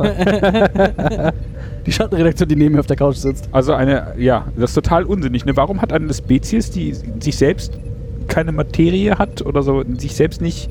F: die Schattenredaktion, die neben mir auf der Couch sitzt.
D: Also eine, ja, das ist total unsinnig. Ne? Warum hat eine Spezies, die sich selbst keine Materie hat oder so, sich selbst nicht.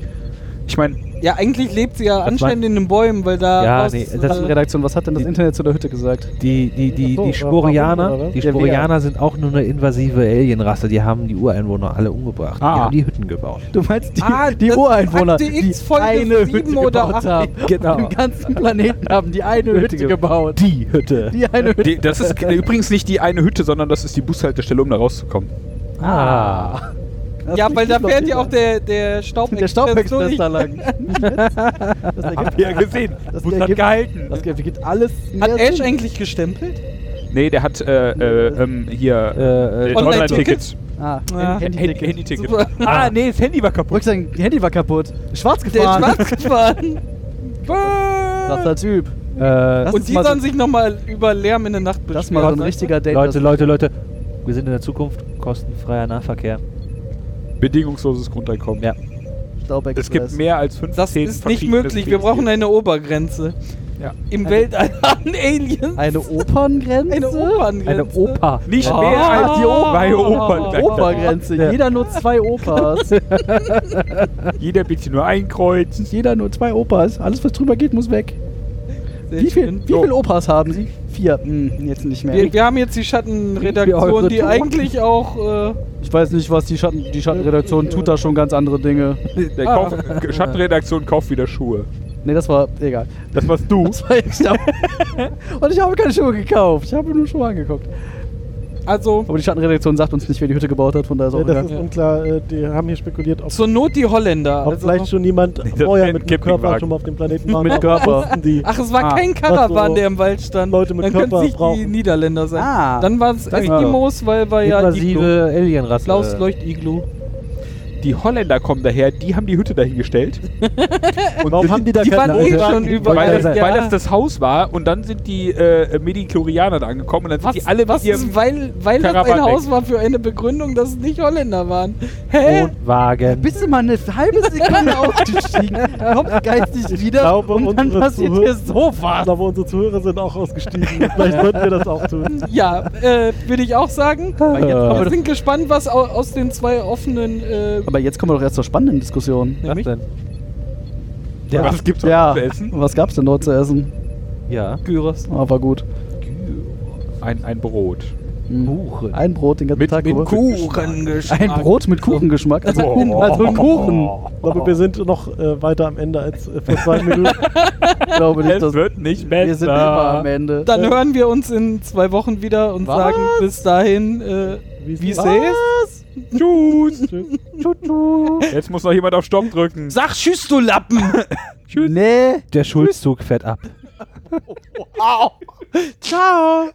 D: Ich meine,
B: Ja, eigentlich lebt sie ja
A: Das
B: anscheinend in den Bäumen, weil da.
A: Ja,
B: raus-
A: nee, das-
B: äh,
F: Schattenredaktion, was hat denn das
A: Die-
F: Internet zu der Hütte gesagt?
A: Die, die, die,
E: Ach so,
A: die
E: äh, warum,
A: Sporianer,
E: oder
A: die
E: was?
F: Ja,
A: Sporianer sind auch nur eine invasive Alienrasse. Die haben die Ureinwohner alle umgebracht.
D: Ah.
A: Die haben die Hütten gebaut.
F: Du meinst die,
B: Ah,
F: die
B: das
F: Ureinwohner,
B: Akte
F: die
B: X Folge
F: eine
B: sieben
F: Hütte
B: oder
F: gebaut
B: acht.
F: haben.
A: Genau.
F: Auf dem ganzen Planeten haben die eine Hütte
A: ge-
F: gebaut.
A: Die Hütte.
F: Die eine Hütte.
D: die, das ist übrigens nicht die eine Hütte, sondern das ist die Bushaltestelle, um da rauszukommen.
A: Ah.
F: Das
B: ja,
F: klingt
B: weil da
F: doch
B: fährt
F: nicht
B: ja auch
F: wahr.
B: der, der Staubexpress
F: der Staubexpress
B: durch.
F: da lang. das ergibt,
D: Ja, gesehen.
F: das
D: Bus hat
F: ergibt-
D: gehalten.
F: das ergibt alles. mehr
B: Hat Ash
F: Sinn.
B: eigentlich gestempelt?
D: Nee, der hat äh, äh, ähm,
A: Äh,
D: hier
A: äh,
D: äh,
B: Online-
D: Online-Ticket.
F: Ah,
B: Ja.
F: Handy-
D: Handy-
F: Handy-Ticket.
D: Handy-Ticket.
B: Super.
D: ah, nee, das Handy war kaputt.
F: Rückseite, Handy war kaputt. Schwarz
B: Der ist
F: gefahren.
B: schwarz gefahren.
F: Krasser Typ.
A: äh,
F: Das
B: Und
F: ist
B: die
F: mal so-
B: sollen sich nochmal über Lärm in der Nacht beschweren.
F: Das ist mal so ein richtiger Date.
A: Leute, Leute, Leute. Wir sind in der Zukunft. Kostenfreier Nahverkehr.
D: Bedingungsloses Grundeinkommen.
A: Ja.
F: Staubexpress.
D: Es gibt mehr als 15
B: Das ist nicht
D: verschiedene
B: möglich. Wir
D: Spezies.
B: brauchen eine Obergrenze.
D: Ja.
B: Im Weltall an Aliens.
F: Eine Operngrenze?
B: Eine Operngrenze.
A: Eine Oper.
D: Nicht
F: Oh.
D: mehr als die
B: Oh.
D: Oper. Opern.
F: Opergrenze.
A: Ja.
F: Jeder nur zwei Opas.
D: Jeder bitte nur ein Kreuz.
F: Jeder nur zwei Opas. Alles, was drüber geht, muss weg.
B: Sehr
F: Wie, viel,
B: schön.
F: wie
B: So.
F: viele Opas haben Sie? Vier. Hm, jetzt nicht mehr.
B: Wir, wir haben jetzt die
F: Wir
B: Schattenredaktion,
F: eure
B: die
F: Toten.
B: eigentlich auch. Äh,
F: Ich weiß nicht, was die, Schatten, die Schattenredaktion tut da schon ganz andere Dinge.
D: Der
B: Ah.
D: Kauf, Schattenredaktion kauft wieder Schuhe.
F: Nee, das war egal.
D: Das warst du.
F: Das war echt ab- Und ich habe keine Schuhe gekauft. Ich habe nur Schuhe angeguckt.
B: also,
F: Aber die Schattenredaktion sagt uns nicht, wer die Hütte gebaut hat, von daher ist auch
E: Ja, das
F: egal.
E: ist unklar. Äh, die haben hier spekuliert, ob,
B: zur Not die Holländer.
E: ob
B: Also
E: vielleicht schon jemand vorher
D: wäre ein
E: mit einem Körper
D: Campingwagen.
E: schon mal auf dem Planeten war.
F: Mit
E: aber
F: Körper.
E: wussten Die.
B: Ach, es war
F: Ah.
B: kein Karawan,
E: so
B: der im Wald stand.
E: Leute mit
B: Dann können
E: Körper
B: sich die
E: brauchen.
B: Niederländer sein.
F: Ah.
B: Dann waren es
F: Das war-
B: Eskimos, weil wir ja Iglu.
A: Invasive Alienrasse.
B: Klaus leucht Iglu.
D: Die Holländer kommen daher, die haben die Hütte dahingestellt. Und
E: Warum
D: sind-
E: haben die da
B: Die
E: keinen
B: waren eh
E: Einsatz?
B: schon
D: weil,
B: überall.
D: das, weil das das Haus war und dann sind die äh, Medichlorianer da angekommen und dann sind
B: was,
D: die alle mit
B: was
D: ihrem-
B: ist, weil, weil das ein
D: Karawan weg.
B: Haus war für eine Begründung, dass es nicht Holländer waren. Hä?
A: Wohnwagen.
F: Äh, Bist du mal eine halbe Sekunde ausgestiegen, kommt geistig wieder
E: glaube,
F: und dann
E: unsere
F: passiert
E: Zuhörer-
F: hier sowas.
E: Aber unsere Zuhörer sind auch ausgestiegen. Vielleicht sollten wir das auch tun.
B: Ja, äh, würde ich auch sagen.
F: Weil jetzt kommen wir
B: Wir
F: doch-
B: sind gespannt, was au- aus den zwei offenen. Äh,
F: Aber jetzt kommen wir doch erst zur spannenden Diskussion.
B: nämlich-
A: Ja.
D: Was gibt's
F: Ja,
D: zu essen?
F: was gab's denn dort zu essen?
A: Ja.
B: Gyros.
F: Ah, war gut.
D: Ein, ein Brot.
F: Mhm.
A: Kuchen.
F: Ein Brot den ganzen
D: Mit-
F: Tag.
D: mit
F: über.
B: Kuchengeschmack.
F: Ein Brot mit Kuchengeschmack. Also, ein- also ein Kuchen.
E: Ich glaube, wir sind noch äh, weiter am Ende als äh, vor zwei Minuten.
F: Ich glaube nicht, dass
D: Es wird nicht besser.
F: wir sind immer am Ende.
B: Dann hören wir uns in zwei Wochen wieder und
F: Was?
B: sagen bis dahin, äh,
E: Wie
B: wie es
E: was?
B: ist.
D: Tschüss.
E: Tschüss.
D: Jetzt muss noch jemand auf Stopp drücken.
B: Sag Tschüss, du Lappen!
F: Nee.
A: Der Schulzzug fährt ab.
B: Ciao!